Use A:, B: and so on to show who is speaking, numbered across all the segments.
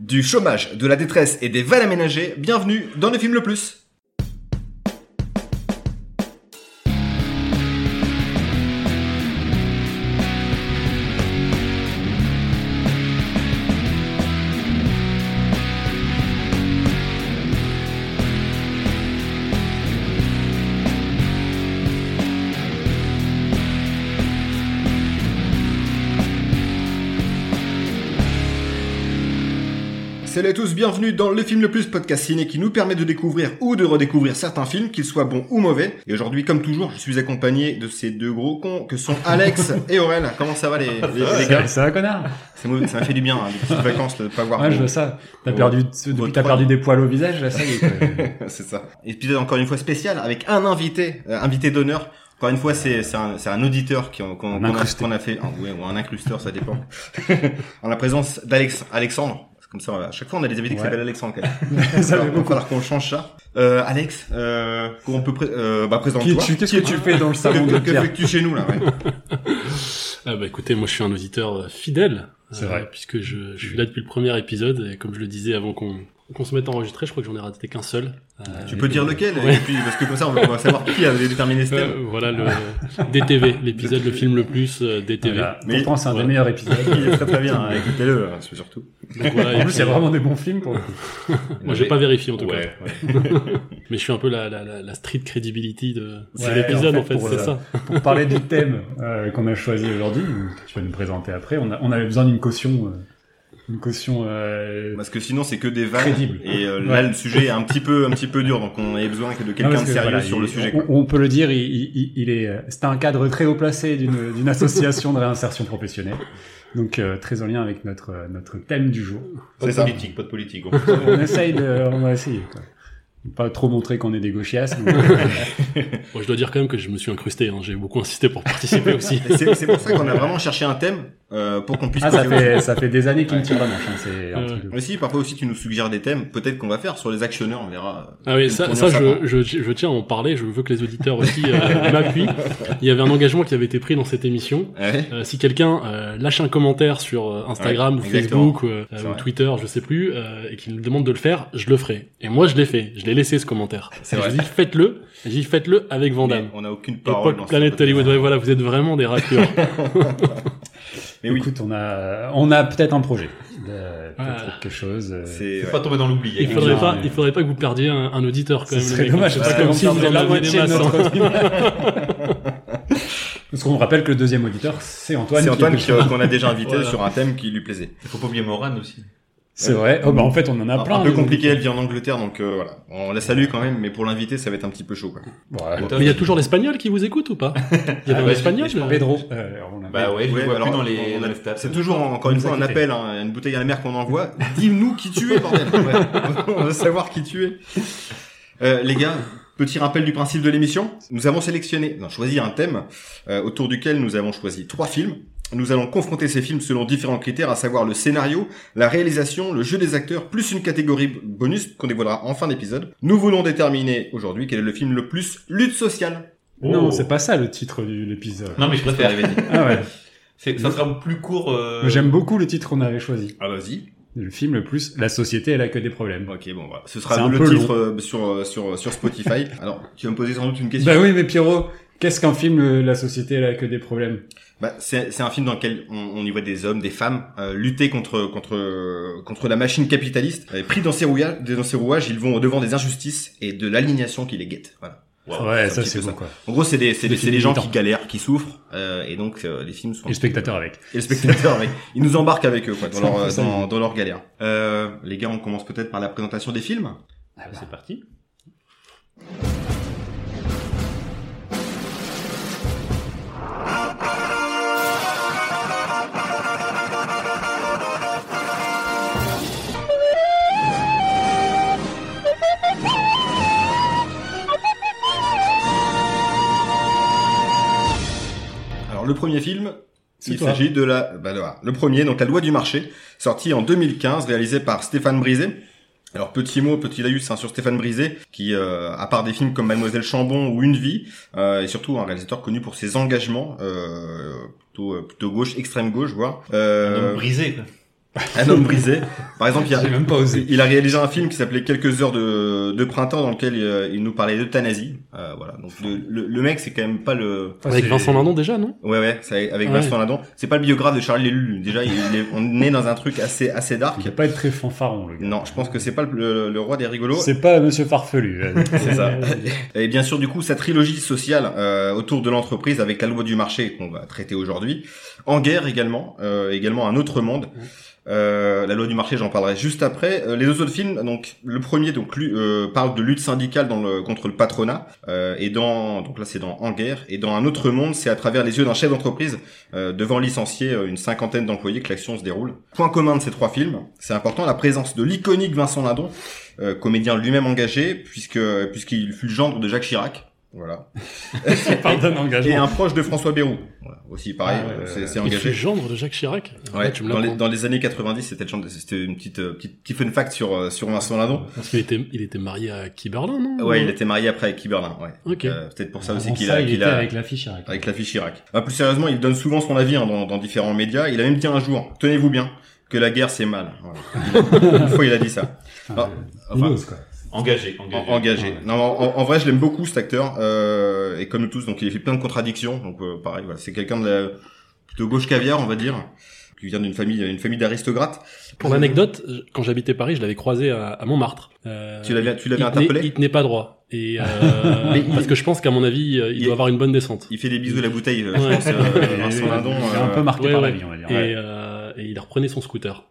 A: du chômage, de la détresse et des vannes aménagées, bienvenue dans le film le plus. Salut à tous, bienvenue dans le film le plus podcast ciné qui nous permet de découvrir ou de redécouvrir certains films, qu'ils soient bons ou mauvais. Et aujourd'hui, comme toujours, je suis accompagné de ces deux gros cons que sont Alex et Aurel. Comment ça va les, les- les gars
B: Ça va, connard
A: C'est mauvais, ça m'a fait du bien, hein, des petites vacances, de pas voir.
B: Ouais,
A: vos-
B: Ah, je veux ça. T'as
A: Bon.
B: perdu, depuis que t'as
A: Votre-
B: perdu des poils au visage, là, ça y est. quoi.
A: C'est ça. Épisode encore une fois spécial avec un invité, euh, invité d'honneur. Encore une fois, c'est c'est un, c'est un auditeur qui- qu'on qu'on- qu'on a,
C: incrusté.
A: qu'on a fait, un, ouais, ou un incrusteur, ça dépend. en la présence d'Alex Alexandre. C'est Comme ça, on va- à chaque fois, on a des invités qui
B: Ouais.
A: s'appellent Alexandre. Quand même.
B: ça
A: Alors,
B: fait
A: il va
B: beaucoup.
A: falloir qu'on change ça. Euh, Alex, euh, qu'on peut pré- euh, bah, présente-toi.
B: Qui es-tu Qu'est-ce que tu fais dans le
A: Que,
B: salon
A: que-
B: de
A: que
B: Pierre
A: fais-tu chez nous là ouais.
C: Ah bah écoutez, moi je suis un auditeur euh, fidèle.
B: C'est vrai.
C: Puisque je, je suis là depuis le premier épisode et comme je le disais avant qu'on qu'on se mette à enregistrer, je crois que j'en ai raté qu'un seul. Euh,
A: Tu peux dire lequel
C: Ouais.
A: et puis, Parce que comme ça, on va, on va savoir qui a déterminé ce thème.
C: euh, voilà le DTV, l'épisode le film le plus euh, DTV.
B: Voilà.
A: Mais-
B: Pourtant, c'est un
C: Ouais.
B: des meilleurs épisodes.
A: Il est très très bien, hein, écoutez-le, hein, surtout.
C: Donc voilà, et
B: En plus,
C: puis,
B: il y a vraiment des bons films pour
C: Moi j'ai pas vérifié en tout
A: Ouais, ouais.
C: cas, mais je suis un peu la, la, la, la street credibility de
B: Ouais,
C: de l'épisode
B: en
C: en
B: fait,
C: fait,
B: pour,
C: c'est
B: euh,
C: ça.
B: pour parler du thème euh, qu'on a choisi aujourd'hui. Tu vas nous présenter après. On, a- on avait besoin d'une caution, euh, une caution euh,
A: Parce que sinon, c'est que des vannes.
B: Crédible.
A: Et euh, là, le sujet est un petit peu, un petit peu dur, donc on avait besoin que de
B: Non,
A: quelqu'un
B: parce
A: de
B: que,
A: sérieux
B: voilà,
A: sur
B: il-
A: le sujet.
B: On,
A: quoi.
B: on peut le dire, il, il- il est, euh, c'est un cadre très haut placé d'une d'une association de réinsertion professionnelle, donc euh, très en lien avec notre euh, notre thème du jour.
A: C'est ça. Politique, pas de politique.
B: On essaye de, on va essayer. Quoi. Pas trop montrer qu'on est des gauchiasses. mais-
C: Bon, je dois dire quand même que je me suis incrusté, hein, j'ai beaucoup insisté pour participer aussi.
A: C'est c'est pour ça qu'on a vraiment cherché un thème euh, pour qu'on puisse.
B: Ah, ça
A: poser
B: fait ça fait des années qu'il me tire la manche. hein, c'est un
C: Ouais.
B: truc de-
A: Mais si, parfois aussi, tu nous suggères des thèmes. Peut-être qu'on va faire sur les actionneurs, on verra.
C: Ah oui,
A: Une
C: ça,
A: première
C: ça
A: fois,
C: je, je, je tiens à en parler, je veux que les auditeurs aussi euh, m'appuient. Il y avait un engagement qui avait été pris dans cette émission.
A: Ouais.
C: Euh, si quelqu'un euh, lâche un commentaire sur euh, Instagram
A: Ouais,
C: ou
A: exactement.
C: Facebook ou, euh,
A: C'est
C: ou
A: vrai.
C: Twitter, je sais plus, euh, et qu'il me demande de le faire, je le ferai. Et moi, je l'ai fait. Je l'ai laissé ce commentaire.
A: C'est
C: Et
A: vrai. Bah,
C: Je dis faites-le. Et J'ai dit faites-le avec Vandame.
A: Mais On n'a aucune parole. dans
C: ben. Époque
A: ce
C: planète
A: podcast.
C: Hollywood. Ouais, voilà, vous êtes vraiment des raclures.
A: Mais oui.
B: Écoute, on a on a peut-être un projet, Euh, peut-être
C: Voilà.
B: quelque chose. euh,
A: C'est ouais.
D: pas tomber dans l'oubli.
C: Il
B: Et
C: faudrait
B: bien,
C: pas,
B: mais-
C: il faudrait pas que vous perdiez un, un auditeur quand
B: Ce
C: même. les
B: serait
C: mecs.
B: dommage,
C: C'est
B: parce
C: pas
B: que
C: comme
B: on
C: si vous
B: perdait
C: en
B: la
C: aviez des
B: moitié de
C: masses. hein.
B: notre Parce qu'on rappelle que le deuxième auditeur, c'est Antoine.
A: C'est
B: qui-
A: Antoine qui- euh, qu'on a déjà invité
C: Voilà.
A: sur un thème qui lui plaisait.
D: Faut pas oublier Moran aussi.
B: C'est vrai. Oh, bah, en fait, on en a
A: Un,
B: plein.
A: un peu
B: des
A: compliqué, elle
B: auditeurs.
A: vit en Angleterre, donc euh, voilà. On la salue quand même, mais pour l'inviter, ça va être un petit peu chaud. Quoi.
B: Ouais.
C: Mais il y a toujours l'espagnol qui vous écoute ou pas Il y avait
D: Ah,
C: un
D: bah,
C: espagnol
D: je- je-
C: euh,
B: Pedro. Euh, on l'appelle.
D: Bah ouais, je
A: Ouais,
D: le vois
A: alors,
D: plus dans les,
A: on a-
D: dans les tables.
A: C'est toujours encore une
B: Vous
A: fois un
B: inquiétez.
A: appel, hein, une bouteille à la mer qu'on envoie. Dis-nous qui tu es, bordel. On veut savoir qui tu es. Euh, les gars, petit rappel du principe de l'émission. Nous avons sélectionné, non, choisi un thème euh, autour duquel nous avons choisi trois films. Nous allons confronter ces films selon différents critères, à savoir le scénario, la réalisation, le jeu des acteurs, plus une catégorie bonus qu'on dévoilera en fin d'épisode. Nous voulons déterminer aujourd'hui quel est le film le plus lutte sociale.
B: Non,
D: Oh. Bah,
B: c'est pas ça le titre de l'épisode.
D: Non, mais je préfère.
B: Ah ouais.
D: C'est- ça sera plus court. euh,
B: J'aime beaucoup le titre qu'on avait choisi.
A: Ah vas-y.
B: Le film le plus La société, elle a que des problèmes.
A: Ok, bon, voilà. Ce
B: C'est
A: sera
B: un
A: le
B: peu
A: titre euh, sur, euh, sur, sur Spotify. Alors, tu vas me poser sans doute une question.
B: Bah oui, mais Pierrot, qu'est-ce qu'un film euh, La société, elle a que des problèmes
A: Bah, c'est c'est un film dans lequel on, on y voit des hommes, des femmes euh, lutter contre contre contre la machine capitaliste. Et pris dans ses rouillages, dans ses rouages, ils vont au devant des injustices et de l'alignation qui les guette. Voilà.
D: wow.
B: Ouais,
A: c'est un
B: ça
A: petit
B: c'est
A: peu
B: bon
A: ça.
B: quoi.
A: En gros, c'est des c'est
B: Le
A: des, c'est
B: film
A: des gens
B: militant.
A: qui galèrent, qui souffrent, euh, et donc euh, les films sont
B: Et le spectateur avec.
A: et le spectateur, oui. ils nous embarquent avec eux quoi, dans
B: C'est
A: leur
B: un peu
A: euh,
B: ça,
A: dans,
B: oui.
A: dans leur galère. Euh, les gars, on commence peut-être par la présentation des films. Ah bah.
D: C'est parti.
A: Alors le premier film,
B: C'est
A: il
B: toi.
A: s'agit de la bah, de- le premier donc la loi du marché, sorti en 2015, réalisé par Stéphane Brisé. Alors petit mot, petit laïus hein, sur Stéphane Brisé, qui euh, à part des films comme Mademoiselle Chambon ou Une vie, euh, et surtout un réalisateur connu pour ses engagements euh, plutôt euh, plutôt gauche, extrême gauche, voire.
D: Donc,
A: Euh,
D: brisé. quoi.
A: Un homme brisé. Par exemple, il y a,
E: J'ai même pas osé.
A: il a réalisé un film qui s'appelait Quelques heures de, de printemps dans lequel euh, il nous parlait d'euthanasie. Euh, voilà. Donc le, le, le mec, c'est quand même pas le.
C: Avec Vincent Lindon déjà, non
A: Ouais, ouais. C'est avec
C: Ouais.
A: Vincent Lindon. C'est pas le biographe de Charles Lulu. Déjà, il est- on est dans un truc assez assez dark.
B: Il va pas être très fanfaron, le gars.
A: Non, je pense que c'est pas le, le- le roi des rigolos.
B: C'est pas Monsieur Farfelu. euh.
A: C'est ça. Et bien sûr, du coup, sa trilogie sociale euh, autour de l'entreprise avec la loi du marché qu'on va traiter aujourd'hui, en guerre également, euh, également un autre monde. Euh, la loi du marché, j'en parlerai juste après. Euh, les deux autres films, donc le premier, donc lui, euh, parle de lutte syndicale dans le, contre le patronat, euh, et dans donc là c'est dans En guerre, et dans un autre monde, c'est à travers les yeux d'un chef d'entreprise euh, devant licencier euh, une cinquantaine d'employés que l'action se déroule. Point commun de ces trois films, c'est important la présence de l'iconique Vincent Lindon, euh, comédien lui-même engagé, puisque puisqu'il fut le gendre de Jacques Chirac. Voilà.
B: Par d'un engagement.
A: Et un proche de François Bayrou. Voilà. Aussi pareil,
B: Ah ouais,
A: euh,
B: ouais,
A: c'est
B: ouais.
A: c'est
C: Il fut
A: engagé.
C: gendre de Jacques Chirac.
A: Ouais,
C: Ah, tu me
A: dans, les,
C: l'apprends.
A: dans les années 90, c'était le genre de- c'était une petite, euh, petite, petit fun fact sur, euh, sur Vincent Lindon.
C: Parce qu'il était, il était marié à Kiberlin,
B: Ah,
C: non
A: Ouais, il était marié après avec Kiberlin, ouais.
C: Ok.
A: Euh, Peut-être pour ça
B: Avant
A: aussi qu'il
B: Ah, ça,
A: a,
B: il
A: qu'il
B: était
A: a,
B: avec l'affiche. Eric.
A: avec la fiche Irak. Ah, plus sérieusement, il donne souvent son avis hein, dans, dans différents médias. Il a même dit un jour, tenez-vous bien, que la guerre c'est mal. Voilà. une fois il a dit ça.
B: Enfin,
A: Ah, Enfin, Euh,
B: il ose, quoi.
D: Engagé,
A: En-
D: engagé.
A: engagé. Non, en, en- en vrai, je l'aime beaucoup cet acteur euh, et comme nous tous, donc il fait plein de contradictions. Donc euh, pareil, voilà, c'est quelqu'un de la, plutôt gauche caviar, on va dire, qui vient d'une famille, une famille d'aristocrates.
C: Pour l'anecdote, je- quand j'habitais Paris, je l'avais croisé à, à Montmartre. Euh,
A: Tu l'avais- tu l'avais
C: il tenait-
A: interpellé
C: Il tenait pas droit. Et euh,
A: Mais il-
C: parce que je pense qu'à mon avis, euh, il,
A: Il-
C: doit avoir une bonne descente.
A: Il fait des bisous à la bouteille, euh,
C: Ouais.
A: je pense, euh,
B: Et-
A: Vincent Lindon.
B: il est un
A: euh,
B: peu marqué
C: ouais,
B: par
C: ouais.
B: la vie, on va dire.
C: Et,
B: Ouais.
C: euh, et il reprenait son scooter.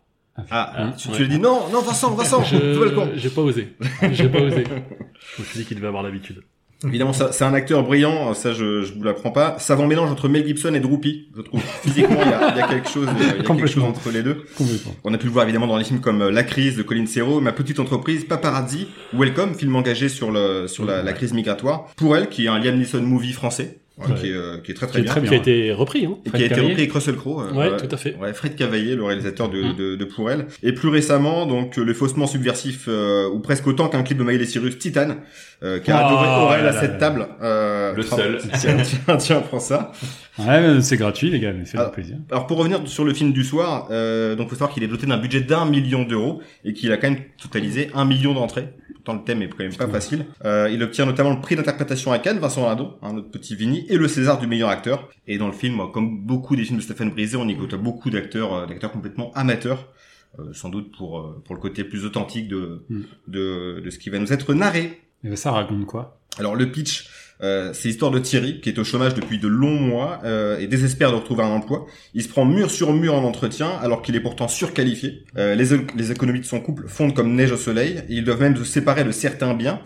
A: Ah,
C: Hein,
A: tu,
C: ouais.
A: tu lui dis non, non, Vincent, Vincent,
C: Je-
A: fais pas le con.
C: J'ai pas osé. J'ai pas osé. Je me suis dit qu'il devait avoir l'habitude.
A: Évidemment, ça- c'est un acteur brillant, ça je, je vous l'apprends pas. Savant mélange entre Mel Gibson et Droopy, je trouve. Physiquement, il y a, il y a quelque chose, il y a quelque chose
B: Complètement.
A: entre les deux.
B: Complètement.
A: On a pu le voir évidemment dans des films comme euh, La crise de Colin Serrault, Ma petite entreprise, Paparazzi, Welcome, film engagé sur le sur la, la crise migratoire. Pour elle, qui est un Liam Neeson movie français, ouais,
C: Ouais.
A: qui, est, euh, qui est très
B: Qui
A: très
B: est
A: bien,
B: très bien.
C: Qui a été repris, hein
A: et qui
B: Fred
A: a été
B: Cavaillé.
A: repris avec Russell Crowe. euh,
C: Ouais,
A: euh,
C: tout à fait.
A: Ouais, Fred Cavaillé, le réalisateur de,
C: Mm.
A: de, de Pour elle. Et plus récemment, donc, euh, le faussement subversif, euh, ou presque autant qu'un clip de Miley Cyrus, Titan, euh, qui a
B: Oh
A: adoré Aurel
B: là
A: à
B: là
A: cette
B: là.
A: table. euh,
D: Le
A: tra-
D: seul.
A: Tiens, tiens, tiens, prends ça.
B: Ouais, mais c'est gratuit, les gars, mais faites-vous
A: Ah.
B: plaisir.
A: Alors pour revenir sur le film du soir, euh, donc faut savoir qu'il est doté d'un budget d'un million d'euros et qu'il a quand même totalisé un million d'entrées. Pourtant le thème est quand même pas facile. Euh, il obtient notamment le prix d'interprétation à Cannes, Vincent Lindon, hein, notre petit Vini, et le César du meilleur acteur. Et dans le film, comme beaucoup des films de Stéphane Brisé, on y côtoie beaucoup d'acteurs, euh, d'acteurs complètement amateurs. euh, sans doute pour euh, pour le côté plus authentique de,
B: Mm.
A: de de ce qui va nous être narré.
B: Et ben, ça raconte quoi
A: Alors le pitch, euh, c'est l'histoire de Thierry qui est au chômage depuis de longs mois euh, et désespère de retrouver un emploi. Il se prend mur sur mur en entretien alors qu'il est pourtant surqualifié. Euh, les, o- les économies de son couple fondent comme neige au soleil et ils doivent même se séparer de certains biens.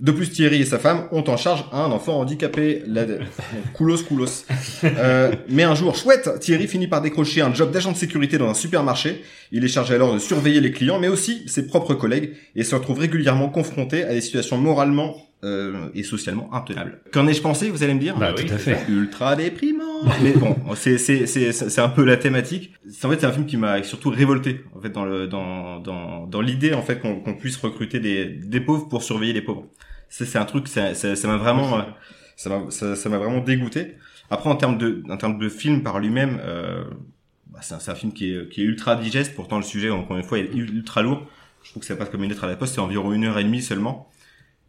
A: De plus, Thierry et sa femme ont en charge un enfant handicapé. La... Coulos, coulos. Euh, mais un jour, chouette, Thierry finit par décrocher un job d'agent de sécurité dans un supermarché. Il est chargé alors de surveiller les clients mais aussi ses propres collègues et se retrouve régulièrement confronté à des situations moralement euh, et socialement intenables. Qu'en ai-je pensé, vous allez me dire
B: Bah,
D: oui,
B: tout à
D: c'est
B: fait.
A: Ultra déprimant Mais bon, c'est c'est c'est c'est un peu la thématique. C'est en fait c'est un film qui m'a surtout révolté en fait dans le dans dans dans l'idée en fait qu'on qu'on puisse recruter des des pauvres pour surveiller les pauvres. C'est c'est un truc ça ça ça m'a vraiment euh, ça m'a ça ça m'a vraiment dégoûté. Après en termes de en termes de film par lui-même euh, bah, c'est un, c'est un film qui est, qui est ultra digeste, pourtant le sujet, encore une fois, est ultra lourd. Je trouve que ça passe comme une lettre à la poste, c'est environ une heure et demie seulement.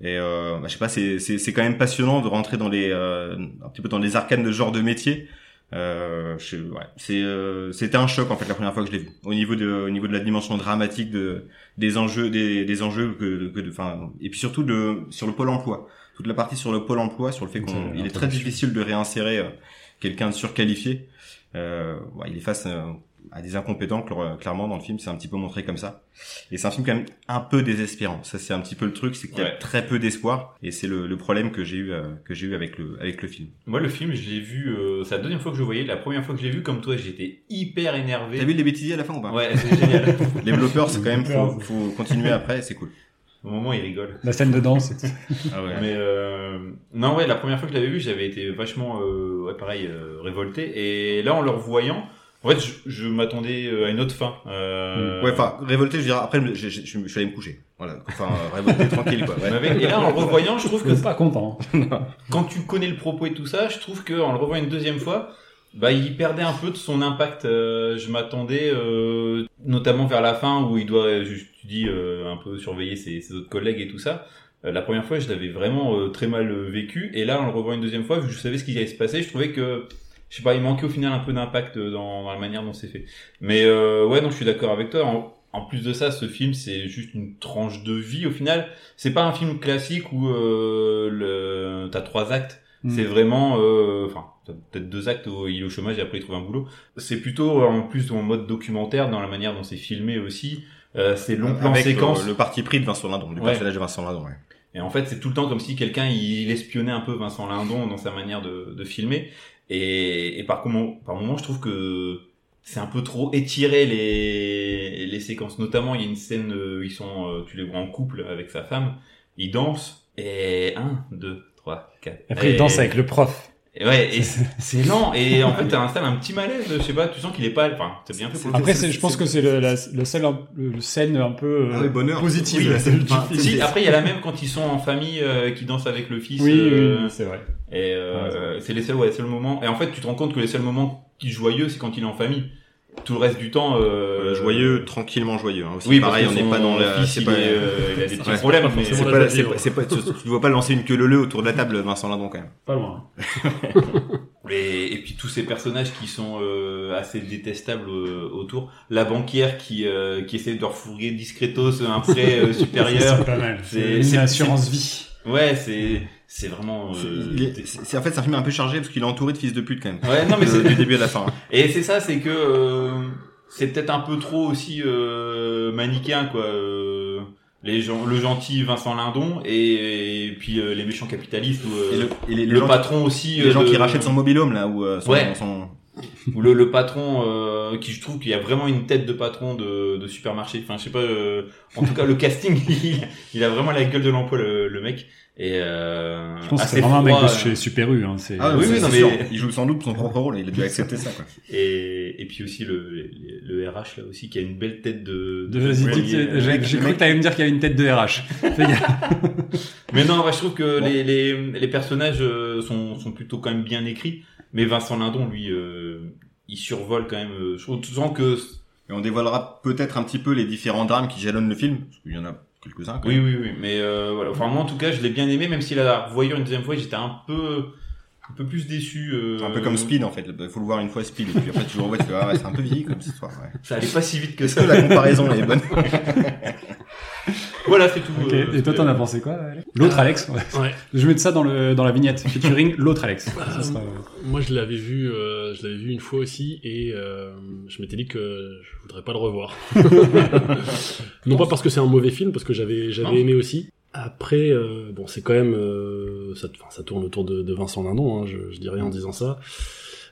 A: Et euh, bah, je sais pas, c'est, c'est, c'est quand même passionnant de rentrer dans les, euh, un petit peu dans les arcanes de ce genre de métier. Euh, je, ouais, c'est, euh, c'était un choc en fait la première fois que je l'ai vu. Au niveau de, au niveau de la dimension dramatique de, des enjeux, des, des enjeux que, que de, enfin, et puis surtout de, sur le pôle emploi. Toute la partie sur le pôle emploi, sur le fait qu'on,
B: C'est
A: il est très
B: l'introduction.
A: difficile de réinsérer euh, quelqu'un de surqualifié. Euh, ouais, il est face euh, à des incompétents cl- clairement dans le film c'est un petit peu montré comme ça et c'est un film quand même un peu désespérant ça c'est un petit peu le truc c'est qu'il y a
D: Ouais.
A: très peu d'espoir et c'est le, le problème que j'ai eu euh, que j'ai eu avec le avec le film
D: Moi, le film, je l'ai vu. euh, c'est la deuxième fois que je le voyais. La première fois que je l'ai vu, comme toi, j'étais hyper énervé.
A: t'as vu les bêtises à la fin ou pas
D: Ouais, c'est génial.
A: les développeurs c'est quand même faut,
B: Merde.
A: faut continuer après c'est cool
D: Au moment, il rigole.
B: La scène de danse.
A: ah ouais
D: Mais euh, non, ouais, la première fois que je l'avais vu, j'avais été vachement, euh, ouais, pareil, euh, révolté. Et là, en le revoyant, en fait, je, je m'attendais euh, à une autre fin. Euh,
A: ouais enfin révolté je dirais après je, je, je suis allé me coucher voilà enfin euh, révolté tranquille quoi
D: mais
A: ouais.
D: avec- et là, en le revoyant, je trouve que
B: pas content.
D: quand tu connais le propos et tout ça, je trouve que en le revoyant une deuxième fois, bah, il perdait un peu de son impact. Euh, je m'attendais, euh, notamment vers la fin où il doit, euh, je- tu dis, euh, un peu surveiller ses, ses autres collègues et tout ça. Euh, la première fois, je l'avais vraiment euh, très mal euh, vécu. Et là, en le revoyant une deuxième fois, vu que je savais ce qui allait se passer, je trouvais que, je sais pas, il manquait au final un peu d'impact euh, dans, dans la manière dont c'est fait. Mais euh, ouais, non, je suis d'accord avec toi. En, en plus de ça, ce film, c'est juste une tranche de vie. Au final, c'est pas un film classique où euh, le- t'as trois actes.
B: Hmm.
D: C'est vraiment, euh, enfin, t'as peut-être deux actes où il est au chômage et après il trouve un boulot. C'est plutôt euh, en plus en mode documentaire dans la manière dont c'est filmé aussi. Euh, c'est long plan
A: Avec le-
D: séquence.
A: Le, parti pris de Vincent Lindon, du
D: Ouais.
A: personnage de Vincent Lindon. ouais.
D: Et en fait, c'est tout le temps comme si quelqu'un il espionnait un peu Vincent Lindon dans sa manière de, de filmer. Et, et par comment, par moment, je trouve que c'est un peu trop étiré les, les séquences. Notamment, il y a une scène euh, où ils sont, euh, tu les vois en couple avec sa femme. Ils dansent et un, deux, trois, quatre.
B: Après, il
D: Et-
B: danse avec le prof.
D: et ouais, et c'est c'est lent, et en fait, t'as un style un petit malaise, je sais pas, tu sens qu'il est pas, enfin, c'est bien fait pour le
B: Après,
D: coup.
B: c'est- je pense que c'est le- la, la seule un- le- scène un peu euh,
A: Ah oui, bonheur.
B: positive.
A: Oui,
B: là,
A: c'est
B: du
A: le-
B: film.
D: Si, après, il y a la même quand ils sont en famille, euh, qui dansent avec le fils.
B: Oui,
D: euh,
B: oui, c'est vrai.
D: Et euh, c'est les seuls, ouais, les seuls moments. Et en fait, tu te rends compte que les seuls moments qui joyeux, c'est quand il est en famille. Tout le reste du temps, euh,
A: Joyeux, tranquillement joyeux. hein. Aussi,
D: Oui,
A: pareil,
D: parce
A: on
D: que
A: n'est pas
D: son
A: dans la.
D: fils,
A: c'est
D: il,
A: pas-
D: est, euh, il a des petits
A: Ouais.
D: problèmes, mais
A: C'est
C: forcément
A: pas,
C: la
A: c'est
C: vie,
A: pas-
C: ouais.
A: c'est pas- tu, tu dois pas lancer une queue leu leu autour de la table, Vincent Lindon, quand même.
B: Pas loin. hein.
D: Et, et puis tous ces personnages qui sont euh, assez détestables euh, autour. La banquière qui, euh, qui essaie de refourguer discretos un prêt euh, supérieur.
B: C'est pas mal.
D: c'est-
B: C'est une
D: c'est-
B: assurance vie.
D: Ouais, c'est c'est vraiment. euh,
A: C'est- il est- c'est- c'est- en fait, c'est un film un peu chargé parce qu'il est entouré de fils de pute, quand même.
D: Ouais, non mais
A: De-
D: c'est
A: du début à la fin. hein.
D: et c'est ça, c'est que euh, c'est peut-être un peu trop aussi euh, manichéen quoi. euh, les gens, le gentil Vincent Lindon et, et puis euh, les méchants capitalistes ou euh,
A: Et le,
D: le,
A: et les, les gens,
D: patron aussi.
A: les
D: euh,
A: gens qui
D: de-
A: rachètent son mobilhome, là, ou euh, son-
D: Ouais.
A: son,
D: ou le, le patron euh, qui je trouve qu'il y a vraiment une tête de patron de, de supermarché enfin je sais pas euh, en tout cas le casting il, il a vraiment la gueule de l'emploi le, le mec et euh,
B: Je pense que
D: assez
B: c'est vraiment un mec
D: froid,
B: de
D: euh,
B: chez Super U. Hein. c'est-
A: Ah oui,
D: C'est-
A: oui, non,
D: c'est
A: mais
D: sûr.
A: il joue sans doute son propre rôle, il a dû accepter ça, quoi.
D: et, et puis aussi le, le, le RH là aussi qui a une belle tête de,
B: De- vas-y,
D: Ouais,
B: dis-
D: euh,
B: J'ai
A: mec-
B: j'ai
A: le
B: cru
A: mec-
B: que t'allais me dire qu'il y avait une tête de RH. Fais gaffe.
D: mais non ouais, je trouve que
A: Bon.
D: les, les, les personnages euh, sont, sont plutôt quand même bien écrits mais Vincent Lindon lui euh, il survole quand même euh, je trouve souvent que
A: Et on dévoilera peut-être un petit peu les différents drames qui jalonnent le film, parce qu'il y en a quelques-uns, quoi.
D: Oui, oui, oui. Mais euh, voilà. Enfin, moi, en tout cas, je l'ai bien aimé, même si la voyant une deuxième fois, j'étais un peu, un peu plus déçu. euh,
A: Un peu comme Speed, en fait. Il faut le voir une fois Speed, et puis après tu le revois, tu fais, ah ouais, c'est un peu vieilli comme cette histoire, ouais.
D: Ça allait pas si vite que
A: Est-ce que
D: ça.
A: la comparaison est bonne?
D: voilà, c'est tout.
B: Ok.
D: euh,
B: Et toi, t'en as pensé quoi Alex L'autre Alex. ouais.
C: Ouais.
B: Je vais mettre ça dans, le, dans la vignette featuring l'autre Alex. Ça sera- euh,
C: Moi, je l'avais vu, euh, je l'avais vu une fois aussi, et euh, je m'étais dit que je voudrais pas le revoir. non pas parce que c'est un mauvais film, parce que j'avais
D: Non.
C: j'avais aimé aussi. Après, euh, bon, c'est quand même, euh, ça, enfin, ça tourne autour de, de Vincent Lindon. hein, je, je dis rien en disant ça.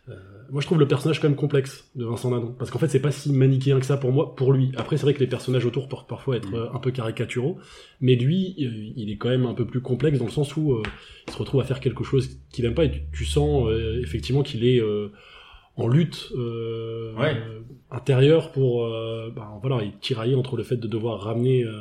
C: Euh, moi, je trouve le personnage quand même complexe de Vincent Lindon, parce qu'en fait, c'est pas si manichéen que ça pour moi, pour lui. Après, c'est vrai que les personnages autour portent parfois à être euh, un peu caricaturaux, mais lui, euh, il est quand même un peu plus complexe dans le sens où euh, il se retrouve à faire quelque chose qu'il aime pas et tu, tu sens euh, effectivement qu'il est euh, en lutte euh,
D: Ouais.
C: euh, intérieure pour euh, ben, voilà, il est tiraillé entre le fait de devoir ramener euh,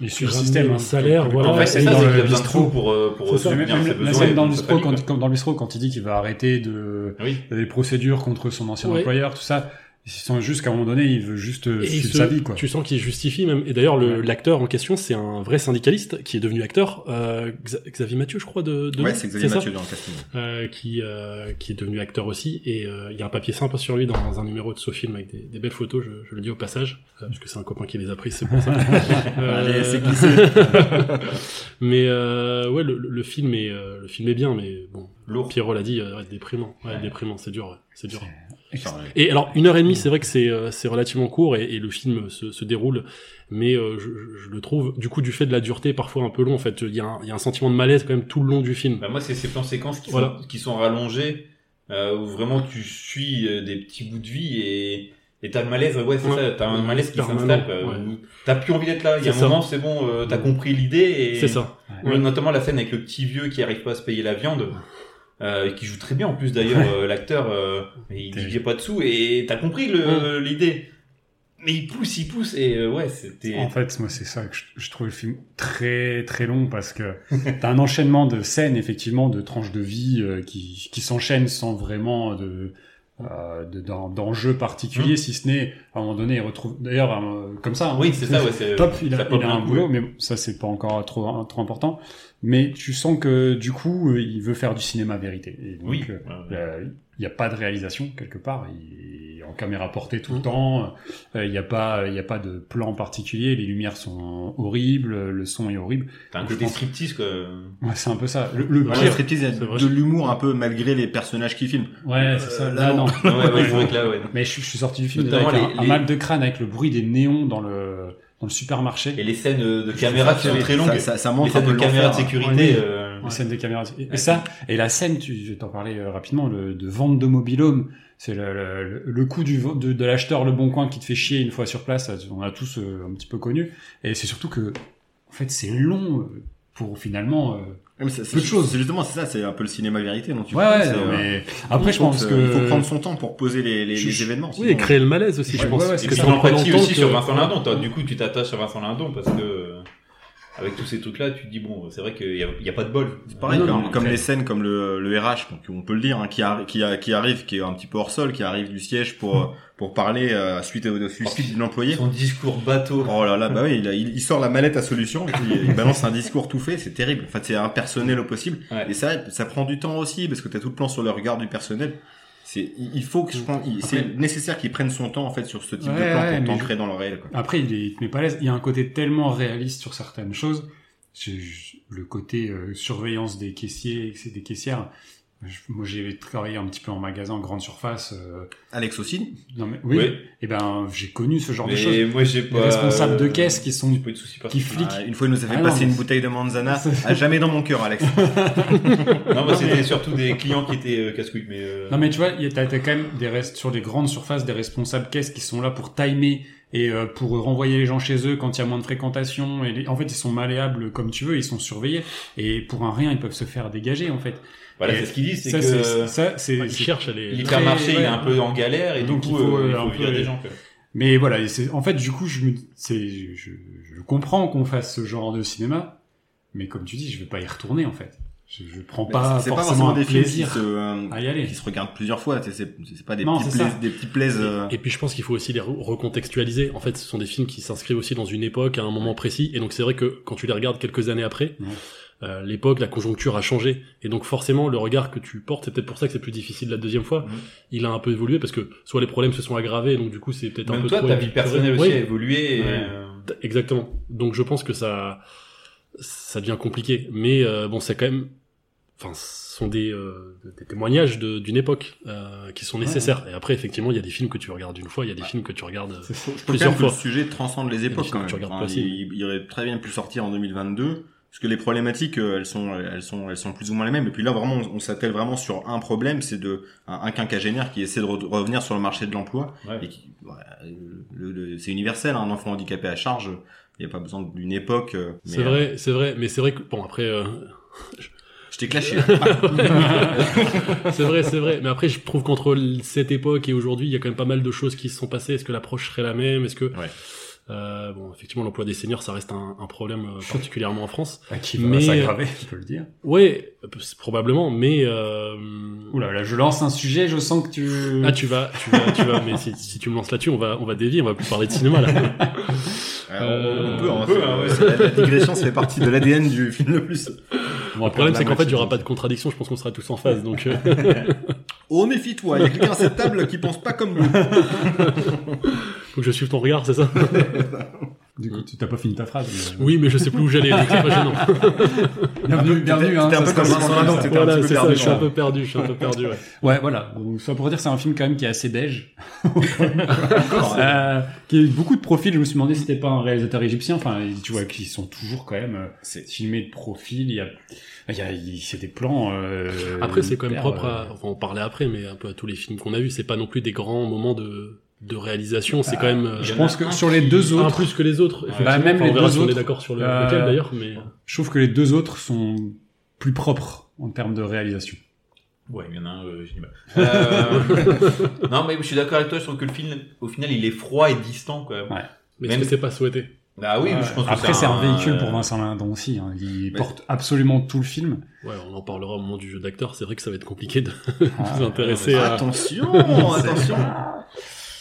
B: Il suit le
C: ramener
B: système.
C: un
B: hein.
C: salaire,
B: Comme-
C: voilà,
D: En fait, c'est
C: et
D: ça,
B: dans
D: c'est
B: le
D: qu'il a besoin de
B: bistrot.
D: tout pour, euh, pour
B: C'est ça, même,
D: subvenir à
B: même
D: ses
B: la
D: besoins.
B: scène
D: et
B: dans le
D: de sa
B: bistrot,
D: famille,
B: quand, quand dans le bistrot, quand il dit qu'il va arrêter de
D: quoi. Oui.
B: des procédures contre son ancien
C: Ouais.
B: employeur, tout ça, ils sont juste qu'à un moment donné, il veut juste euh,
C: Et il
B: suivre
C: se-
B: sa vie, quoi.
C: Tu sens qu'il justifie même. Et d'ailleurs, le-
B: Ouais.
C: l'acteur en question, c'est un vrai syndicaliste qui est devenu acteur, euh, Xa- Xavier Mathieu, je crois, de. de
A: Ouais, c'est Xavier
C: ça
A: Mathieu dans le casting.
C: euh, qui euh, qui est devenu acteur aussi et euh, il y a un papier sympa sur lui dans un numéro de ce film avec des, des belles photos je, je le dis au passage euh, parce que c'est un copain qui les a prises c'est pour ça Euh,
A: Allez, c'est
C: mais euh, ouais le, le- le film est euh, le film est bien mais bon
D: Lourd.
C: Pierrot l'a dit euh, ouais, déprimant ouais,
B: Ouais.
C: déprimant c'est dur ouais, c'est dur
A: Enfin,
C: et alors une heure et demie, c'est vrai que c'est euh, c'est relativement court et, et le film se, se déroule, mais euh, je, je- je le trouve du coup du fait de la dureté parfois un peu long. En fait, il y, a un- il y a un sentiment de malaise quand même tout le long du film.
D: Bah, moi, c'est ces plans séquences qui,
C: Voilà.
D: sont, qui sont rallongés, euh, où vraiment tu suis euh, des petits bouts de vie et. Et t'as le malaise, ouais, c'est
C: Ouais.
D: ça, t'as un malaise qui
C: Permanent,
D: s'installe, quoi.
C: ouais.
D: T'as plus envie d'être là. Il y a un
C: C'est ça.
D: moment, c'est bon, euh, t'as compris l'idée et.
C: C'est ça. Ouais.
D: Notamment la scène avec le petit vieux qui arrive pas à se payer la viande, euh, et qui joue très bien en plus d'ailleurs euh, l'acteur. euh, mais il dit
B: Terrible.
D: j'ai pas de sous et t'as compris le- euh, l'idée. Mais il pousse, il pousse et euh, ouais c'était.
B: En fait, moi, c'est ça que je, je trouve le film très très long parce que t'as un enchaînement de scènes, effectivement, de tranches de vie euh, qui, qui s'enchaînent sans vraiment de euh, de- d'en- d'enjeux particuliers, si ce n'est à un moment donné, il retrouve d'ailleurs euh, comme ça. hein.
D: Mmh. Oui, c'est ça, ouais, c'est-
B: Top, il a,
D: Euh, ça pop
B: il a
D: d'un
B: un
D: coup,
B: boulot, mais ça c'est pas encore trop trop important. Mais tu sens que du coup, euh, il veut faire du cinéma vérité. Et donc,
D: Oui.
B: euh,
D: Ouais, ouais.
B: euh, Il n'y a pas de réalisation quelque part. Il est en caméra portée tout le
C: Mm.
B: temps. Euh, Il n'y a pas, il n'y a pas de plan particulier. Les lumières sont horribles, le son est horrible.
D: T'as un
B: je
D: côté
B: pense-
D: striptease, quoi.
B: Ouais, c'est un peu ça. Le, le
A: Ouais,
B: pire-
A: le striptease, il y a
C: c'est vrai.
A: de l'humour un peu malgré les personnages qui filment.
B: Ouais, c'est ça.
A: Euh,
B: Là,
A: là,
B: non.
D: Ouais, ouais, c'est vrai que là, ouais.
B: Mais je, je suis sorti du film
D: Notamment
B: avec un,
D: les-
B: un
D: les-
B: mal de crâne avec le bruit des néons dans le dans le supermarché.
D: Et les scènes euh, de caméra qui sont très longues.
A: Ça, ça, ça
D: Les
A: montre un
D: scènes
A: peu
D: de caméra
A: l'enfer.
D: de
B: hein. Ouais.
D: sécurité. euh,
B: Les scènes des caméras. Et, et
D: Ouais.
B: ça, et la scène, tu, je vais t'en parler euh, rapidement, le- de vente de mobilhome. C'est le, le, le- le coup du, vo- de, de l'acheteur Le Bon Coin qui te fait chier une fois sur place. ça, On a tous euh, un petit peu connu. Et c'est surtout que, en fait, c'est long euh, pour finalement. euh,
A: Ouais, mais c'est- c'est-
B: Peu de choses.
A: C'est justement, c'est ça, c'est un peu le cinéma vérité. Donc tu
B: Ouais,
A: prends,
B: ouais,
A: c'est,
B: non,
A: euh,
B: mais après, je pense que.
A: Il faut prendre son temps pour poser les, les,
B: Je-
A: les événements.
C: Oui, et
A: sinon-
C: créer le malaise aussi, je
B: Ouais,
C: pense.
B: ouais, ouais,
C: Parce
B: c'est
D: Et
C: que
D: puis
B: ça.
C: ça prend
D: l'empathie
C: longtemps
D: aussi
C: que-
D: sur Vincent Lindon. Toi, du coup, tu t'attaches à Vincent Lindon parce que euh, avec tous ces trucs-là, tu te dis bon, c'est vrai qu'il n'y a, il y a pas de bol.
A: C'est pareil,
B: Non,
A: comme,
B: non,
A: comme
B: après-
A: les scènes comme le, le RH, donc on peut le dire, hein, qui, arri- qui, a- qui arrive, qui est un petit peu hors sol, qui arrive du siège pour, euh,
B: Hmm.
A: pour parler euh, suite au au suicide de l'employé.
D: Son discours bateau.
A: Oh là là, bah oui, il, a- il, il sort la mallette à solution, et puis il balance un discours tout fait, c'est terrible. Enfin, c'est impersonnel au possible.
D: Ouais.
A: Et ça, ça prend du temps aussi, parce que t'as tout le plan sur le regard du personnel. C'est, il il faut que je pense, il- c'est
B: Après-
A: nécessaire qu'ils prennent son temps, en fait, sur ce type
B: Ouais,
A: de plan
B: ouais, mais
A: pour
B: je-
A: t'ancrer dans le réel, quoi.
B: Après, il, est, il te met pas à l'aise. Il y a un côté tellement réaliste sur certaines choses. Je- je- le côté euh, surveillance des caissiers, des caissières. Je- moi, j'ai travaillé un petit peu en magasin, en grande surface. euh,
A: Alex aussi.
B: non, mais, oui.
D: Ouais.
B: Et ben, j'ai connu ce genre de choses.
D: Mais moi, j'ai
B: Les
D: pas.
B: responsables de
D: euh,
B: caisse qui sont
D: j'ai pas eu de soucis
B: qui
D: particuliers.
B: fliquent.
A: Ah, une fois, il nous a fait
B: Ah non,
A: passer
B: mais-
A: une bouteille de manzana.
B: C'est-
A: À jamais dans mon cœur, Alex.
D: Non, bah, c'était surtout des clients qui étaient euh, casse-couilles, mais. euh,
B: Non mais tu vois, il y a- t'as t'as quand même des restes sur les grandes surfaces des responsables caisses qui sont là pour timer et euh, pour renvoyer les gens chez eux quand il y a moins de fréquentation. Et les- En fait, ils sont malléables comme tu veux, ils sont surveillés et pour un rien, ils peuvent se faire dégager en fait.
D: Voilà,
B: Et
D: c'est ce qu'ils disent, c'est
B: Ça, c'est
D: que.
B: ça, c'est.
C: Ils
B: c'est-
C: cherchent à les.
B: très-
D: L'hypermarché, il
B: ouais.
D: est un peu en galère et
B: Donc,
D: du
B: il
D: coup,
B: faut,
D: euh, il
B: euh,
D: faut
B: un
D: virer
B: peu-
D: des gens. quoi.
B: Mais voilà, et c'est- en fait, du coup, je me, c'est, je, je comprends qu'on fasse ce genre de cinéma, mais comme tu dis, je vais pas y retourner en fait. Je, je prends pas,
A: c'est
B: forcément
A: pas forcément
B: un
A: des films qui
B: plaisir
A: se, euh,
B: à y aller.
A: qui se regardent plusieurs fois. tu sais, C'est c'est pas des
B: Non,
A: petits
B: c'est ça.
A: plais- des petits plaises. euh,
C: Et puis je pense qu'il faut aussi les re- recontextualiser. En fait, ce sont des films qui s'inscrivent aussi dans une époque, à un moment précis. Et donc c'est vrai que quand tu les regardes quelques années après,
B: Ouais.
C: euh, l'époque, la conjoncture a changé. Et donc forcément, le regard que tu portes, c'est peut-être pour ça que c'est plus difficile la deuxième fois.
A: Mhm.
C: Il a un peu évolué parce que soit les problèmes se sont aggravés, donc du coup c'est peut-être un
D: Même
C: peu
D: toi,
C: trop
D: ta vie
C: édulcoré.
D: personnelle aussi
C: Oui,
D: a évolué. et,
C: Ouais.
D: euh,
C: t- exactement. Donc je pense que ça, ça devient compliqué. Mais euh, bon, c'est quand même, enfin, ce sont des, euh, des témoignages de- d'une époque euh, qui sont nécessaires. Et après, effectivement, il y a des films que tu regardes une fois, il y a des films que tu regardes. euh,
A: Je trouve quand
C: plusieurs
A: même que le
C: fois.
A: sujet transcende les époques
C: tu-
A: quand même.
C: tu regardes
A: Enfin,
C: pas assez.
A: il, il aurait très bien pu sortir en 2022 parce que les problématiques euh, elles sont elles sont elles sont plus ou moins les mêmes. Et puis là vraiment on, on s'attelle vraiment sur un problème, c'est de un, un quinquagénaire qui essaie de re- revenir sur le marché de l'emploi
D: ouais.
A: et qui ouais, le- le- c'est universel. hein, un enfant handicapé à charge, il n'y a pas besoin d'une époque. euh, mais,
C: C'est vrai, c'est vrai, mais c'est vrai que bon après, euh,
A: euh, Je t'ai clashé. Ah.
C: c'est vrai, c'est vrai, mais après je trouve qu'entre l- cette époque et aujourd'hui, il y a quand même pas mal de choses qui se sont passées. Est-ce que l'approche serait la même Est-ce que
A: Ouais.
C: euh, bon, effectivement, l'emploi des seniors, ça reste un, un problème euh, particulièrement en France.
B: à qui va
C: Mais-
B: s'aggraver, je peux le dire.
C: Ouais, euh, c'est probablement, mais euh,
B: Oula, là, je lance un sujet, je sens que tu.
C: ah tu vas, tu vas, tu vas, mais si, si tu me lances là-dessus, on va, on va dévier, on va plus parler de cinéma là.
A: Euh, on,
C: Euh,
A: peut, hein,
D: on peut,
A: c'est-
D: hein, ouais.
A: c'est- la, la digression, ça fait partie de l'ADN du film le plus.
B: Bon,
C: Le problème, c'est qu'en fait, il y aura pas de contradiction. Je pense qu'on sera tous en phase, donc. euh,
A: Oh, méfie-toi, il y a quelqu'un à cette table qui pense pas comme nous.
C: Faut que je suive ton regard, c'est ça
B: Du coup, tu t'as pas fini ta phrase. mais-
C: Oui, mais je sais plus où j'allais, donc c'est pas gênant.
B: Bienvenue, bienvenue.
A: T'étais-
B: hein,
A: t'étais un
B: ça
A: peu
B: se
A: comme
B: passe
A: Vincent
B: comme
A: Lindon,
B: ça.
A: t'étais un
C: Voilà,
A: petit peu
C: c'est ça,
A: perdu,
C: je suis un
B: hein.
A: ouais.
C: peu perdu, je suis un peu perdu, ouais.
B: Ouais, voilà. Donc, ça pour dire, c'est un film quand même qui est assez beige,
D: Ah,
A: Encore, euh,
B: euh, qui a eu beaucoup de profils. Je me suis demandé si c'était pas un réalisateur égyptien. Enfin, tu vois qu'ils sont toujours quand même euh,
A: c'est-
B: filmés de profil. Il y a, il y a, il- c'est des plans. euh,
C: Après, c'est quand même
B: hyper,
C: propre à,
B: euh,
C: enfin, on parlait après, mais un peu à tous les films qu'on a vus, c'est pas non plus des grands moments de, de réalisation, c'est quand même, euh,
B: Je
D: y en
B: pense
D: a
B: que
D: un
B: sur les
D: qui-
B: deux
C: un
B: autres,
C: plus que les autres.
D: Bah,
C: effectivement.
B: même
C: Enfin, on
B: les
C: verra
B: deux
C: si on est
B: autres.
C: d'accord sur le,
B: Euh,
C: lequel d'ailleurs, mais
B: je trouve que les deux autres sont plus propres en termes de réalisation.
D: Ouais, il y en a un, euh, j'ai du mal. Euh, non, mais je suis d'accord avec toi, je trouve que le film, au final, il est froid et distant, quoi.
B: Ouais.
C: mais
D: Même-
C: est-ce que c'est pas souhaité?
D: Ah oui,
B: Ouais.
D: je pense que
B: Euh,
D: euh,
B: Après, c'est un, véhicule pour
D: moi.
B: Vincent Lindon aussi. hein. Il
A: Mais-
B: porte absolument tout le film.
C: Ouais, on en parlera au moment du jeu d'acteur. C'est vrai que ça va être compliqué de
B: Ah,
C: vous intéresser à.
A: Attention, attention.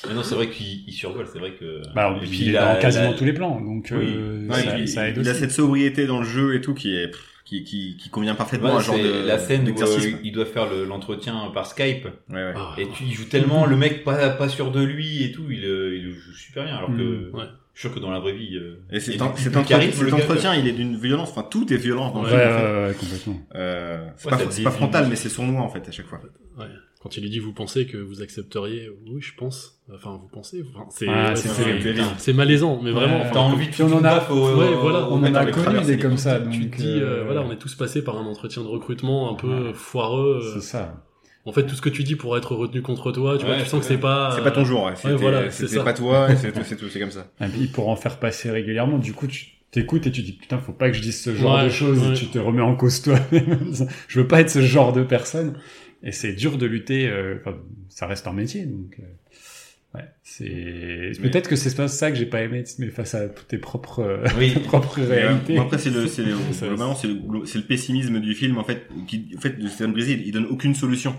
D: Mais non, c'est vrai qu'il il survole, c'est vrai que.
B: Bah,
D: Et
B: puis,
D: puis,
B: il est
D: la-
B: dans quasiment
D: la-
B: tous les plans, donc
D: Oui.
B: euh,
A: Ouais,
B: ça,
A: il,
B: ça aide
A: il a
B: aussi.
A: cette sobriété dans le jeu et tout qui est pff, qui, qui, qui convient parfaitement
D: Ouais,
A: à un genre
D: c'est
A: de
D: la scène où
A: d'exercice.
D: euh, ils doivent faire le- l'entretien par Skype
A: Ouais, ouais.
C: Ah,
D: et tu il joue tellement le mec pas, pas sûr de lui et tout il, euh, il joue super bien alors que
B: Mm,
C: ouais.
D: je suis sûr que dans la vraie vie euh,
A: Et c'est
D: il y a
A: un-
D: du-
A: cet
D: du
A: entretien,
D: charisme,
A: cet
D: le gars,
A: entretien, il est d'une violence. Enfin, tout est violent dans le
B: Ouais,
A: film. en fait.
B: ouais, ouais, complètement.
A: Euh, c'est
D: Ouais, ça
A: pas, c'est pas
D: dévie.
A: frontal, mais c'est sournois en fait à chaque fois.
C: ouais. Quand il lui dit, vous pensez que vous accepteriez Oui, je pense. Enfin, vous pensez. Enfin, c'est
B: Ah,
C: ouais,
B: c'est
C: c'est-
B: terrible.
D: putain,
C: c'est malaisant, mais vraiment.
B: Ouais.
D: t'as
C: enfin,
D: envie de
B: Puis on en a-
D: Faut, euh,
C: ouais, voilà,
D: faut
B: on en
D: mettre
B: a
D: les
B: connu
D: traverses
B: des
D: des
B: comme ça,
C: Tu
B: donc,
C: te dis, euh,
B: euh,
C: voilà, on est tous passés par un entretien de recrutement un peu
B: Ouais.
C: foireux. euh.
B: C'est ça.
C: En fait, tout ce que tu dis pour être retenu contre toi, tu vois,
D: Ouais,
C: tu sens que
D: c'est
C: c'est pas.
A: C'est pas ton jour. Ouais. C'était
C: voilà, c'est
A: c'était
C: ça.
A: pas toi. et C'est tout, c'est tout, c'est comme ça.
B: Et puis pour en faire passer régulièrement, du coup, tu t'écoutes et tu dis putain, faut pas que je dise ce genre
C: Ouais,
B: de choses.
C: ouais.
B: Et tu te remets en cause toi-même. je veux pas être ce genre de personne. Et c'est dur de lutter. euh, enfin, ça reste un métier, donc. euh, ouais, c'est
A: Mais-
B: peut-être que c'est pas ça que j'ai pas aimé, mais face à tes propres euh,
D: Oui.
B: tes propres
A: Mais, euh,
B: réalités.
A: bon, après, c'est le, c'est le,
B: Ça-
A: globalement, c'est le, c'est le pessimisme du film en fait. Qui, en fait, de Stan Brésil, il donne aucune solution.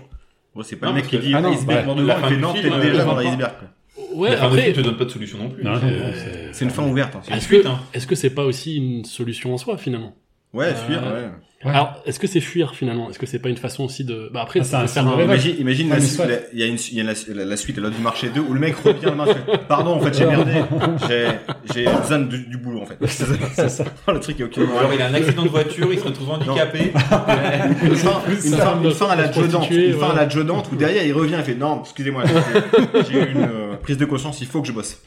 A: Bon, c'est pas
D: Non,
A: le mec
D: parce
A: qui
D: que-
A: dit
B: ah non,
A: iceberg
B: bah,
A: mort devant,
D: la
A: il
D: fin
A: fait
D: du
A: non,
D: film,
A: peut-être
D: euh,
A: déjà dans
D: on va pas.
A: l'iceberg. quoi.
C: euh, Ouais,
D: la fin de film
C: après.
D: te donne pas de solution non plus
B: Non,
D: c'est-
B: non,
D: c'est-
A: C'est une fin ouverte. hein.
C: Est-ce
D: Fuite,
C: que,
D: hein.
C: est-ce que c'est pas aussi une solution en soi finalement
A: Ouais,
C: Euh,
A: fuir. ouais.
B: Ouais.
C: Alors, est-ce que c'est fuir finalement Est-ce que c'est pas une façon aussi de Bah après,
B: Ah,
C: ça
B: c'est un
C: peut faire
B: scénario.
C: un-
B: Ouais,
A: Imagine, imagine
B: Ouais,
A: la
B: mais
A: suite,
B: soit-
A: la- il y a, une, il y a la, la- la suite à l'heure du marché 2 où le mec revient le marché. Pardon, en fait, j'ai merdé. J'ai, j'ai besoin du, du boulot, en fait. C'est ça.
B: C'est ça.
A: le truc est ok.
D: Ou alors il a un accident de voiture il se retrouve handicapé
A: Une fin, une
C: ça,
A: fin-
C: de-
A: une fin à la
C: de
A: Joe Dante.
C: prostituée,
A: Une fin à
C: voilà.
A: la Joe Dante où derrière il revient et fait non, excusez-moi, j'ai- j'ai eu une euh, prise de conscience, il faut que je bosse.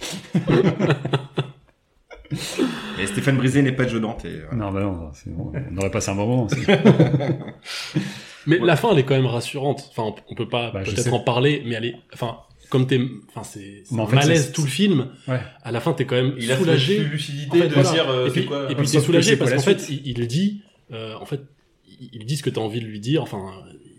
A: Mais Stéphane Brisé n'est pas Joe Dante. Et, euh, voilà.
B: Non, bah non, c'est bon. On aurait passé un bon moment. c'est-
C: Mais
A: Ouais.
C: la fin, elle est quand même rassurante. Enfin, on- on peut pas
B: Bah, je sais.
C: peut-être en parler, mais elle est. Enfin, comme t'es. Enfin, c'est c'est
B: Mais en
C: un
B: fait,
C: malaise
B: c'est-
C: tout le film.
B: Ouais.
C: À la fin, t'es quand même
D: il a cette
C: soulagé.
D: lucidité
C: En fait,
D: de
C: voilà.
D: dire euh,
C: et puis,
D: c'est quoi
C: et puis
B: Sauf
C: t'es
B: que
C: soulagé
B: c'est
C: parce
B: quoi la
C: qu'en fait, il, il dit. euh, en fait, il il dit ce que t'as envie de lui dire. Enfin,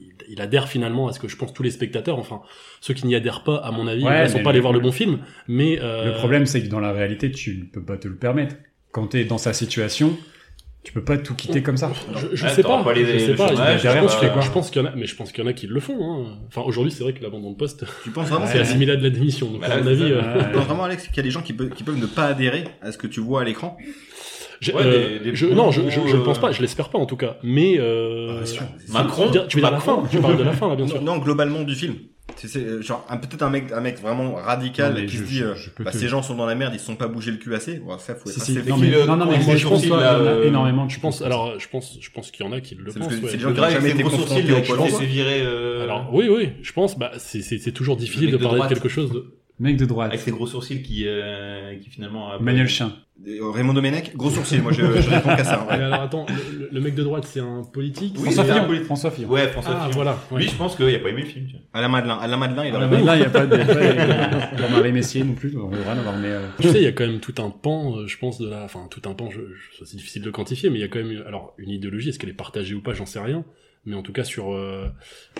C: il- il adhère finalement à ce que je pense tous les spectateurs. Enfin, ceux qui n'y adhèrent pas, à mon avis,
B: Ouais,
C: ne sont
B: mais
C: pas
B: le-
C: allés voir le bon film. Mais euh,
B: Le problème, c'est que dans la réalité, tu ne peux pas te le permettre. Quand tu es dans sa situation, tu peux pas tout quitter comme ça.
C: Je, je
D: Ouais,
C: sais
D: t'auras
C: pas,
D: pas les-
C: je sais
D: le
C: pas.
D: chômage,
C: je, pense
B: t'auras
C: que-
B: pas-
C: je pense qu'il y en a, mais je pense qu'il y en a qui le font. hein. Enfin, aujourd'hui, c'est vrai que l'abandon de poste,
A: Tu penses vraiment,
B: Ouais.
C: c'est assimilable à de la démission. Donc,
D: Bah
C: à
D: là,
C: mon
D: c'est
C: avis,
D: ça.
C: euh,
A: tu penses vraiment Alex qu'il y a des gens qui, peuvent- qui peuvent ne pas adhérer à ce que tu vois à l'écran
C: j'ai-
D: Ouais,
C: euh,
D: des- des
C: je-
D: bons
C: non, je,
D: gros,
C: je, je ne pense
D: euh,
C: pas, je l'espère pas en tout cas. Mais euh,
B: Ah, sûr.
D: Macron
C: tu veux dire- tu veux dire la
D: Macron
C: fin Tu parles de la fin là, bien
A: non,
C: sûr.
A: non, globalement du film. C'est, c'est, euh, genre un- peut-être un mec, un mec vraiment radical
B: Non, mais
A: qui
B: je-
A: se dit
B: je-
A: euh,
B: je peux
A: bah,
B: te-
A: ces gens sont dans la merde, ils se sont pas bougé le cul assez. Ouais, ça faut être
B: Si,
A: assez
B: si.
A: fou.
B: Non,
D: qu'il,
B: mais,
D: euh,
B: non, non, mais
D: prend
B: moi,
D: les
B: je pense
D: chantiers,
B: qu'il y en
D: là,
B: a
D: euh,
B: énormément.
C: Je pense, alors, je pense, je pense qu'il y en a qui le
A: C'est
C: pensent.
A: parce que
C: ouais.
A: c'est des gens
D: le
A: qui
D: gars
A: ont jamais
D: avec ses
A: été
D: gros
A: confrontés
D: sourcils il est
A: au
D: au
A: poids.
D: poil s'est viré euh,
C: Alors, oui, oui, je pense. Bah, c'est- c'est c'est toujours difficile
D: mec
C: de
D: de
C: parler de
D: droite.
C: quelque chose. de-
B: Mec de droite.
D: avec ses gros sourcils qui euh, qui finalement a-
B: Manuel Chien.
A: Et, euh, Raymond Domenech, gros sourcil, moi je, je réponds qu'à ça.
C: Mais
A: hein.
C: alors, attends, le, le- le mec de droite, c'est un politique.
D: Oui,
C: c'est
B: François
D: c'est
C: un-
D: un
B: Fillon.
D: politique.
B: François Fillon.
D: ouais François
C: Ah,
D: Fillon
C: voilà. ouais.
D: lui je pense qu'il a pas aimé le film tu vois.
A: Alain Madelin, Alain Madelin, il
B: Ah,
A: aurait-
B: mais Là, il n'y a pas de. Jean-Marie Messier non plus, on devrait en avoir, mais. euh,
C: Tu sais, il y a quand même tout un pan, euh, je pense, de la, enfin tout un pan, je, je- ça, c'est difficile de quantifier, mais il y a quand même, eu- alors une idéologie, est-ce qu'elle est partagée ou pas, j'en sais rien, mais en tout cas sur euh,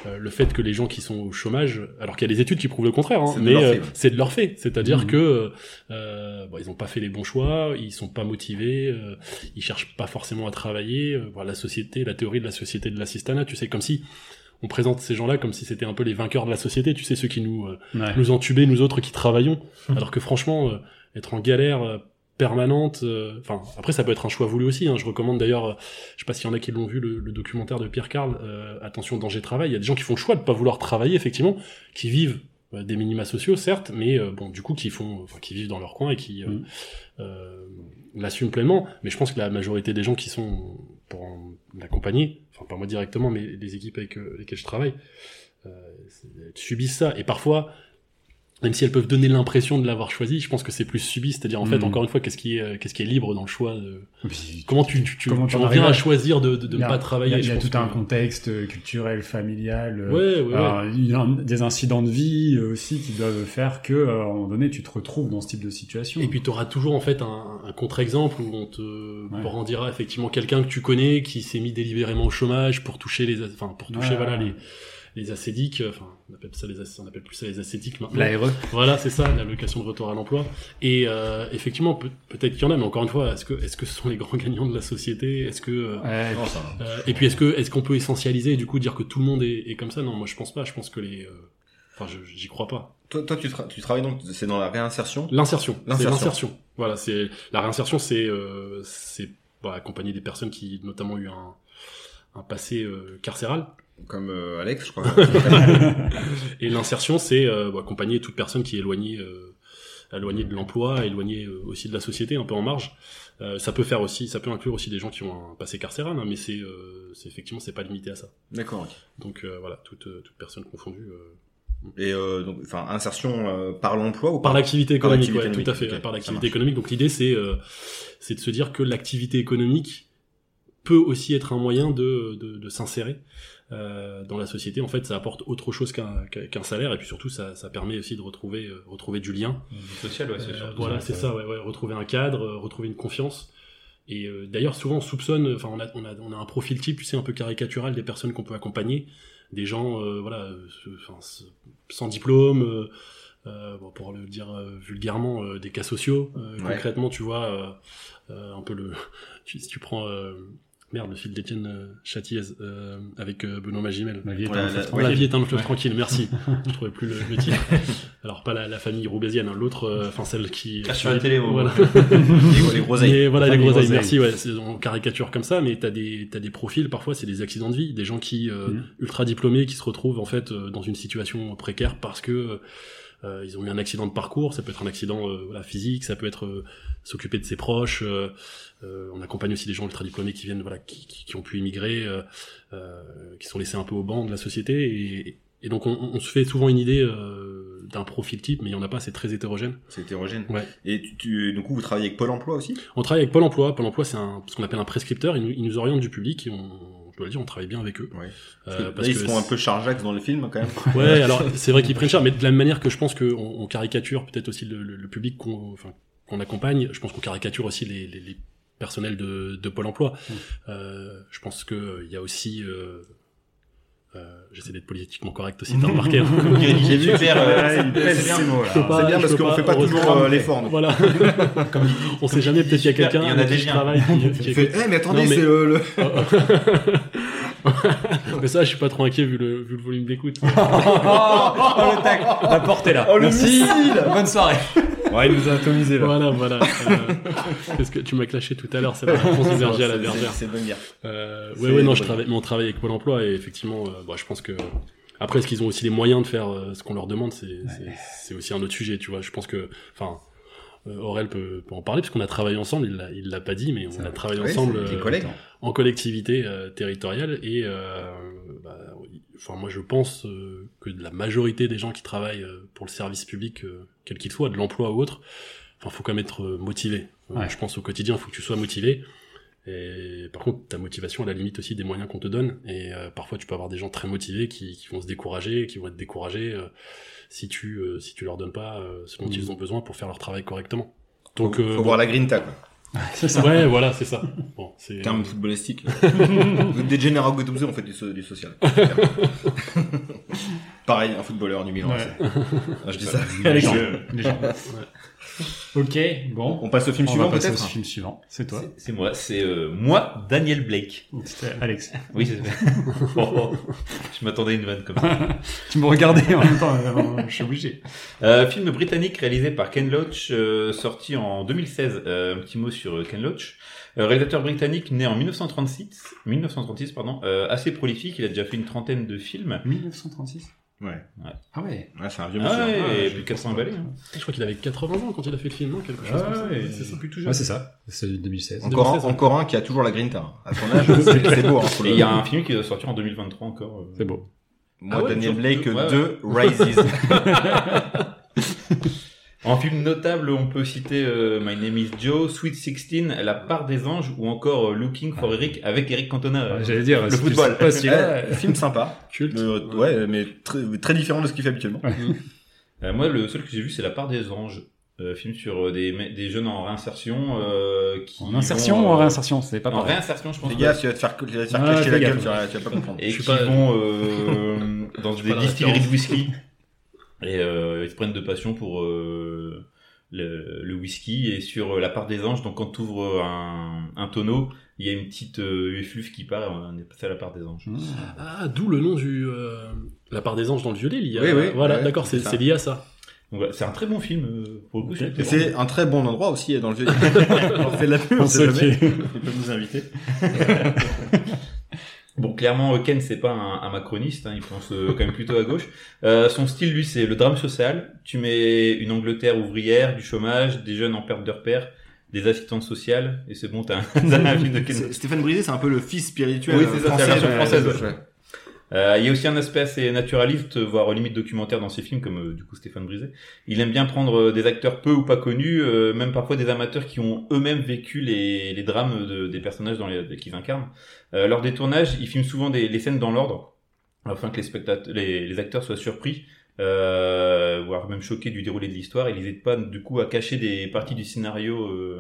C: euh, le fait que les gens qui sont au chômage, alors qu'il y a des études qui prouvent le contraire, hein,
A: C'est de
C: mais
A: leur fait,
C: euh,
A: ouais. Mmh.
C: c'est de leur fait, c'est-à-dire
B: Mhm.
C: que euh, bon, ils n'ont pas fait les bons choix, ils sont pas motivés, euh, ils cherchent pas forcément à travailler, euh, voilà, la société, la théorie de la société de l'assistanat, tu sais, comme si on présente ces gens-là comme si c'était un peu les vainqueurs de la société, tu sais, ceux qui nous euh,
B: ouais.
C: nous entuber, nous autres qui travaillons. Alors que franchement, euh, être en galère euh, permanente, euh, enfin, après, ça peut être un choix voulu aussi. hein. Je recommande d'ailleurs, euh, je sais pas s'il y en a qui l'ont vu, le, le documentaire de Pierre Carl, euh, Attention, danger travail. Il y a des gens qui font le choix de pas vouloir travailler, effectivement, qui vivent euh, des minima sociaux, certes, mais euh, bon, du coup, qui font, enfin, qui vivent dans leur coin et qui euh,
B: Mm.
C: euh, l'assument pleinement. Mais je pense que la majorité des gens qui sont pour en- l'accompagner, enfin, pas moi directement, mais les équipes avec euh, lesquelles je travaille, euh, c'est- elles subissent ça. Et parfois, même si elles peuvent donner l'impression de l'avoir choisi, je pense que c'est plus subi. C'est-à-dire, en fait,
B: Mm.
C: encore une fois, qu'est-ce qui est, euh, qu'est-ce qui est libre dans le choix de-
B: Puis,
C: Comment tu, tu, tu,
B: Comment
C: tu
B: t'en
C: en viens
B: arrives
C: à
B: là
C: choisir de, de, de
B: il y
C: ne
B: a-
C: pas travailler
B: Il y a, il y a
C: je pense
B: tout un
C: que-
B: contexte euh, culturel, familial. euh,
C: Ouais, ouais, ouais.
B: alors, il y a un- des incidents de vie euh, aussi qui doivent faire que, euh, à un moment donné, tu te retrouves dans ce type de situation.
C: Et puis tu auras toujours en fait un, un contre-exemple où on te
B: Ouais.
C: rendira effectivement quelqu'un que tu connais qui s'est mis délibérément au chômage pour toucher les, enfin pour toucher
B: Ouais.
C: voilà les les ascétiques, euh, enfin, on appelle ça les asc- on appelle plus ça les ascétiques maintenant.
B: L'ARE.
C: Voilà, c'est ça, l'allocation de retour à l'emploi. Et euh, effectivement, peut- peut-être qu'il y en a, mais encore une fois, est-ce que, est-ce que ce sont les grands gagnants de la société Est-ce que euh,
B: Ouais,
D: Non, ça va.
C: euh, et puis est-ce que est-ce qu'on peut essentialiser et du coup dire que tout le monde est, est comme ça Non, moi je pense pas. Je pense que les, euh, enfin, je- j'y crois pas.
A: Toi, toi tu, tra- tu travailles donc, c'est dans la réinsertion.
C: L'insertion. C'est
A: L'insertion.
C: l'insertion. Voilà, c'est la réinsertion, c'est euh, c'est bah, accompagner des personnes qui notamment ont eu un un passé euh, carcéral.
A: Comme euh, Alex, je crois.
C: Et l'insertion, c'est euh, bah, accompagner toute personne qui est éloignée, euh, éloignée de l'emploi, éloignée euh, aussi de la société, un peu en marge. Euh, ça peut faire aussi, ça peut inclure aussi des gens qui ont un passé carcéral, hein, mais c'est euh, c'est- effectivement c'est pas limité à ça.
A: D'accord. ok.
C: Donc euh, voilà, toute, euh, toute personne confondue. euh,
A: Et euh, donc, enfin, insertion euh, par l'emploi ou
C: par l'activité
A: par
C: économique,
A: l'activité
C: ouais, tout à fait,
A: économique, ok,
C: par
A: ça
C: l'activité
A: marche.
C: économique. Donc l'idée, c'est euh, c'est de se dire que l'activité économique peut aussi être un moyen de, de, de s'insérer euh, dans la société. En fait, ça apporte autre chose qu'un qu'un- qu'un salaire, et puis surtout, ça, ça permet aussi de retrouver, euh, retrouver du lien.
D: Du social, ouais, c'est
C: Euh,
D: surtout
C: voilà, c'est ça, ouais, ouais, retrouver un cadre, euh, retrouver une confiance. Et euh, d'ailleurs, souvent, on soupçonne, enfin, on a, on, a, on a un profil type, tu sais, un peu caricatural des personnes qu'on peut accompagner, des gens, euh, voilà, euh, ce- enfin, ce- sans diplôme, euh, euh, bon, pour le dire euh, vulgairement, euh, des cas sociaux. Euh,
A: Ouais.
C: Concrètement, tu vois, euh, euh, un peu le, tu- si tu prends, euh, merde, le fil d'Étienne euh, Châtiez euh, avec euh, Benoît Magimel.
B: Ma vie est
A: Ouais,
B: un
A: la-
B: fait.
A: ouais.
C: La vie est un fleuve
D: Ouais.
C: tranquille, merci. Je trouvais plus le, le titre. Alors pas la, la famille roubaisienne, hein, l'autre, euh, enfin celle qui.
D: Ah, sur la télé, ouais.
C: Voilà.
A: les, les groseilles.
C: Mais voilà
B: La
C: les
B: famille
C: groseilles,
B: groseille.
C: merci. Ouais, c'est- on caricature comme ça, mais t'as des t'as des profils. Parfois c'est des accidents de vie, des gens qui euh,
B: Mhm.
C: ultra diplômés qui se retrouvent en fait euh, dans une situation précaire parce que euh, ils ont eu un accident de parcours. Ça peut être un accident euh, voilà, physique, ça peut être euh, s'occuper de ses proches. euh, euh, on accompagne aussi des gens ultra diplômés qui viennent voilà qui, qui, qui ont pu immigrer, euh, euh, qui sont laissés un peu au banc de la société et, et donc on, on- on se fait souvent une idée euh, d'un profil type, mais il y en a pas. C'est très hétérogène.
A: C'est hétérogène.
C: Ouais.
A: Et tu, tu- du coup, vous travaillez avec Pôle Emploi aussi
C: On travaille avec Pôle emploi. Pôle emploi, c'est un, ce qu'on appelle un prescripteur. Ils nous, ils nous orientent du public et on, je dois le dire, on travaille bien avec eux.
A: Ouais.
C: Euh,
A: Parce que là,
C: parce
A: ils
C: que
A: seront un peu Charjax dans le film quand même.
C: c'est- Ouais, alors c'est vrai qu'ils prennent cher, mais de la même manière que je pense qu'on on caricature peut-être aussi le, le- le public qu'on enfin, qu'on accompagne, je pense qu'on caricature aussi les, les- les personnels de, de Pôle emploi.
B: Mm.
C: Euh, je pense que euh, il y a aussi. euh, euh, J'essaie d'être politiquement correct aussi, t'as remarqué. hein.
D: J'ai vu Claire, euh,
A: il
D: c'est
A: pèse
D: bien.
A: ces mots-là.
C: Je peux pas-
A: C'est bien
C: je
A: parce
C: peux
A: qu'on
C: pas
A: fait pas toujours
C: reprendre.
A: euh, l'effort. nous.
C: voilà. on sait jamais, peut-être qu'il y a
D: super,
C: quelqu'un
D: il y en a
C: avec qui
D: des
C: je
D: liens.
C: travaille qui- qui
A: Il
C: écoute.
A: fait, Eh, mais attendez,
C: Non, mais-
A: c'est le, le-
C: Oh, oh. mais ça, je suis pas trop inquiet vu le, vu le volume d'écoute.
B: Oh, le tac La porte est là.
A: Oh, le
B: Merci.
A: missile
B: Bonne soirée. Ouais, il nous a atomisé
C: voilà, voilà. Euh, parce que tu m'as clashé tout à l'heure, c'est la réponse de Berger à la
A: C'est-
C: bergère.
A: C'est bonne guerre.
C: Euh,
A: c'est-
C: ouais, ouais, non,
A: c'est
C: je
A: vrai.
C: travaille, mais on travaille avec Pôle emploi et effectivement, euh, bah, je pense que. Après, est-ce qu'ils ont aussi les moyens de faire euh, ce qu'on leur demande C'est c'est- c'est aussi un autre sujet, tu vois. Je pense que. Enfin. euh, Aurel peut, peut en parler parce qu'on a travaillé ensemble, il l'a- il l'a pas dit, mais on
B: Ça
C: a
B: va.
C: travaillé
A: Ouais,
C: ensemble
A: c'est des
C: euh,
A: collègues. hein.
C: en collectivité euh, territoriale et euh, bah, oui. enfin moi je pense euh, que de la majorité des gens qui travaillent euh, pour le service public euh, quel qu'il soit de l'emploi ou autre enfin faut quand même être euh, motivé Euh,
B: Ouais.
C: je pense au quotidien faut que tu sois motivé et par contre ta motivation à la limite aussi des moyens qu'on te donne et euh, parfois tu peux avoir des gens très motivés qui, qui vont se décourager qui vont être découragés euh, si tu euh, si tu leur donnes pas euh, ce dont
B: Mhm.
C: ils ont besoin pour faire leur travail correctement
A: Faut,
C: donc euh,
A: faut voir la grinta, quoi.
B: C'est ça.
C: ouais voilà c'est ça bon c'est
A: Terme footballistique. Vous êtes des généraux Gattuso, on fait du, so- du social. Pareil, un footballeur du Milan.
B: Ouais.
A: c'est- Ah, je dis ça.
B: Les gens.
D: Je-
B: Les gens. Ok, bon.
A: On passe au film
B: on
A: suivant
B: va passer au
A: peut-être
B: film suivant. C'est toi.
D: C'est- C'est moi, c'est euh, moi, Daniel Blake.
B: C'était Alex.
D: Oui, c'est ça. Oh, oh. Je m'attendais à une vanne comme ça.
B: tu me regardais en même temps. euh, Je suis obligé.
D: Euh, film britannique réalisé par Ken Loach, euh, sorti en 2016. Euh, un petit mot sur euh, Ken Loach. Euh, réalisateur britannique né en 1936, 1936 pardon, euh, assez prolifique, il a déjà fait une trentaine de films.
B: 1936
A: Ouais,
B: Ah ouais.
A: Ouais, c'est un vieux monsieur.
D: Ah
A: hein.
D: ouais,
B: ouais,
D: et
B: je
D: plus de
B: pense
D: 400
B: pas.
D: balais. hein.
C: Je crois qu'il avait 80 ans quand il a fait le film, non Quelque chose comme ça.
D: Ouais,
C: c'est ça.
D: plus tout
B: Ah Ouais, c'est ça. C'est 2016.
A: Encore, un,
C: 2016, ouais.
A: encore un qui a toujours la grinta. À son âge, c'est c'est beau. hein, faut le-
D: Et il y a un film qui doit sortir en 2023 encore. euh.
B: C'est beau.
A: Moi,
D: Ah ouais,
A: Daniel
D: toujours
A: Blake
D: deux, ouais,
A: 2, Rises.
D: En film notable, on peut citer euh, My Name is Joe, Sweet 16, La part des anges ou encore euh, Looking for Eric avec Eric Cantona. euh.
B: J'allais dire.
D: Le
B: si tu
D: football.
B: sais pas si-
A: Eh, Film sympa.
C: Culte.
A: Euh, ouais, mais très, très différent de ce qu'il fait habituellement.
D: Euh, moi, le seul que j'ai vu, c'est La part des anges. euh, film sur euh, des, me- des jeunes en réinsertion. euh, qui
B: En insertion ou
D: vont,
B: en
D: euh,
B: réinsertion C'est pas
D: En
B: pareil.
D: réinsertion, je pense.
A: Les
D: que-
A: gars, tu vas te faire, tu vas te faire
B: Ah,
A: clasher la
B: fais
A: gueule,
B: gaffe.
A: tu vas, tu vas pas comprendre.
D: Et
C: je suis
D: qui
C: pas-
D: vont euh, dans
E: J'ai
D: des
E: pas la
D: distilleries de
E: référence.
D: whisky. Et euh, ils se prennent de passion pour euh, le, le whisky. Et sur euh, la part des anges, donc quand tu ouvres un, un tonneau, il y a une petite euh, effluve qui part. et On est passé à la part des anges.
B: Mmh.
C: Ah, d'où le nom du euh, La part des anges dans le violet, lié à-
A: Oui, oui,
C: voilà,
A: ouais,
C: d'accord, c'est
A: c'est ça.
C: c'est lié à ça.
D: Donc voilà, c'est un très bon film euh, pour le coup.
C: Ok.
D: c'est-
A: Et c'est un très bon endroit aussi dans le vieux. on fait de la pub, on sait
B: Ok.
A: jamais. Ils peuvent nous inviter.
D: Bon, clairement, euh, Ken, c'est pas un, un macroniste, hein, il pense euh, quand même plutôt à gauche. Euh, son style, lui, c'est le drame social. Tu mets une Angleterre ouvrière, du chômage, des jeunes en perte de repères, des assistantes sociales, et c'est bon, t'as un, t'as un film de Ken.
A: C'est- Stéphane Brisé, c'est un peu le fils spirituel.
D: Oui, c'est ça, c'est
A: euh, français
D: la version
A: de-
D: française,
A: de-
D: ouais. Euh, Il y a aussi un aspect assez naturaliste, voire limite documentaire dans ses films, comme euh, du coup Stéphane Brisé. Il aime bien prendre euh, des acteurs peu ou pas connus, euh, même parfois des amateurs qui ont eux-mêmes vécu les, les drames de- des personnages dans les, qu'ils incarnent. Euh, lors des tournages, il filme souvent des, les scènes dans l'ordre, afin que les, spectateurs, les, les acteurs soient surpris, euh, voire même choqués du déroulé de l'histoire. Il n'hésite pas du coup à cacher des parties du scénario euh,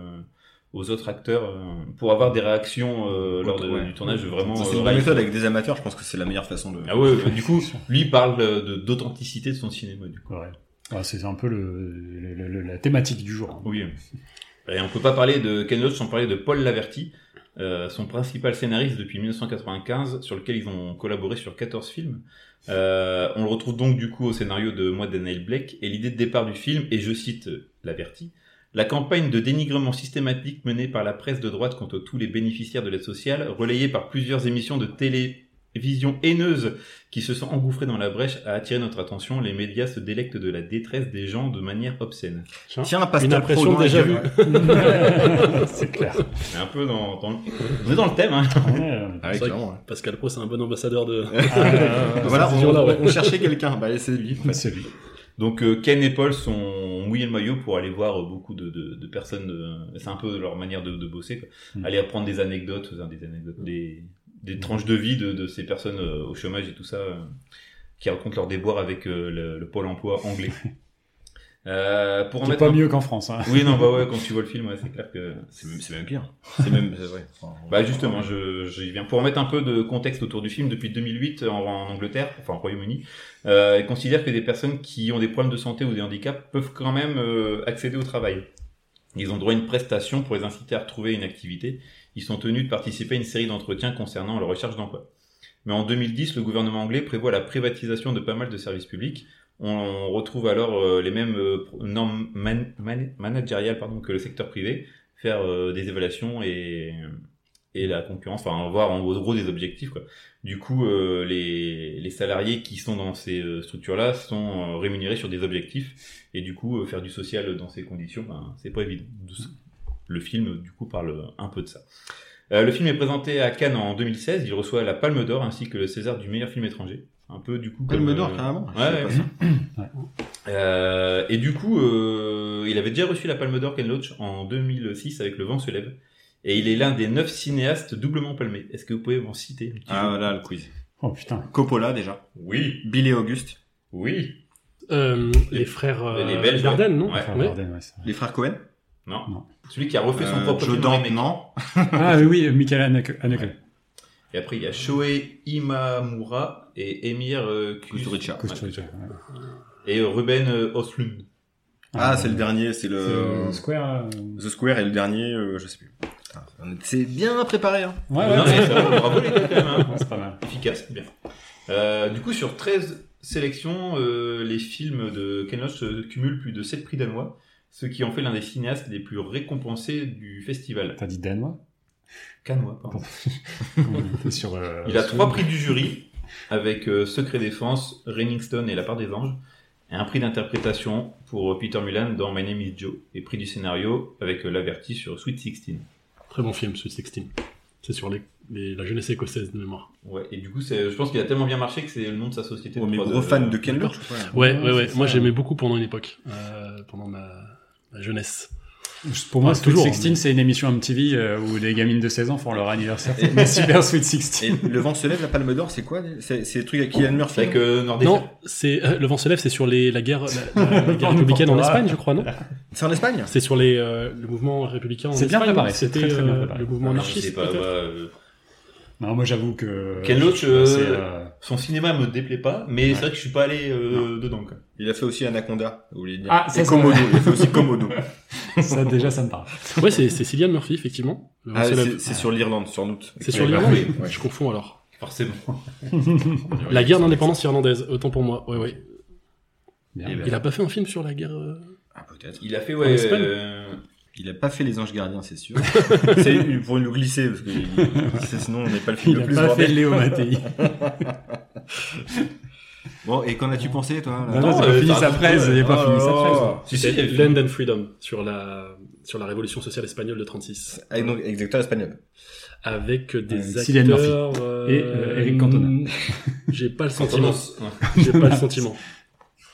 D: aux autres acteurs euh, pour avoir des réactions euh, lors de-
A: Ouais.
D: du tournage vraiment.
A: Ça, C'est
D: euh,
A: une bonne
D: réalistes.
A: méthode avec des amateurs, je pense que c'est la meilleure façon de.
D: Ah ouais, bah, du coup, lui il parle euh, de d'authenticité de son cinéma du coup.
B: Ouais. Ah, c'est un peu le, le- le- le- la thématique du jour.
D: Oui. Et on peut pas parler de Ken Loach sans parler de Paul Laverty, euh, son principal scénariste depuis 1995, sur lequel ils ont collaboré sur 14 films. Euh, on le retrouve donc du coup au scénario de Moi Daniel Blake, et l'idée de départ du film, et je cite euh, Laverty, la campagne de dénigrement systématique menée par la presse de droite contre tous les bénéficiaires de l'aide sociale, relayée par plusieurs émissions de télévision haineuses qui se sont engouffrées dans la brèche, a attiré notre attention. Les médias se délectent de la détresse des gens de manière obscène.
A: Tiens, un pasteur
C: Une
A: pro
C: impression
A: dans Ah la
C: déjà
A: gueule.
B: c'est clair.
D: On est un peu dans, dans le... On est dans le thème, hein.
B: Ouais. euh,
A: Ah ouais,
C: C'est vrai
A: clairement, ouais.
C: Pascal Pro, c'est un bon ambassadeur de.
B: Ah,
A: Voilà,
C: cette
A: on,
C: vision-là, ouais.
A: on cherchait quelqu'un. Bah, c'est lui.
B: bah, c'est lui.
D: Donc euh, Ken et Paul sont mouillés le maillot pour aller voir euh, beaucoup de, de, de personnes. euh, c'est un peu leur manière de, de bosser. quoi.
B: Mm.
D: Aller apprendre des anecdotes, euh, des anecdotes, des, des tranches de vie de, de ces personnes euh, au chômage et tout ça, euh, qui racontent leur déboire avec euh, le, le pôle emploi anglais. Euh, pour en
B: C'est
D: mettre
B: pas
D: un-
B: mieux qu'en France. Hein.
D: Oui, non, bah ouais, quand tu vois le film, ouais, c'est clair que
A: C'est même- c'est même pire. C'est même. c'est vrai. Enfin, on-
D: Bah justement, je, j'y viens. Pour remettre un peu de contexte autour du film, depuis 2008 euh, en, en Angleterre, enfin en Royaume-Uni, euh, ils considèrent que des personnes qui ont des problèmes de santé ou des handicaps peuvent quand même euh, accéder au travail. Ils ont droit à une prestation pour les inciter à retrouver une activité. Ils sont tenus de participer à une série d'entretiens concernant leur recherche d'emploi. Mais en 2010, le gouvernement anglais prévoit la privatisation de pas mal de services publics. On retrouve alors euh, les mêmes euh, pro- normes man- man- managériales pardon, que le secteur privé, faire euh, des évaluations et, et la concurrence, enfin avoir en gros des objectifs. Quoi. Du coup, euh, les, les salariés qui sont dans ces euh, structures-là sont euh, rémunérés sur des objectifs, et du coup, euh, faire du social dans ces conditions, ben, c'est pas évident. D'où ça. Le film, du coup, parle un peu de ça. Euh, le film est présenté à Cannes en 2016, il reçoit la Palme d'Or ainsi que le César du meilleur film étranger. Un peu du coup
A: Palme
D: comme,
A: d'Or,
D: euh,
A: carrément. Je
D: ouais,
A: savais
D: ouais.
A: pas ça.
D: Euh, et du coup, euh, il avait déjà reçu la Palme d'Or Ken Loach en 2006 avec Le Vent se lève. Et il est l'un des neuf cinéastes doublement palmés. Est-ce que vous pouvez m'en citer un petit
A: Ah,
D: peu
A: voilà le quiz.
B: Oh putain.
A: Coppola, déjà.
D: Oui,
A: Billy Auguste.
D: oui.
C: Euh, les frères euh,
D: Les Belges,
C: Dardenne,
D: ouais.
C: non
D: Ouais.
B: Enfin,
C: Ouais.
B: Varden, ouais, ça.
A: Les frères Cohen.
D: Non.
B: Non.
D: Celui qui a refait son
A: Euh,
D: propre
A: Joe
D: film
A: Dante,
D: remake.
A: non.
B: Ah oui, oui, Michael Haneke. Haneke.
D: Et après, il y a Shoei Imamura et Emir euh, Kus-
A: Kusturica.
B: Kusturica, ouais.
D: Et Ruben euh, Östlund.
A: Ah, c'est le dernier, c'est
B: C'est
A: le.
B: le Square. là, ou-
A: The Square et le dernier, euh, je sais plus. Putain, on est- C'est bien préparé, hein.
B: Ouais, ouais,
D: Non, mais
B: c'est-
D: ça va, bravo les gars, quand même, hein.
B: ouais, c'est pas mal.
D: Efficace, bien. Euh, du coup, sur 13 sélections, euh, les films de Ken Loach euh, cumulent plus de 7 prix danois, ce qui en fait l'un des cinéastes les plus récompensés du festival.
B: T'as dit danois
D: Canois, pardon.
B: On était sur, euh,
A: Ah,
D: Il a
B: sur-
D: trois prix du jury, avec euh, Secret Défense, Raining Stone et La Part des Anges, et un prix d'interprétation pour euh, Peter Mulan dans My Name is Joe, et prix du scénario avec euh, Laverty sur Sweet Sixteen.
C: Très bon film, Sweet Sixteen. C'est sur les, les- la jeunesse écossaise de mémoire.
D: Ouais, et du coup, c'est- je pense qu'il a tellement bien marché que c'est le nom de sa société.
A: Oh,
D: de
A: mais
D: prod,
A: gros
D: euh,
A: fan de Ken Loach. ouais.
C: Ouais,
B: Ouais,
C: ouais, ouais.
B: Ah, c'est
C: Moi,
B: ça.
C: j'aimais beaucoup pendant une époque, euh, pendant ma, ma jeunesse.
B: Pour moi,
C: Ah,
B: Sweet
C: toujours,
B: 16,
C: mais-
B: c'est une émission MTV euh, où des gamines de 16 ans font leur anniversaire. C'est une super Sweet 16.
A: Et le vent se lève, la palme d'or, c'est quoi C'est c'est le truc avec Kylian Murphy
D: C'est avec euh, Nordea.
C: Non, c'est euh, le vent se lève, c'est sur les, la guerre, la, la- la guerre républicaine en
B: N'importe quoi.
C: Espagne, je crois, non
A: C'est en Espagne
C: C'est sur les euh, le mouvement républicain. en
B: C'est bien
C: Espagne,
B: préparé,
C: non
B: c'est très,
C: C'était
B: très bien
C: euh,
B: préparé.
C: le mouvement
D: Ah, Je sais
C: anarchiste.
D: pas,
C: peut-être
D: bah, euh,
B: Non, moi j'avoue que. bah,
D: Quel autre,
B: je suis assez,
D: euh, Son cinéma me déplaît pas, mais c'est vrai que je suis pas allé euh, dedans. Quoi.
A: Il a fait aussi Anaconda, vous voulez dire.
B: Ah, ça,
A: Et
B: ça-
A: Komodo. Il a fait aussi Komodo.
B: euh, ça déjà ça me parle.
C: Ouais, c'est c'est Cillian Murphy, effectivement. Euh, Le
A: Ah,
C: Russell
A: c'est
C: Up.
A: c'est sur l'Irlande, sur Nout.
C: C'est sur
A: Ouais,
C: l'Irlande
A: bah oui, ouais.
C: Je confonds alors.
D: Forcément.
C: La guerre d'indépendance irlandaise, autant pour moi. Ouais, ouais.
B: Bien.
D: Eh ben.
C: Il a pas fait un film sur la guerre. euh,
A: Ah, peut-être.
D: Il a fait,
C: En
D: ouais.
C: Espagne
D: euh,
A: Il a pas fait Les Anges Gardiens, c'est sûr. c'est pour nous glisser, parce que il- sinon on n'est pas le film
B: Il
A: le
B: a
A: plus
B: pas fait
A: bordel.
B: Léo Mattei.
A: Bon, et qu'en as-tu pensé, toi là
B: Non, non,
D: Attends,
B: c'est pas
D: euh,
B: fini
D: t'as
B: sa
D: raconté,
B: fraise. Il a pas
A: Oh
B: fini sa
A: là
B: fraise.
A: là.
D: Si, si, il a
C: C'était
D: fait-
C: Land and Freedom sur la sur la révolution sociale espagnole de 36
A: Ah, donc, avec des acteurs espagnols.
C: avec des
B: Avec Cillian Murphy.
C: acteurs euh,
B: Et, euh, Eric Cantona.
C: mm, J'ai pas le sentiment.
D: Tendance. Ouais.
C: J'ai pas le sentiment.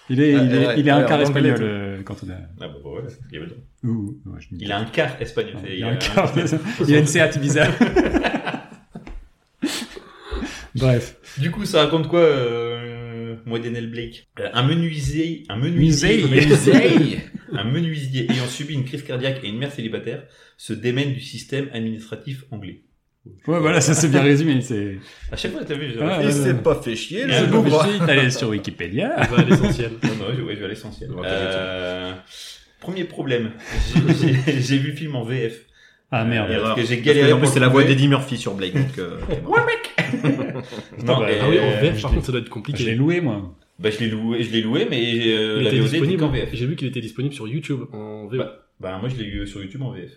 B: Il est,
A: Ah,
B: il est,
A: ouais,
B: il est
A: ouais,
B: un quart
A: en anglais,
B: espagnol
A: tout.
B: euh, quand on a.
D: Ah bah ouais, il y avait le droit.
B: Ouh, ouais, je me dis-
D: Il a euh, un quart espagnol.
B: Ouais,
D: Et
B: Il a un quart. Il a une Seat Ibiza. Bref.
D: Du coup, ça raconte quoi, euh, Moidenel Blake Euh, Un menuisier, un menuisier,
B: Musée.
D: un menuisier ayant subi une crise cardiaque et une mère célibataire se démène du système administratif anglais.
B: Ouais, voilà, ça c'est bien résumé. C'est.
D: À chaque fois, t'as vu, je-
B: Ah,
A: il
B: ouais,
A: s'est
B: ouais.
A: pas fait chier,
D: Ah,
A: le
B: C'est
D: bon,
A: pauvre.
B: obligé d'aller sur Wikipédia.
C: On va à l'essentiel.
D: Non, non, je, ouais, je vais à l'essentiel.
A: Ouais,
D: Euh, premier problème, j'ai- j'ai j'ai vu le film en VF.
B: Ah merde.
D: Parce que j'ai
A: Parce
D: galéré
A: en plus,
D: pour
A: c'est la
D: le
A: voix
D: trouver.
A: d'Eddie Murphy sur Blake, donc euh, t'es mort.
D: Non,
B: bah,
D: et,
C: Ah oui, en
D: euh,
C: VF, par
B: je l'ai-
C: contre, ça
B: Ah, Je
C: doit être
B: l'ai
C: compliqué.
B: loué moi.
D: bah, je l'ai loué, je l'ai loué, mais euh,
C: Il
D: la
C: était
D: VOD était
C: disponible.
D: qu'en VF.
C: J'ai vu qu'il était disponible sur YouTube en VO.
D: Bah, moi, je l'ai eu sur YouTube en VF.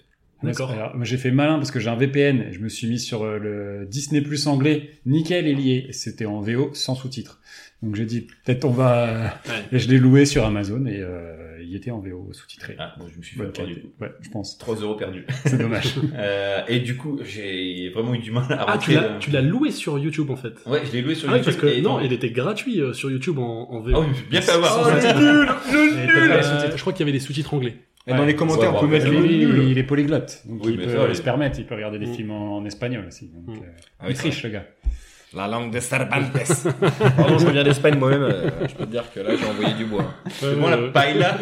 C: D'accord.
B: Alors, moi, j'ai fait malin parce que j'ai un VPN. et Je me suis mis sur euh, le Disney Plus anglais. Nickel est lié. C'était en VO sans sous-titres. Donc j'ai dit peut-être on va.
C: Ouais.
B: Et je l'ai loué sur Amazon et euh, il était en VO sous-titré.
D: Ah, bon, je me suis fait
B: Bonne
D: perdre du
B: qualité.
D: coup.
B: Ouais, je pense.
D: 3 euros perdus.
B: C'est dommage.
D: Euh, et du coup, j'ai vraiment eu du mal à
C: Ah, tu
D: rentrer.
C: l'as
D: euh,
C: tu l'as loué sur YouTube en fait.
D: Ouais, je l'ai loué sur
C: Ah oui,
D: YouTube.
C: parce que
D: et-
C: non, il était gratuit euh, sur YouTube en, en
D: Ah
C: VO.
D: oui, Ah bien fait avoir.
C: Oh, le
A: nul,
B: Et t'as
C: Euh,
B: pas les sous-titres.
C: je crois qu'il y avait des sous-titres anglais.
A: Et dans les commentaires,
D: Ouais,
A: on Ah peut
D: bon,
A: mettre
D: mais
A: les
B: Lui,
A: nuls.
B: il est polyglotte, donc
D: Oui,
B: il
D: mais
B: peut
D: ça,
B: euh,
D: il-
B: se permettre, il peut regarder des
C: Mm.
B: films en, en espagnol aussi. Donc,
C: Mm.
B: euh,
A: Ah oui,
B: il
A: c'est
B: triche le gars.
A: La langue de Cervantes. Pardon, je reviens d'Espagne moi-même. euh, je peux te dire que là, j'ai envoyé du bois.
D: C'est bon,
C: Euh,
D: la paella.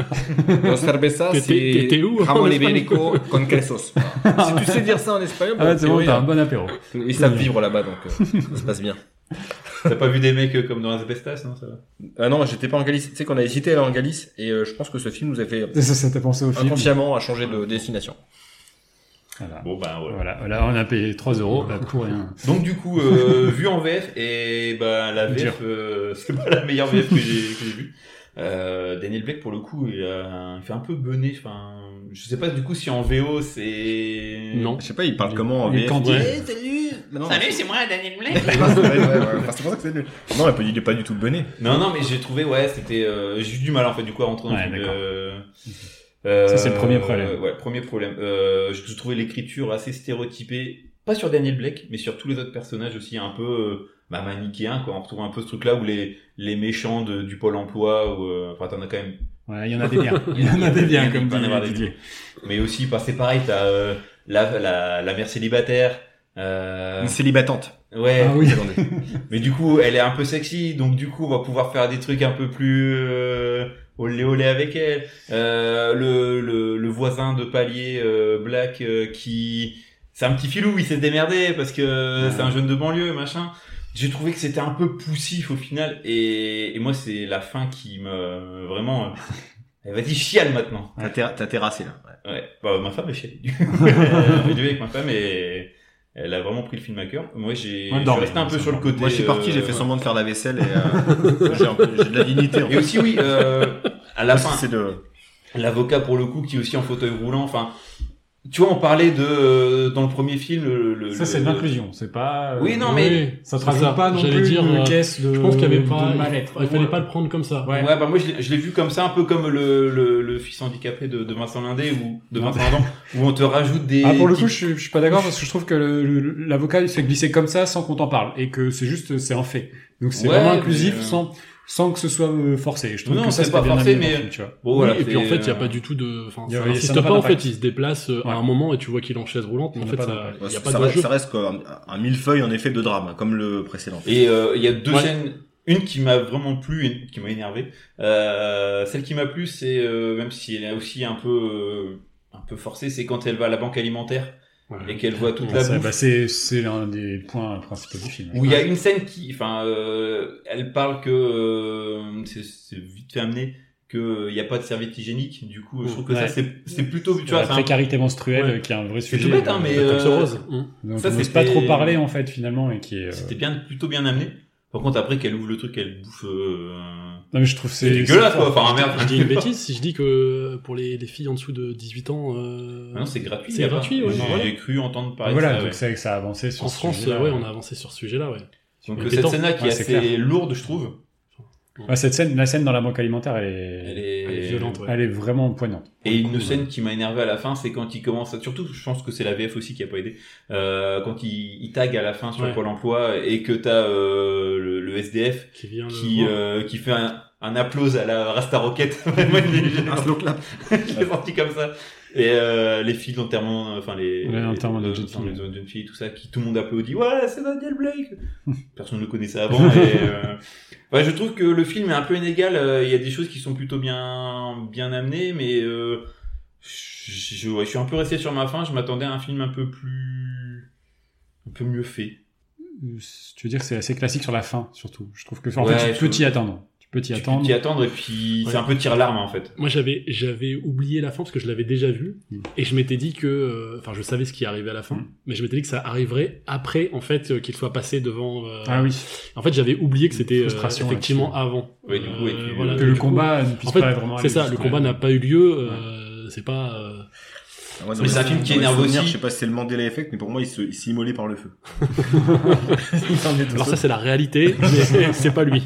A: Los cervezas,
C: T'étais- t'étais où, en
A: Ramon
C: Espagne
A: Ibérico con quesos. Voilà. Si tu sais dire ça en espagnol,
B: Ah
A: bah,
B: ouais, c'est bon,
A: oui,
B: t'as un bon apéro.
A: ils savent vivre là-bas, donc euh, ça se passe bien.
D: T'as pas vu des mecs euh, comme dans Las Bestas, non ça va
A: Ah non, j'étais pas en Galice. Tu sais qu'on avait hésité à aller en Galice, et euh, je pense que ce film nous a fait
B: Ça, ça t'a pensé au film.
A: inconsciemment à changer de destination.
B: Voilà.
D: Bon,
C: bah,
D: ben voilà.
B: Voilà, voilà, on a payé 3 euros bah, pour rien.
D: Donc du coup, euh, vu en VF, et bah la
B: Dur.
D: VF, euh, c'est pas la meilleure VF que j'ai que j'ai vue. Euh, Daniel Blake, pour le coup, il, a un- il fait un peu bené. Enfin, je sais pas du coup si en VO c'est.
C: Non.
A: Je sais pas, il parle
B: Il-
A: comment en
B: il est
A: VF
B: candidat.
A: Ouais, salut Mais non,
D: c'est moi Daniel Blake.
A: c'est pas- ouais, ouais, ouais. Enfin, c'est pour ça que c'est nul. Non, il peut- il est pas du tout bonnet.
D: Non, non, mais j'ai trouvé, ouais, c'était. euh, j'ai eu du mal en fait, du coup, à rentrer dans
B: Ouais,
D: le truc,
B: d'accord.
D: euh,
B: Ça, c'est le
D: euh,
B: premier problème.
D: Ouais, premier problème. Euh, je trouvais l'écriture assez stéréotypée, pas sur Daniel Blake, mais sur tous les autres personnages aussi, un peu euh, bah, manichéen, quoi. On retrouve un peu ce truc-là où les, les méchants de- du pôle emploi, ou, euh, enfin, t'en as quand même.
B: Voilà, il y en a des biens. Il y en a des biens, comme
D: Il va y en avoir des
B: dit Didier.
D: Mais aussi, bah, c'est pareil, t'as euh, la, la, la mère célibataire. Euh,
A: Une célibatante.
D: ouais,
B: Ah oui.
D: mais du coup, elle est un peu sexy, donc du coup, on va pouvoir faire des trucs un peu plus euh, olé olé avec elle. Euh, le, le, le voisin de palier euh, Black euh, qui... C'est un petit filou, il s'est démerdé parce que c'est un jeune de banlieue, machin. J'ai trouvé que c'était un peu poussif au final, et, et moi, c'est la fin qui me... Vraiment... euh, Elle va dire chiale maintenant.
A: T'as terra- t'as terrassé là. Ouais.
D: Ouais, bah, ma femme est chiale. On est deux avec ma femme et... Elle a vraiment pris le film à cœur. Moi, j'ai,
B: Ouais,
D: je suis
B: dormez,
D: resté un peu
B: ensemble.
D: sur le côté.
A: Moi, je suis parti, j'ai fait
D: euh,
A: semblant de faire la vaisselle et euh, j'ai un peu- j'ai de la dignité. En
D: Et
A: fait.
D: aussi, oui, euh, à la fin,
A: C'est de.
D: l'avocat pour le coup qui est aussi en fauteuil roulant. Enfin, tu vois, on parlait de euh, dans le premier film. Le, le-
B: Ça, c'est de
D: le-
B: l'inclusion. C'est pas. euh,
D: Oui, non, mais-
B: Ça te
C: C'est ça,
B: rajoute pas non
C: j'allais
B: plus
C: dire,
B: une
C: euh,
B: caisse de.
C: Je pense qu'il y avait pas.
B: de
C: Il
B: mal-être.
C: fallait pas le prendre comme ça.
B: Ouais.
D: Ouais, bah moi je l'ai- je l'ai vu comme ça, un peu comme le, le, le fils handicapé de, de Vincent Lindé ou de
B: Non,
D: Vincent Lindon, où on te rajoute des.
B: Ah, pour le coup, je,
D: petites-
B: suis- je suis pas d'accord parce que je trouve que le- le- l'avocat il s'est glissé comme ça sans qu'on t'en parle et que c'est juste, c'est un fait. Donc c'est
D: Ouais,
B: vraiment inclusif
D: mais, euh,
B: sans, sans que ce soit euh, forcé. Je trouve
D: Non,
B: que ça,
D: c'est
B: c'était
D: pas
B: bien
D: forcé,
B: amené dans le
D: mais-
B: film, tu vois.
D: Bon,
C: Oui,
D: voilà,
C: et puis en
D: c'est,
C: fait, il n'y a
D: euh,
C: pas du tout de. Enfin,
B: Il y
C: ça
B: avait- ça
C: n'insiste
B: n'a
C: pas,
B: pas
C: en
B: d'impact.
C: fait, il se déplace euh,
B: Ouais.
C: à un moment et tu vois qu'il est en chaise roulante, mais en
B: Il
C: fait,
B: n'y a pas
C: ça- il
B: d'impact.
C: n'y a
A: ça,
C: pas de
A: reste,
C: jeu.
A: ça reste comme un- un millefeuille en effet de drame, comme le précédent.
D: Et euh, il y a deux
C: Ouais.
D: scènes, une qui m'a vraiment plu et une qui m'a énervé. Euh, celle qui m'a plu, c'est euh, même si elle est aussi un peu euh, un peu forcée, c'est quand elle va à la banque alimentaire
B: Voilà.
D: et qu'elle voit toute
B: Ouais,
D: la
B: ça,
D: bouffe.
B: bah, c'est c'est l'un des points principaux du film.
D: Où il y a une scène qui, enfin, euh, elle parle que euh, c'est- c'est vite fait amené que euh, il n'y a pas de serviette hygiénique. Du coup, je trouve que
B: Ouais.
D: ça c'est c'est plutôt, tu
B: Sur
D: vois,
B: la
D: c'est un-
B: précarité menstruelle
C: Ouais.
B: euh, qui est un vrai
D: C'est
B: sujet.
D: tout bête, hein,
B: euh,
D: mais,
C: Comme
D: euh,
C: ça, Rose. Hum.
B: dont
D: ça,
B: on n'ose
D: c'était-
B: pas trop parler en fait finalement et qui est. euh,
D: c'était bien plutôt bien amené. Par contre, après qu'elle ouvre le truc, elle bouffe. euh, un-
B: Non mais je trouve
D: C'est
B: c'est.
D: dégueulasse, quoi. Enfin, merde.
C: Je Mm. dis une bêtise si je dis que euh, pour les, les filles en dessous de 18 ans, euh,
D: Ah Non, c'est gratuit.
C: C'est
D: là-bas.
C: gratuit, ouais.
D: J'ai
C: Voilà.
D: j'ai cru entendre parler
B: Voilà,
D: de ça.
B: donc
D: Ah ouais.
B: c'est vrai que ça a avancé sur
C: en
B: ce
C: France,
B: sujet-là.
C: euh, ouais, on a avancé sur ce sujet-là, ouais.
D: Donc
C: Mais
D: cette
C: pétant.
D: scène-là qui
B: Ouais,
D: est
B: c'est
D: assez
B: clair.
D: lourde, je trouve.
B: Ouais, Bah, cette scène, la scène dans la banque alimentaire, elle est,
D: Elle est,
C: Elle est violente, ouais.
B: elle est vraiment poignante.
D: Et une
B: Pour le coup,
D: scène qui m'a énervé à la fin, c'est quand il commence, à- surtout je pense que c'est la VF aussi qui a pas aidé, euh, quand il, il tag à la fin sur
C: Ouais.
D: Pôle emploi et que t'as euh, le, le SDF
C: Qui vient le
D: qui,
C: voir.
D: euh, qui fait un, un applause à la Rasta Rocket. Moi, je l'ai- je l'ai
A: Un slow clap.
D: je l'ai sorti comme ça. Et euh, les filles de l'enterrement, euh, enfin les,
B: Ouais, l'enterrement de
D: les-
B: la jeune
D: enfin,
B: fille.
D: les jeunes- jeunes filles, tout ça, qui tout le monde applaudit. Ouais, c'est Daniel Blake. Personne ne le connaissait avant. et, euh, ouais, je trouve que le film est un peu inégal. euh, Il y a des choses qui sont plutôt bien bien amenées, mais euh, je, je- ouais, je suis un peu resté sur ma fin. Je m'attendais à un film un peu plus un peu mieux fait.
B: euh, Tu veux dire que c'est assez classique sur la fin, surtout. Je trouve que en
D: Ouais,
B: fait, tu peux
D: je-
B: t'y attendre. Tu peux t'y
D: Tu
B: attendre.
D: peux t'y attendre et puis
C: Ouais.
D: c'est un peu tire larme en fait.
C: Moi, j'avais j'avais oublié la fin parce que je l'avais déjà vu
B: Mm.
C: et je m'étais dit que, euh, enfin, je savais ce qui arrivait à la fin,
B: Mm.
C: mais je m'étais dit que ça arriverait après, en fait, euh, qu'il soit passé devant. euh,
B: Ah oui.
C: En fait, j'avais oublié que c'était euh,
B: Frustration
C: effectivement
B: là-dessus.
C: avant. Euh,
D: Ouais, du coup, et tu-
C: voilà,
B: que le
C: du coup,
B: combat ne puisse
C: en fait,
B: pas vraiment.
C: C'est
B: aller
C: ça, le
B: jusqu'à-
C: combat n'a pas eu lieu. euh, C'est pas. euh,
A: Ouais,
D: Mais c'est un
A: dans
D: film
A: les
D: qui énerve
A: souvenirs,
D: aussi.
A: Je sais pas si c'est le Mandela Effect, mais pour moi, il se- il s'est immolé par le feu.
C: Alors ça, c'est la réalité, mais c'est pas lui.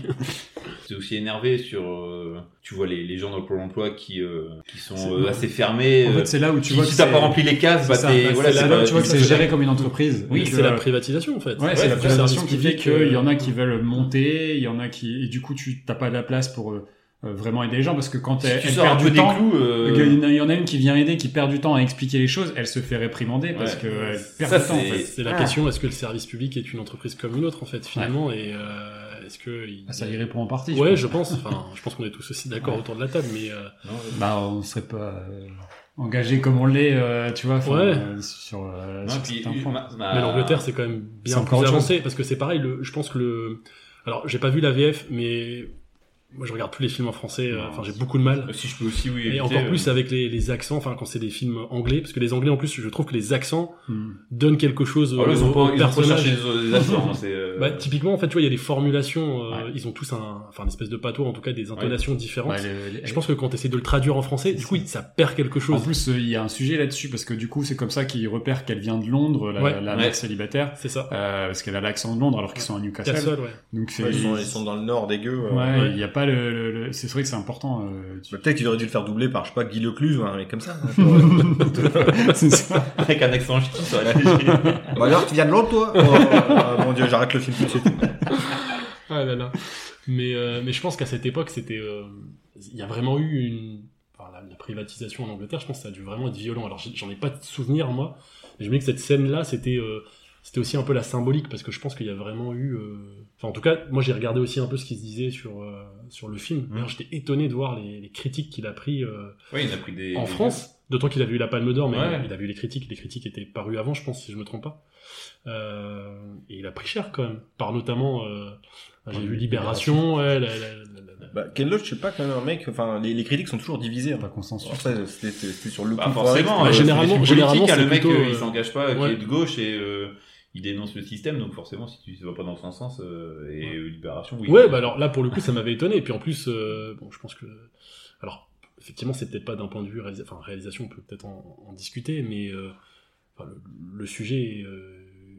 D: C'est aussi énervé sur, euh, tu vois les, les gens dans le Pôle emploi qui euh, qui
B: C'est-
D: sont euh, assez fermés.
B: En
D: euh,
B: fait, c'est là où tu
D: Si,
B: vois.
D: si
B: que
D: t'as
B: c'est-
D: pas rempli les cases,
B: c'est
D: bah
B: ça,
D: t'es
B: bah,
D: voilà,
B: c'est
D: c'est
B: là
D: pas-
B: où tu vois que c'est
D: c'est-
B: géré comme une entreprise.
D: Oui,
B: Et que-
C: c'est la privatisation, en fait.
B: Ouais, c'est la
D: c'est
B: présentation
C: service
B: qui fait
C: public,
B: qu'il y
C: euh,
B: en a qui veulent monter, il y en a qui et du coup tu t'as pas de la place pour euh, euh, vraiment aider les gens parce que quand
D: si
B: elle,
D: tu
B: elle
D: sors un
B: perd
D: peu
B: du
D: des
B: temps,
D: clous.
B: il
D: euh,
B: y en a- il y en a une qui vient aider, qui perd du temps à expliquer les choses, elle se fait réprimander parce
D: Ouais.
B: que elle perd
D: Ça,
B: du temps. En fait.
D: c'est-
C: C'est la question est-ce que le service public est une entreprise comme une autre, en fait, finalement, et euh, est-ce que il-
B: Ah, Ça y répond en partie. je
C: Ouais,
B: pense.
C: je pense. Enfin, je pense qu'on est tous aussi d'accord autour de la table, mais euh,
B: Bah on serait pas euh, engagé comme on l'est, euh, tu vois, enfin,
C: Ouais.
B: euh, sur, euh,
D: non,
B: sur
D: puis,
B: certains points.
D: ma- ma-
C: mais l'Angleterre c'est quand même bien
B: c'est encore
C: plus
B: autre chose.
C: avancé parce que c'est pareil. Le, je pense que le. Alors, j'ai pas vu la VF, mais moi je regarde plus les films en français. euh,
D: Non,
C: Enfin, j'ai beaucoup de mal.
D: Si je peux aussi, oui.
C: Et
D: éviter,
C: encore
D: euh,
C: plus avec les, les accents. Enfin, quand c'est des films anglais, parce que les anglais en plus, je trouve que les accents
B: Hmm.
C: donnent quelque chose
D: Ah, là, ils
C: au,
D: ont pas-
C: au
D: ils ont pas
C: personnage.
D: cherché les- les accents, hein, c'est, euh,
C: Bah, typiquement, en fait, tu vois, il y a des formulations. euh, Ils ont tous un, enfin, une espèce de patois, en tout cas, des intonations différentes.
B: Ouais, le- le-
C: Je pense que quand tu essaies de le traduire en français, du coup, ça perd quelque
B: En
C: chose.
B: plus, euh, il y a un sujet là-dessus parce que du coup, c'est comme ça qu'ils repèrent qu'elle vient de Londres, la,
C: Ouais.
B: la
D: Ouais.
B: mère célibataire,
C: C'est ça.
B: euh, parce qu'elle a l'accent de Londres alors qu'ils sont à Newcastle.
C: Castle, ouais.
B: Donc c'est
A: Ouais, ils, sont, ils sont dans le nord dégueu. euh.
B: Ouais,
C: Ouais.
B: il y a pas le. le- le- C'est vrai que c'est important. euh, tu-
A: Bah, Peut-être qu'ils auraient dû le faire doubler par, je sais pas, Guy Lecluse, ou un mec comme ça. hein, pour-
B: c'est ça.
D: Avec un accent ch'ti, ça aurait été génial.
A: bah alors, tu viens de Londres, toi Oh, euh, Mon dieu, j'arrête le film tout de suite.
C: Ah là là. Mais, euh, mais je pense qu'à cette époque, c'était. euh, Il y a vraiment eu une. enfin, la, la privatisation en Angleterre, je pense que ça a dû vraiment être violent. Alors, j'ai- j'en ai pas de souvenir, moi. Mais je me dis que cette scène-là, c'était. euh, c'était aussi un peu la symbolique parce que je pense qu'il y a vraiment eu. euh, Enfin, en tout cas, moi j'ai regardé aussi un peu ce qui se disait sur, euh, sur le film. D'ailleurs, j'étais étonné de voir les, les critiques qu'il a pris euh,
D: Oui, il a pris des.
C: en
D: des-
C: France, d'autant qu'il avait eu la Palme d'Or, mais
D: Ouais.
C: il avait eu les critiques, les critiques étaient parues avant, je pense, si je me trompe pas. Euh, et il a pris cher quand même, par notamment, euh, j'ai vu Libération, ouais, la- la- la- la- la-
A: Bah, Ken Loach, je sais pas, quand même, un mec, enfin, les, les critiques sont toujours divisées. hein.
B: Pas consensus.
A: Alors, ça, c'était c'était sur le coup.
D: Bah, forcément.
C: Bah,
D: euh,
C: généralement-
D: c'est des films
C: généralement,
D: politiques, hein, le
C: c'est
D: mec,
C: plutôt,
D: euh, il
C: euh,
D: s'engage pas, qui
C: ouais.
D: est de gauche et euh, il dénonce le système, donc forcément, si tu ne vas pas dans son sens, euh, et euh, Libération, oui.
C: Ouais, bah alors là pour le coup ça m'avait étonné. Et puis en plus, euh, bon, je pense que, alors effectivement c'est peut-être pas d'un point de vue réalisa- enfin, réalisation, on peut peut-être en, en discuter, mais euh, enfin, le, le sujet euh,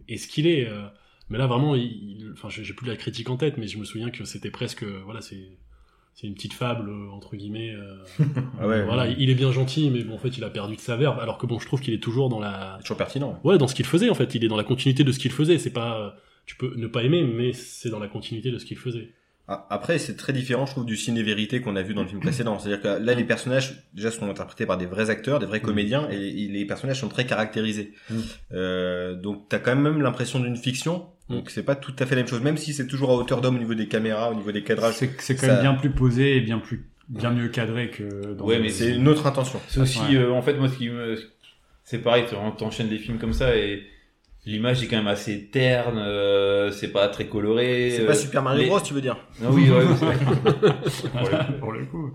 C: est ce qu'il est. euh. mais là vraiment, il, il- enfin j'ai j'ai plus la critique en tête, mais je me souviens que c'était presque, euh, voilà, c'est c'est une petite fable euh, entre guillemets. euh,
A: Ah ouais,
C: voilà, il est bien gentil, mais bon en fait il a perdu de sa verve. Alors que bon, je trouve qu'il est toujours dans la
A: c'est toujours pertinent.
C: Ouais, dans ce qu'il faisait en fait, il est dans la continuité de ce qu'il faisait. C'est pas, euh, tu peux ne pas aimer, mais c'est dans la continuité de ce qu'il faisait.
A: Ah, Après, c'est très différent, je trouve, du ciné-vérité qu'on a vu dans le film précédent. C'est-à-dire que
E: Mm.
A: là, les personnages, déjà, sont interprétés par des vrais acteurs, des vrais comédiens, et et les personnages sont très caractérisés.
B: Mm.
A: Euh, donc, t'as quand même l'impression d'une fiction.
E: Mm.
A: Donc, c'est pas tout à fait la même chose, même si c'est toujours à hauteur d'homme au niveau des caméras, au niveau des cadrages.
B: C'est c'est quand
A: bah, Ça-
B: même bien plus posé et bien plus bien mieux cadré que. Dans
D: Ouais,
B: le-
D: mais
A: C'est une autre intention.
D: C'est aussi,
B: Ouais.
D: euh, en fait, moi, ce qui me. c'est pareil, tu enchaînes des films comme ça et l'image est quand même assez terne, euh, c'est pas très coloré.
E: C'est
D: euh,
E: pas Super Mario
D: les-
E: Bros, tu veux dire
D: Non, oui, ouais, c'est vrai. Pour le coup.
B: Pour le coup.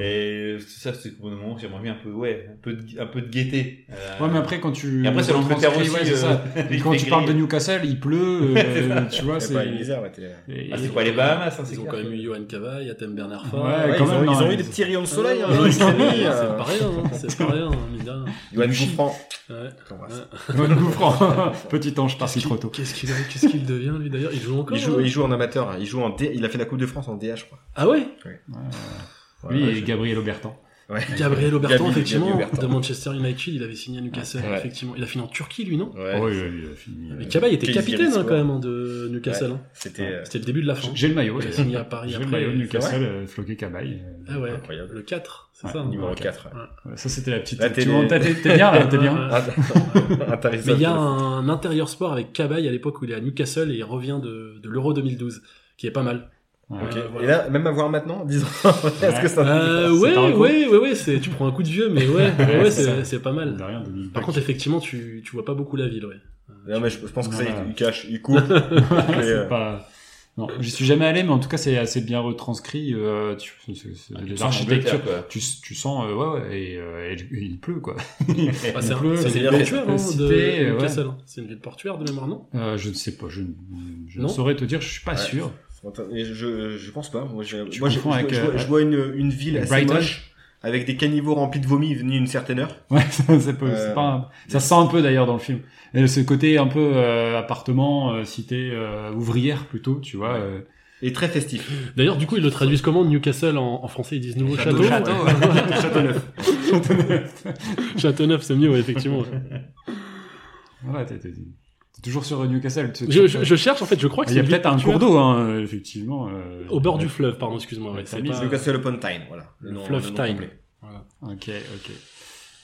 D: Et c'est ça, c'est pour le moment, j'aimerais bien un peu, ouais, un peu de, un peu de gaieté. Euh,
B: Ouais, mais après, quand tu.
D: Et après, c'est
B: quand
D: l'Angleterre
B: transcris,
D: aussi.
B: ouais, c'est ça.
D: euh,
B: Et
D: il
B: quand
D: fait
B: tu parles de
D: gris.
B: Newcastle, il pleut, euh, tu vois,
A: C'est
B: c'est.
A: pas une misère, la télé.
B: Et-
D: Ah, c'est
B: et-
D: pas les Bahamas, hein, c'est
C: Ils ont
D: clair.
C: quand même eu Johan Cavaille, Atem Bernard
B: Ouais,
C: Farr.
B: quand
A: ils,
B: même,
A: ont,
B: non,
A: ils ont
B: mais-
A: eu des petits rayons de soleil. hein,
C: Ouais,
A: Loïc
C: c'est
A: Rémy,
C: c'est
A: euh,
C: pas rien, hein, c'est pas rien, mine de rien.
A: Johan Gouffran.
C: Ouais.
B: Bonne coup franc. Petit ange parti
C: Qu'est-ce
B: trop
C: qu'il-
B: tôt.
C: Qu'est-ce qu'il qu'est-ce qu'il devient lui d'ailleurs Il joue encore
A: Il joue,
C: hein
A: il joue en amateur, hein. il joue en D, il a fait la Coupe de France en DH, je crois.
C: Ah ouais
B: Lui
A: Ouais,
B: et Gabriel Obertan.
A: je- ouais.
C: Gabriel Obertan,
A: Gabi-
C: effectivement,
A: Gabi Obertan.
C: de Manchester United, il avait signé à Newcastle,
A: Ouais.
C: effectivement. Il a fini en Turquie, lui, non
A: Ouais.
B: Oui, oui, il a fini.
C: Mais Cabaye était
A: Kayseri
C: capitaine hein,
A: Sport.
C: quand même hein, de Newcastle. hein.
A: C'était euh,
C: C'était le début de la fin.
B: J'ai le maillot.
C: Il a
B: d'ailleurs.
C: signé à Paris
B: J'ai le
C: après.
B: maillot de
C: euh,
B: Newcastle, euh, floqué Cabaye.
C: Ah ouais,
A: incroyable.
C: le 4, c'est
B: Ouais,
C: ça hein.
A: Numéro
B: Ouais.
A: 4. ouais.
B: Voilà, Ça, c'était la petite.
A: Là,
B: tu
A: t'es-
B: vois, t'as- T'es t'es bien, là, t'es bien.
A: Ah, intéressant.
C: Mais il y a un intérieur sport avec Cabaye à l'époque où il est à Newcastle et il revient de, de l'Euro 2012, qui est pas mal.
B: Ouais.
A: Ok.
C: Euh, voilà.
A: Et là, même avoir maintenant, disons, est-ce que ça...
C: Euh,
B: C'est
C: ouais,
B: un
C: ouais,
B: coup.
C: ouais, ouais, c'est- tu prends un coup de vieux, mais ouais, ouais,
B: Ouais, c'est
C: c'est
B: ça.
C: c'est pas
B: Mine
C: mal.
B: De rien, 2002.
C: Par contre, effectivement, tu, tu vois pas beaucoup la ville, ouais.
A: Non, mais je, je pense que ça,
B: Voilà.
A: il, il cache, il coupe.
B: Ouais,
A: euh,
B: c'est pas. Non, j'y suis jamais allé, mais en tout cas, c'est assez bien retranscrit. Euh, tu, c'est- c'est- c'est
D: Tu
B: des
D: sens
B: architectures.
D: l'Angleterre, quoi.
B: Tu, tu sens, euh, ouais, ouais, et, euh, et il pleut, quoi.
C: Ah, c'est un-
B: pleut,
C: c'est une
B: Eh, c'est
C: ville
A: bien.
C: portuaire, hein,
B: Cité,
C: de
B: ouais.
C: Newcastle. C'est une ville portuaire de mémoire, non
B: Euh, je ne sais pas, je, ne- je ne
C: Non.
B: saurais te dire, je suis pas
A: Ouais.
B: sûr.
A: Attends, et je, je pense pas. Moi, j'ai-
B: Tu
A: moi, j'ai- je,
B: confonds avec,
A: je
B: euh,
A: vois, je vois une, une ville assez
B: Brighton.
A: moche, avec des caniveaux remplis de vomi venus une certaine heure.
B: Ouais, ça, c'est pas,
A: Euh,
B: c'est pas un- ça se sent un peu d'ailleurs dans le film. Et ce côté un peu euh, appartement, euh, cité euh, ouvrière plutôt, tu vois. euh,
A: Et très festif.
C: D'ailleurs, du coup, ils le traduisent comment Newcastle en, en français Ils disent nouveau château
B: Château, château,
C: neuf. château neuf, c'est mieux, ouais, effectivement. ouais.
B: Voilà, t'es, t'es- t'es toujours sur Newcastle. tu-
C: Je,
B: tu-
C: je- je cherche, en fait, je crois que
B: Il y
C: c'est
B: a
C: une ville
B: peut-être un
C: portuaire
B: cours d'eau, hein, effectivement. euh,
C: Au bord du
B: ouais.
C: fleuve, pardon, excuse-moi. ouais,
B: Ouais,
C: c'est
B: t'as mis
C: pas-
B: le
A: Newcastle upon Tyne, voilà.
C: Le Ah. Fluff Tyne.
B: Ok, ok.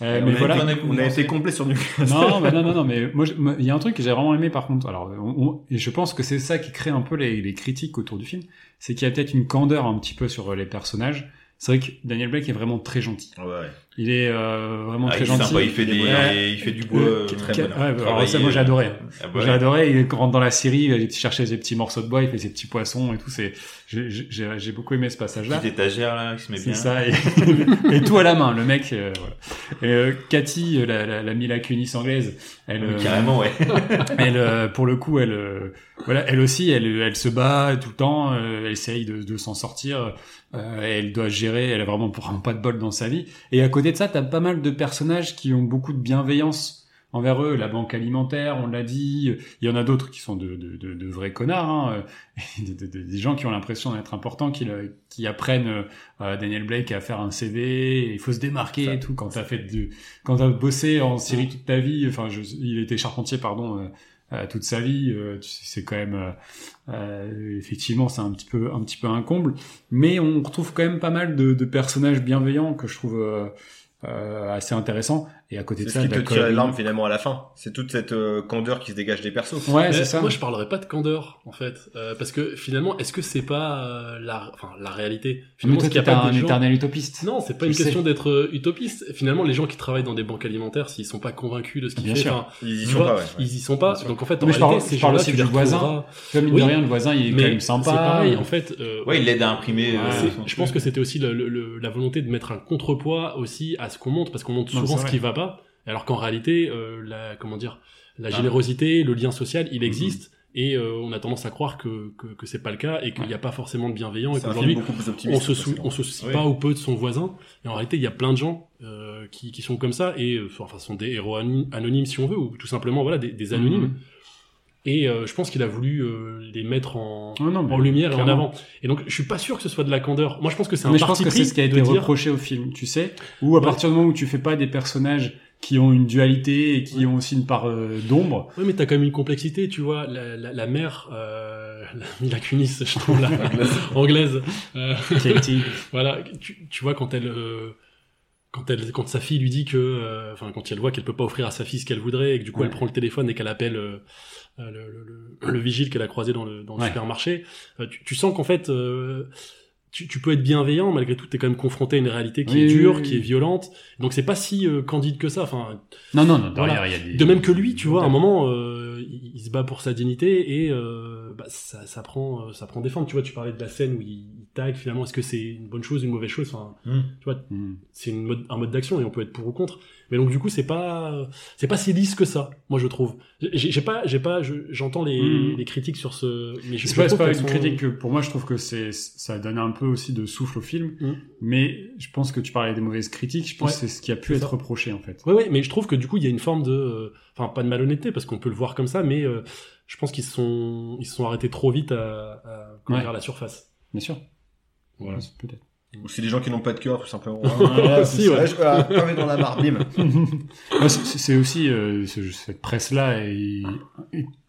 A: Euh,
B: Euh,
A: on
B: mais
A: a
B: voilà,
A: été- on a été complet sur Newcastle.
B: Non, mais non, non, non, mais moi, je- moi, il y a un truc que j'ai vraiment aimé par contre. Alors, on- on- et je pense que c'est ça qui crée un peu les, les critiques autour du film, c'est qu'il y a peut-être une candeur un petit peu sur euh, les personnages. C'est vrai que Daniel Blake est vraiment très gentil.
A: Ouais.
B: Il est euh, vraiment
D: Ah,
B: très
D: il est
B: gentil.
D: sympa, il fait des,
B: Ouais.
D: il fait du bois,
B: Euh,
D: euh,
A: qui est très
D: très
A: bon.
D: bon.
B: Ouais, bah, alors
D: Travaillé,
B: ça, moi, j'ai adoré.
D: Ah bah
B: J'ai
D: ouais.
B: adoré, il rentre dans la série, il cherchait ses petits morceaux de bois, il fait ses petits poissons et tout. C'est, j'ai, j'ai- j'ai beaucoup aimé ce passage-là.
D: Petite étagère là qui se met
B: C'est
D: bien.
B: ça, et, et tout à la main, le mec. euh, voilà. Et, euh, Cathy, euh, la, la, la Mila Kunis anglaise, elle, euh,
D: Carrément, ouais.
B: elle euh, pour le coup, elle, euh, voilà, elle aussi, elle, elle se bat tout le temps, euh, elle essaye de, de s'en sortir, euh, elle doit gérer, elle a vraiment, vraiment pas de bol dans sa vie. Et à côté de ça, t'as pas mal de personnages qui ont beaucoup de bienveillance envers eux. La banque alimentaire, on l'a dit, il y en a d'autres qui sont de, de, de, de vrais connards, hein, euh, des, des- des gens qui ont l'impression d'être importants, qui, le- qui apprennent euh, à Daniel Blake à faire un CV, il faut se démarquer et tout. Quand t'as fait du, quand t'as bossé en Syrie toute ta vie, enfin, je- il était charpentier, pardon. euh, euh, toute sa vie, euh, tu- c'est quand même euh, euh, effectivement c'est un petit peu un petit peu un comble, mais on retrouve quand même pas mal de, de personnages bienveillants que je trouve euh, euh, assez intéressants. Et à côté
A: C'est
B: de
A: ce
B: ça,
A: qui
B: de
A: te
B: la
A: tire les
B: colonie-
A: larmes finalement à la fin. C'est toute cette euh, candeur qui se dégage des persos.
B: Ouais,
C: Mais
B: c'est ça.
C: Moi, je parlerais pas de candeur, en fait, Euh, parce que finalement, est-ce que c'est pas euh, la, enfin, la réalité
B: Mais
C: Finalement,
B: toi,
C: est-ce qu'il
B: t'es
C: y a pas
B: un
C: des gens-
B: éternel utopiste.
C: Non, c'est pas
B: Tu
C: une
B: le sais.
C: question d'être euh, utopiste. Finalement, les gens qui travaillent dans des banques alimentaires, s'ils sont pas convaincus de ce qu'ils
B: Bien
C: font,
B: sûr.
A: Ils y
C: tu
A: sont
C: vois,
A: pas, ouais.
C: ils y sont pas.
B: Bien sûr.
C: Donc en fait, en
B: Mais je
C: réalité,
B: parle-
C: ces
B: je parle
C: gens-là,
B: aussi
C: tu
B: du
C: les
B: voisin.
C: retrouveras.
B: Comme mine
C: Oui.
B: de rien, le voisin, il est
C: Mais
B: quand même
C: C'est
B: sympa.
C: pareil, en fait. euh,
D: Ouais, il l'aide à imprimer. euh,
B: Ouais.
D: son
C: c'est-
D: truc.
C: je pense que c'était aussi le- le- le- la volonté de mettre un contrepoids aussi à ce qu'on montre, parce qu'on montre
B: Non,
C: souvent
B: c'est
C: ce qui va pas, alors qu'en réalité, euh, la, comment dire,
A: Ah.
C: la générosité, le lien social,
A: Mm-hmm.
C: il existe, et euh, on a tendance à croire que, que, que c'est pas le cas, et qu'il n'y a pas forcément de bienveillants, et
A: C'est un film
C: qu'aujourd'hui,
A: beaucoup plus
C: on
A: optimiste.
C: se, sou-
A: forcément.
C: on se soucie
D: Oui.
C: pas ou peu de son voisin, et en réalité, il y a plein de gens euh, qui, qui sont comme ça, et euh, enfin, sont des héros ani- anonymes si on veut, ou tout simplement, voilà, des, des anonymes,
B: Mhm.
C: et euh, je pense qu'il a voulu euh, les mettre en
B: Oh, Non, non, mais
C: en lumière et en
B: clairement.
C: avant. Et donc, je suis pas sûr que ce soit de la candeur. Moi, je pense que c'est un
B: mais je pense
C: parti
B: que c'est
C: pris
B: ce qui a
C: de
B: été
C: dire-
B: reproché au film, tu sais, où à
C: Ouais.
B: partir du moment où tu fais pas des personnages qui ont une dualité et qui
C: Ouais.
B: ont aussi une part euh, d'ombre,
C: Oui, mais t'as quand même une complexité, tu vois. La, la, la mère, euh, la Mila Kunis, je trouve, la anglaise. Euh,
B: Katie,
C: voilà, tu, tu vois quand elle, euh, quand elle, quand sa fille lui dit que, euh, enfin, quand elle voit qu'elle peut pas offrir à sa fille ce qu'elle voudrait et que du coup
B: Ouais.
C: elle prend le téléphone et qu'elle appelle euh, euh, le, le- le- le vigile qu'elle a croisé dans le, dans le
B: Ouais.
C: supermarché, euh, tu, tu sens qu'en fait, euh, tu, tu peux être bienveillant, malgré tout, t'es quand même confronté à une réalité qui
B: Oui,
C: est
B: oui,
C: dure,
B: oui,
C: qui
B: oui.
C: est violente. Donc c'est pas si euh, candide que ça. Enfin,
B: Non, non, non,
C: Voilà.
B: derrière, il y a des...
C: de même que lui, tu vois, à un moment, euh, il, il se bat pour sa dignité et euh, bah, ça, ça prend, euh, ça prend des formes. Tu vois, tu parlais de la scène où il, il tag finalement. Est-ce que c'est une bonne chose, une mauvaise chose Enfin,
B: Hmm.
C: c'est une mode, un mode d'action et on peut être pour ou contre. Mais donc du coup, c'est pas euh, c'est pas si lisse que ça, moi je trouve. J'ai j'ai pas j'ai pas je- j'entends les,
B: Mhm.
C: les critiques sur ce mais je,
B: C'est
C: je
B: pas, c'est
C: trouve
B: pas une
C: qu'elles sont-
B: critique que pour moi je trouve que c'est ça donne un peu aussi de souffle au film,
C: Mm.
B: mais je pense que tu parlais des mauvaises critiques, je pense
C: Ouais,
B: que c'est ce qui a pu
C: c'est
B: être
C: ça.
B: reproché en fait.
C: Ouais ouais, mais je trouve que du coup, il y a une forme de euh, enfin pas de malhonnêteté parce qu'on peut le voir comme ça mais euh, je pense qu'ils se sont ils se sont arrêtés trop vite à, à, comment
B: Ouais.
C: dire, à la surface.
B: Bien sûr.
C: Voilà.
B: C'est Peut-être.
A: Ou c'est des gens qui n'ont pas de cœur, tout simplement.
C: Voilà, Ah, si,
A: c'est
C: ouais.
A: ça, je- voilà, pavé dans la barre, bim.
B: Ouais, c'est- c'est c'est aussi euh, ce- cette presse là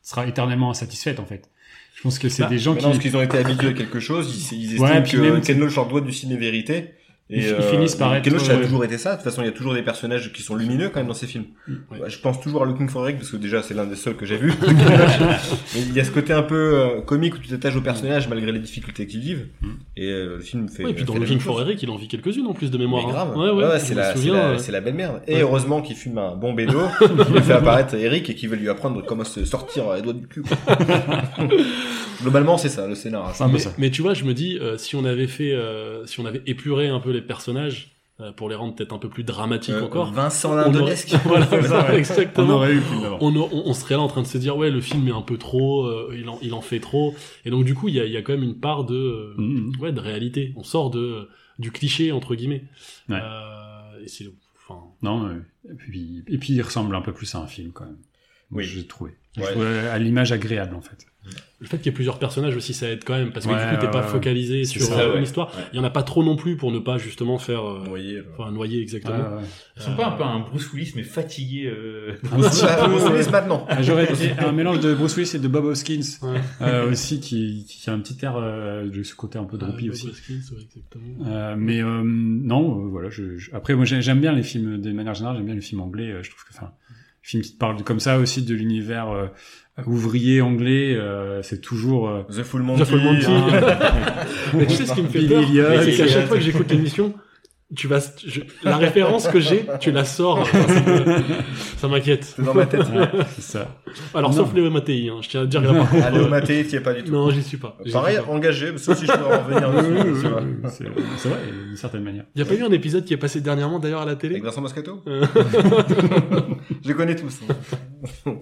B: sera éternellement insatisfaite en fait. Je pense que c'est
C: Bah,
B: des gens
A: Mais
B: qui
A: non, parce qu'ils ont été habitués à quelque chose, ils, ils estiment
B: Ouais, puis
A: que
B: même-
A: Ken Loach leur doit du ciné-vérité.
B: Ils- ils finissent par
A: euh, Ken
B: être,
A: Loach ça a
B: ouais.
A: toujours été ça. De toute façon, il y a toujours des personnages qui sont lumineux quand même dans ces films.
C: Ouais.
A: Bah, Je pense toujours à Looking for Eric parce que déjà c'est l'un des seuls que j'ai vu. de Ken Loach. Mais il y a ce côté un peu euh, comique où tu t'attaches au personnage malgré les difficultés qu'ils vivent.
B: Mm.
A: Et euh, le film fait.
C: Ouais, et puis dans
A: fait la
C: Looking
A: même chose.
C: for Eric, il en vit quelques-unes en plus de mémoire.
A: Mais
C: hein.
A: grave.
C: Ouais ouais,
A: Ouais,
C: je
A: c'est
C: me
A: la, c'est
C: souviens,
A: la,
C: euh,
A: c'est la belle merde. Et
C: ouais.
A: heureusement qu'il fume un bon bédo, il fait apparaître Eric et qu'il veut lui apprendre comment se sortir les doigts du cul. quoi. Globalement, c'est ça, le scénar.
B: C'est un peu
C: mais,
B: Ah, ça.
C: mais tu vois, je me dis, euh, si on avait fait, euh, si on avait épuré un peu les personnages euh, pour les rendre peut-être un peu plus dramatiques
A: Euh,
C: encore.
A: Vincent
C: on aurait-
A: Lindonesque.
C: voilà,
B: C'est ça,
C: voilà,
B: ouais. On
C: exactement.
B: aurait eu plus d'avant.
C: On, a- on- on serait là en train de se dire ouais le film est un peu trop euh, il, en, il en fait trop et donc du coup il y a, il y a quand même une part de euh,
B: Mm, mm.
C: ouais de réalité on sort de euh, du cliché entre guillemets
B: Ouais.
C: Euh, et c'est enfin
B: Non, euh, et puis, et puis il ressemble un peu plus à un film quand même.
A: Oui.
B: Je l'ai trouvé. Je
A: Ouais.
B: trouve à l'image agréable en fait.
C: le fait qu'il y ait plusieurs personnages aussi ça aide quand même parce que
B: Ouais,
C: du coup t'es
B: ouais,
C: pas
B: ouais.
C: focalisé sur
B: ça,
C: euh,
D: ouais.
C: une histoire
D: Ouais.
C: il y en a pas trop non plus pour ne pas justement faire euh,
A: Noyer, là.
C: enfin noyer exactement
B: Ouais, ouais.
D: Ils sont pas un peu un Bruce Willis, mais fatigué. euh,
B: Un petit
A: Ah,
B: peu,
A: Bruce
B: ouais.
A: Willis maintenant.
B: Ah, J'aurais été un mélange de Bruce Willis et de Bob Hoskins
C: Ouais.
B: euh, aussi qui, qui a un petit air euh, de ce côté un peu droopy
C: Ah,
B: aussi.
C: Bob Hoskins, ouais, exactement.
B: Euh, mais euh, non, euh, voilà. Je, je- Après, moi, j'ai- j'aime bien les films de manière générale. J'aime bien les films anglais. euh, je trouve que, enfin, les films qui te parlent de- comme ça aussi de l'univers euh, ouvrier anglais, euh, c'est toujours. euh,
A: The Full
C: The
A: Monty. hein.
C: Full Monty. Mais tu sais ce qui me fait
B: Billy
C: peur,
B: Elliot.
C: c'est qu'à
A: Elliot.
C: chaque fois que j'écoute l'émission, tu vas, je- la référence que j'ai, tu la sors. Enfin, c'est- ça m'inquiète.
A: C'est dans ma tête.
B: ouais, c'est ça.
C: Alors
B: Non.
C: sauf les MATI, hein, je tiens à dire que là, par contre,
B: Ah,
A: Allez,
C: euh,
A: au maté, t'y es pas du tout. Euh,
C: non, j'y suis pas. J'y
A: Pareil,
C: suis pas.
A: engagé, parce que si je peux en revenir dessus, tu vois.
B: C'est c'est vrai, d'une certaine manière.
C: Il y a pas eu un épisode qui est passé dernièrement d'ailleurs à la télé.
A: Avec Vincent Moscato
C: Euh.
A: Je les connais tous. hein.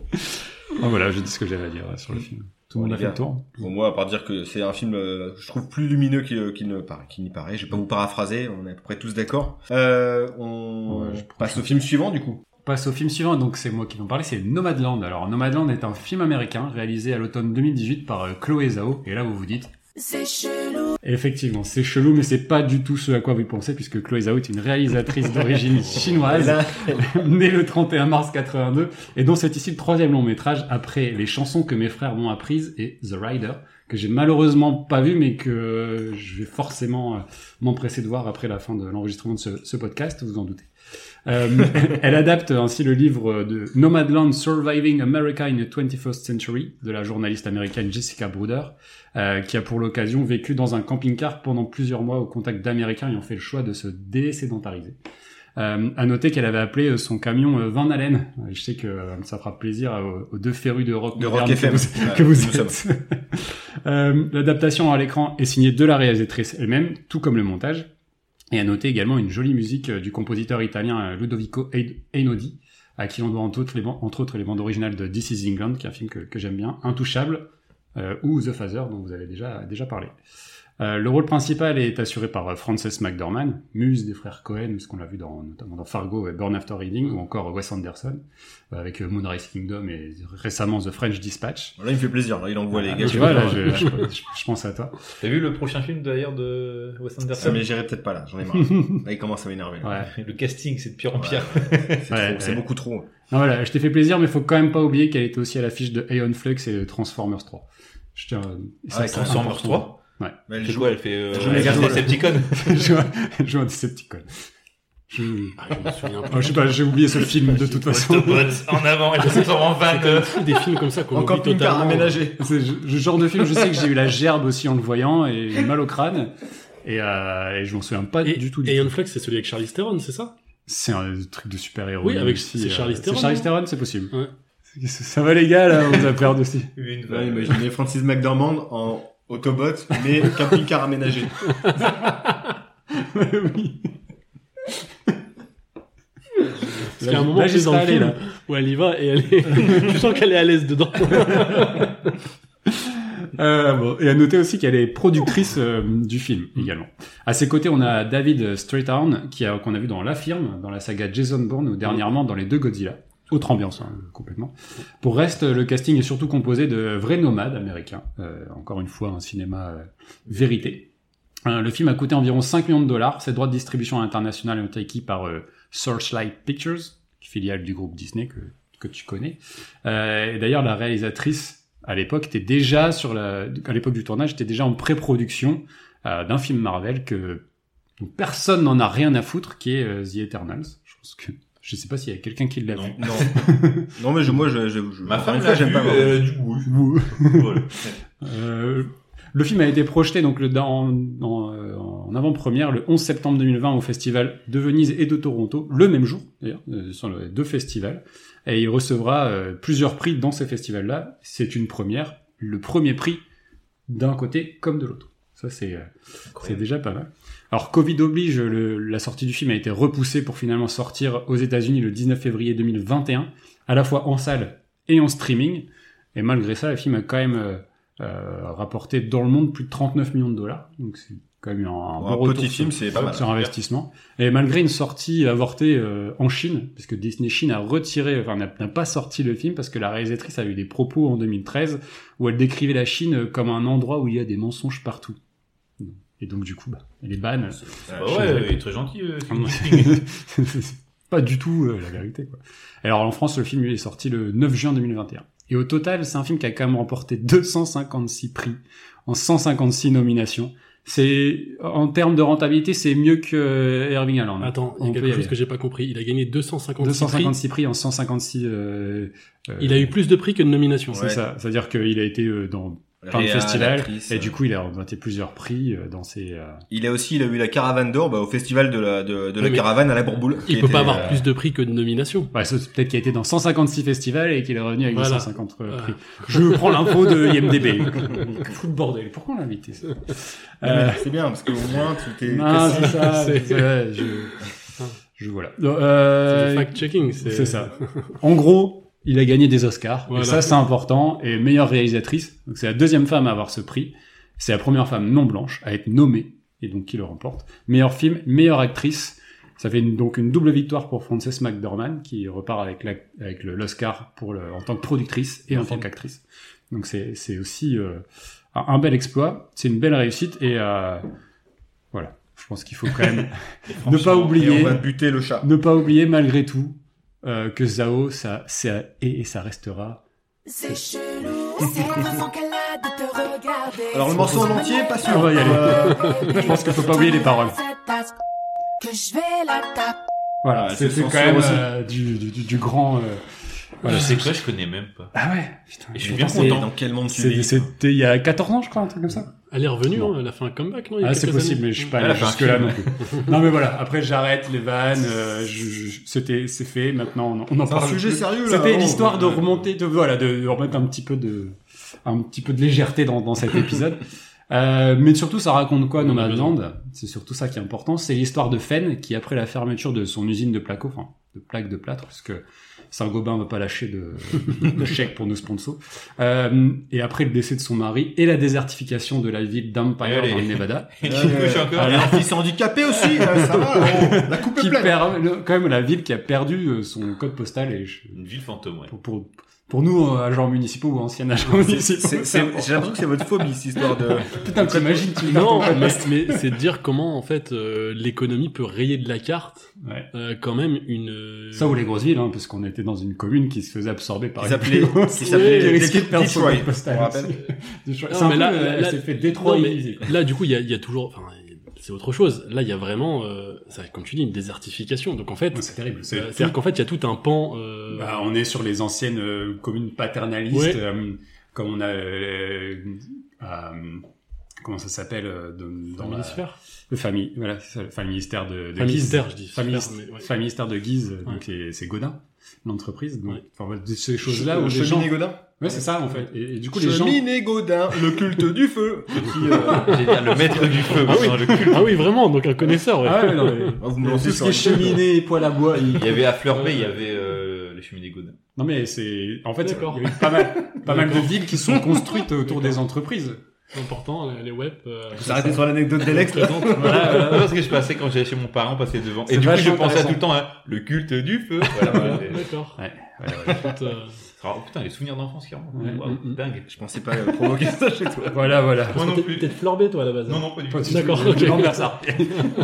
B: Ah, voilà, je dis ce que j'avais à dire euh, sur le film. Tout le
A: Bon,
B: monde
A: les
B: a fait
A: gars.
B: le tour.
A: Bon, moi, à part dire que c'est un film, euh, je trouve plus lumineux qu'il euh, qu'il ne paraît, qu'il n'y paraît. Je vais pas vous paraphraser, on est à peu près tous d'accord. Euh, on
B: Ouais, je
A: passe au film suivant, du coup.
B: On passe au film suivant, donc c'est moi qui vais en parler, c'est Nomadland. Alors Nomadland est un film américain réalisé à l'automne 2018 par euh, Chloé Zhao, et là vous vous dites...
E: C'est chelou.
B: Effectivement, c'est chelou, mais c'est pas du tout ce à quoi vous pensez, puisque Chloé Zhao est une réalisatrice d'origine
A: Et
B: chinoise,
A: là,
B: née le 31 mars 82, et dont c'est ici le troisième long métrage après Les chansons que mes frères m'ont apprises et The Rider, que j'ai malheureusement pas vu, mais que euh, je vais forcément euh, m'empresser de voir après la fin de l'enregistrement de ce, ce podcast, vous en doutez. Euh, elle adapte ainsi le livre de Nomadland Surviving America in the 21st Century de la journaliste américaine Jessica Bruder, euh, qui a pour l'occasion vécu dans un camping-car pendant plusieurs mois au contact d'Américains ayant fait le choix de se désédentariser. Euh, à noter qu'elle avait appelé euh, son camion euh, Van Allen. Euh, Je sais que euh, ça fera plaisir euh, aux, aux deux férus de rock,
A: de Rock
B: moderne que
A: FM.
B: vous-
A: Ouais,
B: que vous
A: nous sommes.
B: êtes. Euh, L'adaptation à l'écran est signée de la réalisatrice elle-même, tout comme le montage. Et à noter également une jolie musique euh, du compositeur italien euh, Ludovico Eid- Einaudi, à qui l'on doit entre autres, les bandes, entre autres les bandes originales de This is England, qui est un film que, que j'aime bien, Intouchable, euh, ou The Father, dont vous avez déjà, déjà parlé. Euh, le rôle principal est assuré par euh, Frances McDormand, muse des frères Cohen, ce qu'on a vu dans, notamment dans Fargo et Burn After Reading, ou encore Wes Anderson, euh, avec euh, Moonrise Kingdom et récemment The French Dispatch.
A: Là, il me fait plaisir. Là, il envoie les
B: Ah,
A: gars.
B: Tu vois, là, je, je- je- je pense à toi.
D: T'as vu le prochain film d'ailleurs de Wes
A: Ah,
D: Anderson
A: mais j'irai peut-être pas là, j'en ai marre. Là, il commence à m'énerver. là.
B: Ouais.
D: Le casting, c'est de pire en
A: Ouais.
D: pire.
A: C'est
B: Ouais,
A: trop, c'est
B: ouais.
A: beaucoup trop. hein.
B: Non, Ah, voilà, je t'ai fait plaisir, mais faut quand même pas oublier qu'elle était aussi à l'affiche de Aeon Flux et de Transformers 3. Je tiens. euh,
A: Ah ouais,
B: c'est
D: Transformers
B: important.
D: 3
A: Mais elle
D: C'est
A: joue-
D: quoi Elle fait. Euh,
A: Je
D: elle
A: me
D: garde
A: garde.
D: les Decepticons
B: je, vois- je vois un Decepticon. Je,
C: Ah, je me souviens
B: oh,
C: plus.
B: je sais pas, j'ai oublié ce film de toute façon.
D: Autobots, en avant, elle se sort en
C: C'est quand même
D: van.
C: fou des films comme ça qu'on
A: En
C: oublie
A: camping-car
C: totalement.
A: aménagé.
B: C'est le genre de film, je sais que j'ai eu la gerbe aussi en le voyant et mal au crâne. Et, euh, et je m'en souviens pas
C: Et,
B: du tout. du
C: et
B: tout.
C: Ian Flex, c'est celui avec Charlize Theron, c'est ça
B: C'est un truc de super-héros.
C: Oui, avec-
B: aussi,
C: c'est
B: euh,
C: Charlize Theron,
B: C'est Charlize
C: non
B: Theron, c'est possible.
C: Ouais.
B: C'est- Ça va les gars, là, on vous a perdu aussi.
D: Une
A: Ouais,
D: vanne.
A: imaginez Francis McDormand en Autobot, mais camping-car aménagé.
B: Ouais, oui.
C: Parce qu'il y a un moment
B: là, j'y
C: plus dans
B: serais
C: le
B: allé,
C: film
B: là.
C: où elle y va et elle est... tu sens qu'elle est à l'aise dedans.
B: Euh, bon, et à noter aussi qu'elle est productrice euh, du film également. À ses côtés, on a David Strayhorn qui a qu'on a vu dans La Firme, dans la saga Jason Bourne ou dernièrement dans les deux Godzilla. Autre ambiance hein, complètement. Pour reste, le casting est surtout composé de vrais nomades américains. Euh, encore une fois, un cinéma euh, vérité. Euh, le film a coûté environ 5 millions de dollars. Ses droits de distribution internationale ont été acquis par euh, Searchlight Pictures, filiale du groupe Disney que, que tu connais. Euh, et d'ailleurs, la réalisatrice à l'époque était déjà sur la, à l'époque du tournage, était déjà en pré-production euh, d'un film Marvel que dont personne n'en a rien à foutre, qui est euh, The Eternals. Je pense que je sais pas s'il y a quelqu'un qui l'a vu.
D: Non.
A: Non. Non, mais je, moi, je, je, je-
D: Ma
A: encore
D: femme
A: une fois,
D: l'a vu,
A: j'aime pas. Marvel.
D: euh, du coup,
B: Vous.
D: voilà.
B: Euh, le film a été projeté donc le, dans, dans, euh, en avant-première le 11 septembre 2020 au festival de Venise et de Toronto, le même jour d'ailleurs, euh, ce sont les deux festivals, et il recevra euh, plusieurs prix dans ces festivals-là. C'est une première, le premier prix d'un côté comme de l'autre. Ça c'est euh, c'est déjà pas mal. Alors Covid oblige, le- la sortie du film a été repoussée pour finalement sortir aux États-Unis le 19 février 2021, à la fois en salle et en streaming. Et malgré ça, le film a quand même euh, euh, rapporté dans le monde plus de 39 millions de dollars. Donc c'est quand même un, un bon
A: Un
B: retour
A: petit
B: sur-
A: film, c'est pas mal.
B: sur investissement. Et malgré une sortie avortée euh, en Chine, puisque Disney Chine a retiré, enfin n'a n'a pas sorti le film parce que la réalisatrice a eu des propos en 2013 où elle décrivait la Chine comme un endroit où il y a des mensonges partout. Et donc du coup, bah, elle est banne.
D: Bah
A: Ouais.
D: ouais, il est très gentil. euh, Phil Keating.
B: C'est pas du tout euh, la vérité. Quoi. Alors en France, le film il est sorti le 9 juin 2021. Et au total, c'est un film qui a quand même remporté 256 prix en 156 nominations. C'est en termes de rentabilité, c'est mieux que euh, Irving Allen.
C: Attends, il y
B: On peut
C: a
B: y
C: quelque chose
B: aller.
C: que j'ai pas compris. Il a gagné 256 prix.
B: 256 prix en 156. euh, euh,
C: Il a eu plus de prix que de nominations.
B: C'est
A: Ouais.
B: ça. C'est-à-dire qu'il a été euh, dans plein de
A: Réal,
B: festivals
A: actrice,
B: et
A: euh,
B: du coup, il a remporté plusieurs prix euh, dans ses. euh,
A: Il a aussi, il a eu la caravane d'or bah, au festival de la, de, de la
C: Oui, mais
A: caravane à la Bourboule. qui
C: Il peut pas
A: était,
C: avoir
A: euh,
C: plus de prix que de nominations.
B: Ouais, ça, c'est Bah, peut-être qu'il a été dans 156 festivals et qu'il est revenu avec
C: Voilà.
B: 250 euh,
C: Euh.
B: prix. Je prends l'info de IMDb. Fou de bordel. Pourquoi on l'a invité ça
A: Non, mais
B: Euh,
A: C'est bien, parce qu'au moins, tu t'es.
B: non,
A: cassé.
B: c'est ça.
C: C'est- Ah.
B: c'est- ouais, je... je voilà. Donc, euh,
C: C'est du fact-checking. C'est
B: C'est ça. En gros, il a gagné des Oscars.
C: Voilà.
B: Et ça, c'est important. Et meilleure réalisatrice. Donc, c'est la deuxième femme à avoir ce prix. C'est la première femme non blanche à être nommée. Et donc, qui le remporte. Meilleur film, meilleure actrice. Ça fait une- donc une double victoire pour Frances McDormand, qui repart avec la- avec le- l'Oscar pour le- en tant que productrice et en tant qu'actrice. Donc, c'est c'est aussi euh, un un bel exploit. C'est une belle réussite. Et euh, voilà. Je pense qu'il faut quand même
D: Et
B: ne pas
D: franchement,
A: Et
B: oublier
A: on va buter le chat.
B: ne pas oublier malgré tout euh, que Zao, ça, ça est et ça restera.
E: C'est chelou, c'est vraiment qu'elle a de te regarder.
A: Alors, le morceau en entier, pas sûr.
B: On va y aller.
A: Euh,
B: Je pense qu'il faut pas oublier les paroles.
E: Que je vais la taper.
B: Voilà,
A: Ah,
B: c'est
A: c'est
B: c'est quand
A: censé
B: même
A: aussi.
B: euh, du, du, du- du grand. euh, voilà,
D: Je sais
B: c'est
D: que je connais même pas.
B: Ah ouais, putain.
D: Et je suis
B: pourtant,
D: bien
B: c'est-
D: content.
A: Dans quel monde tu
B: c'est-
A: vis
B: C'était il y a 14 ans, je crois, un truc comme ça.
C: Elle est revenue,
B: Non.
C: hein, elle a fait un comeback, non il y a
B: Ah, c'est
C: quelques
B: possible,
C: années
B: mais je suis pas
D: Elle
B: allé
D: a fait un
B: jusque-là
D: film.
B: non plus. non, mais voilà, après j'arrête les vannes, euh, je- je- c'était, c'est fait, maintenant on, on en
A: C'est un
B: parle.
A: sujet
B: plus.
A: sérieux, là.
B: C'était
A: oh.
B: l'histoire de remonter, de voilà, de, de remettre un petit peu de, un petit peu de légèreté dans, dans cet épisode. Euh, mais surtout, ça raconte quoi Nomadland C'est surtout ça qui est important. C'est l'histoire de Fenn qui, après la fermeture de son usine de placo, enfin de plaques de plâtre, parce que Saint-Gobain va pas lâcher de, de chèque pour nos sponsors. Euh, et après le décès de son mari et la désertification de la ville d'Empire
D: Allez.
B: dans le Nevada,
D: Et
A: Ouais,
D: du coup, je suis
A: ouais.
D: encore.
A: Ah,
B: Alors-
A: leur fils est handicapé aussi, euh, ça va, oh, la coupe est
B: qui
A: pleine.
B: perd le- quand même la ville qui a perdu euh, son code postal et je-
D: Une ville fantôme, ouais.
B: pour, pour, pour nous euh, agents municipaux ou anciens agents municipaux.
A: C'est- c'est- J'ai l'impression que c'est votre phobie, cette histoire de.
B: Putain, t'imagines, tu perds ton
C: Non,
B: code
C: mais,
B: postal.
C: mais c'est de dire comment en fait euh, l'économie peut rayer de la carte
B: Ouais.
C: euh, quand même une. euh,
B: Ça ou les grosses villes, hein, parce qu'on était dans une commune qui se faisait absorber par
A: Ils
B: une
A: appelaient-
B: plus grosse
A: ils s'appelaient
B: ville et
A: les
B: risquait de
A: équipes
B: perdre son
A: Detroit,
B: code postal.
A: on rappelle.
B: Detroit.
C: Non,
B: C'est un
C: mais
B: peu,
C: là-
B: euh, elle
C: là-
B: s'est fait Détroit
C: Non, mais
B: divisé, quoi.
C: Là, du coup, il y a, il y a toujours. Enfin, c'est autre chose. Là, il y a vraiment, euh, ça, comme tu dis, une désertification. Donc en fait,
B: Ouais, C'est terrible.
C: euh, c'est-à-dire qu'en fait, il y a tout un pan. euh,
B: Bah, on est sur les anciennes euh, communes paternalistes,
C: Ouais.
B: euh, comme on a euh, euh, comment ça s'appelle euh, de- dans
C: Dans
B: la-
C: l'hémisphère
B: le famille voilà c'est ça, le ministère de, de
C: Enfin,
B: Guise.
C: ministère, je dis.
B: Famille,
C: Sphère, mais ouais.
B: famille ministère de Guise, donc les- c'est Godin, l'entreprise. Donc,
C: Ouais.
B: enfin, voilà, de ces choses-là
A: Le
B: où les gens.
A: Cheminé Godin.
B: Ouais, c'est ça en fait. Et, et du coup, les gens.
A: Cheminé Godin, le culte du feu. Petit, euh,
D: Génial, le maître du feu. vraiment, le culte.
C: Ah oui, vraiment, donc un connaisseur, ouais.
B: Ah ouais, non, mais-
A: vous me
B: Tout
A: lancez sur
B: ce qui est
A: une-
B: cheminée, poêle à bois. il-
D: Il y avait à Fleurbay, il y avait euh, les cheminées Gaudin.
B: Non mais c'est en fait il y
C: D'accord.
B: a eu pas mal, pas mal de
C: D'accord.
B: villes qui sont construites autour
C: D'accord.
B: des entreprises.
C: C'est important, les, les web. euh,
A: Vous arrêtez sur l'anecdote d'Alex là
B: Voilà, voilà.
D: Voilà, parce que je passais quand j'allais chez mon parent, passer devant.
B: C'est
D: Et du coup, je
B: vachement
D: pensais à
B: intéressant.
D: tout le temps, hein, le culte du feu. Voilà, voilà, c'est-
C: D'accord.
B: Voilà, voilà.
C: Écoute, euh,
D: Oh, putain, les souvenirs d'enfance qui remontent.
B: Ouais.
D: Waouh,
B: Mm, mm.
D: Dingue.
A: Je pensais pas euh, provoquer ça chez toi.
B: voilà, voilà.
D: Moi non
C: t'es-
D: plus.
C: T'es de Fleurbet, toi, à la base.
D: Non, non, pas du tout.
B: Pas du tout,
C: D'accord,
B: il est
C: ok.
B: de Lambersart.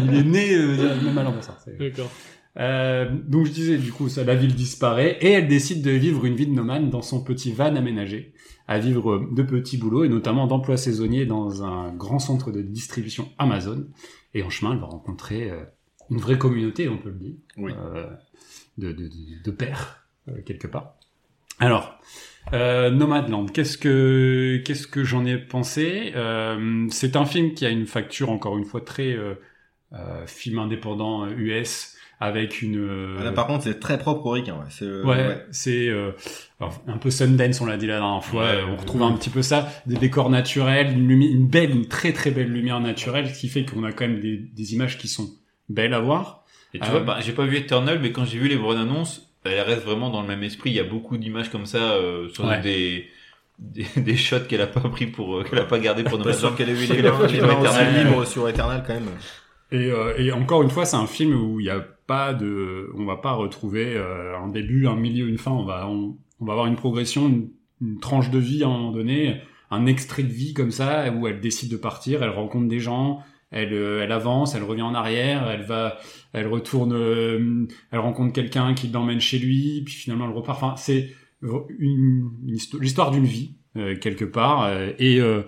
B: Il est né euh, même à Lambersart. c'est-
C: D'accord.
B: Euh, donc je disais, du coup, ça, la ville disparaît et elle décide de vivre une vie de nomade dans son petit van aménagé, à vivre euh, de petits boulots et notamment d'emplois saisonniers dans un grand centre de distribution Amazon. Et en chemin, elle va rencontrer euh, une vraie communauté, on peut le dire,
A: Oui.
B: euh, de, de, de, de pères, euh, quelque part. Alors, euh, Nomadland, qu'est-ce que qu'est-ce que j'en ai pensé Euh, C'est un film qui a une facture encore une fois très euh, euh, film indépendant euh, US avec une euh,
A: Ah, Là, par contre, c'est très propre au Rick. hein, ouais. C'est, euh,
B: Ouais,
A: ouais.
B: c'est euh, alors, un peu Sundance, on l'a dit la dernière fois.
D: Ouais,
B: euh, on
D: ouais,
B: retrouve un petit peu ça, des décors naturels, une, lumi- une belle, une très très belle lumière naturelle, ce qui fait qu'on a quand même des, des images qui sont belles à voir.
D: Et tu
B: Ah
D: vois,
B: ouais.
D: bah, j'ai pas vu Eternal, mais quand j'ai vu les bonnes annonces, elle reste vraiment dans le même esprit. Il y a beaucoup d'images comme ça, euh, sur
B: Ouais.
D: des, des, des shots qu'elle a pas pris pour, euh, qu'elle a pas gardé pour nos
A: Pas sûr qu'elle ait eu
D: Sur
A: les
D: la
A: mains,
D: photo
A: les mains aussi
D: d'Eternal.
A: libres sur Eternal quand même.
B: Et, euh, et encore une fois, c'est un film où il n'y a pas de, on va pas retrouver euh, un début, un milieu, une fin. On va on, on va avoir une progression, une, une tranche de vie à un moment donné, un extrait de vie comme ça où elle décide de partir, elle rencontre des gens. Elle, euh, elle avance, elle revient en arrière, elle va, elle retourne, euh, elle rencontre quelqu'un qui l'emmène chez lui, puis finalement elle repart. Enfin, c'est une, une histo- l'histoire d'une vie euh, quelque part euh, et, euh,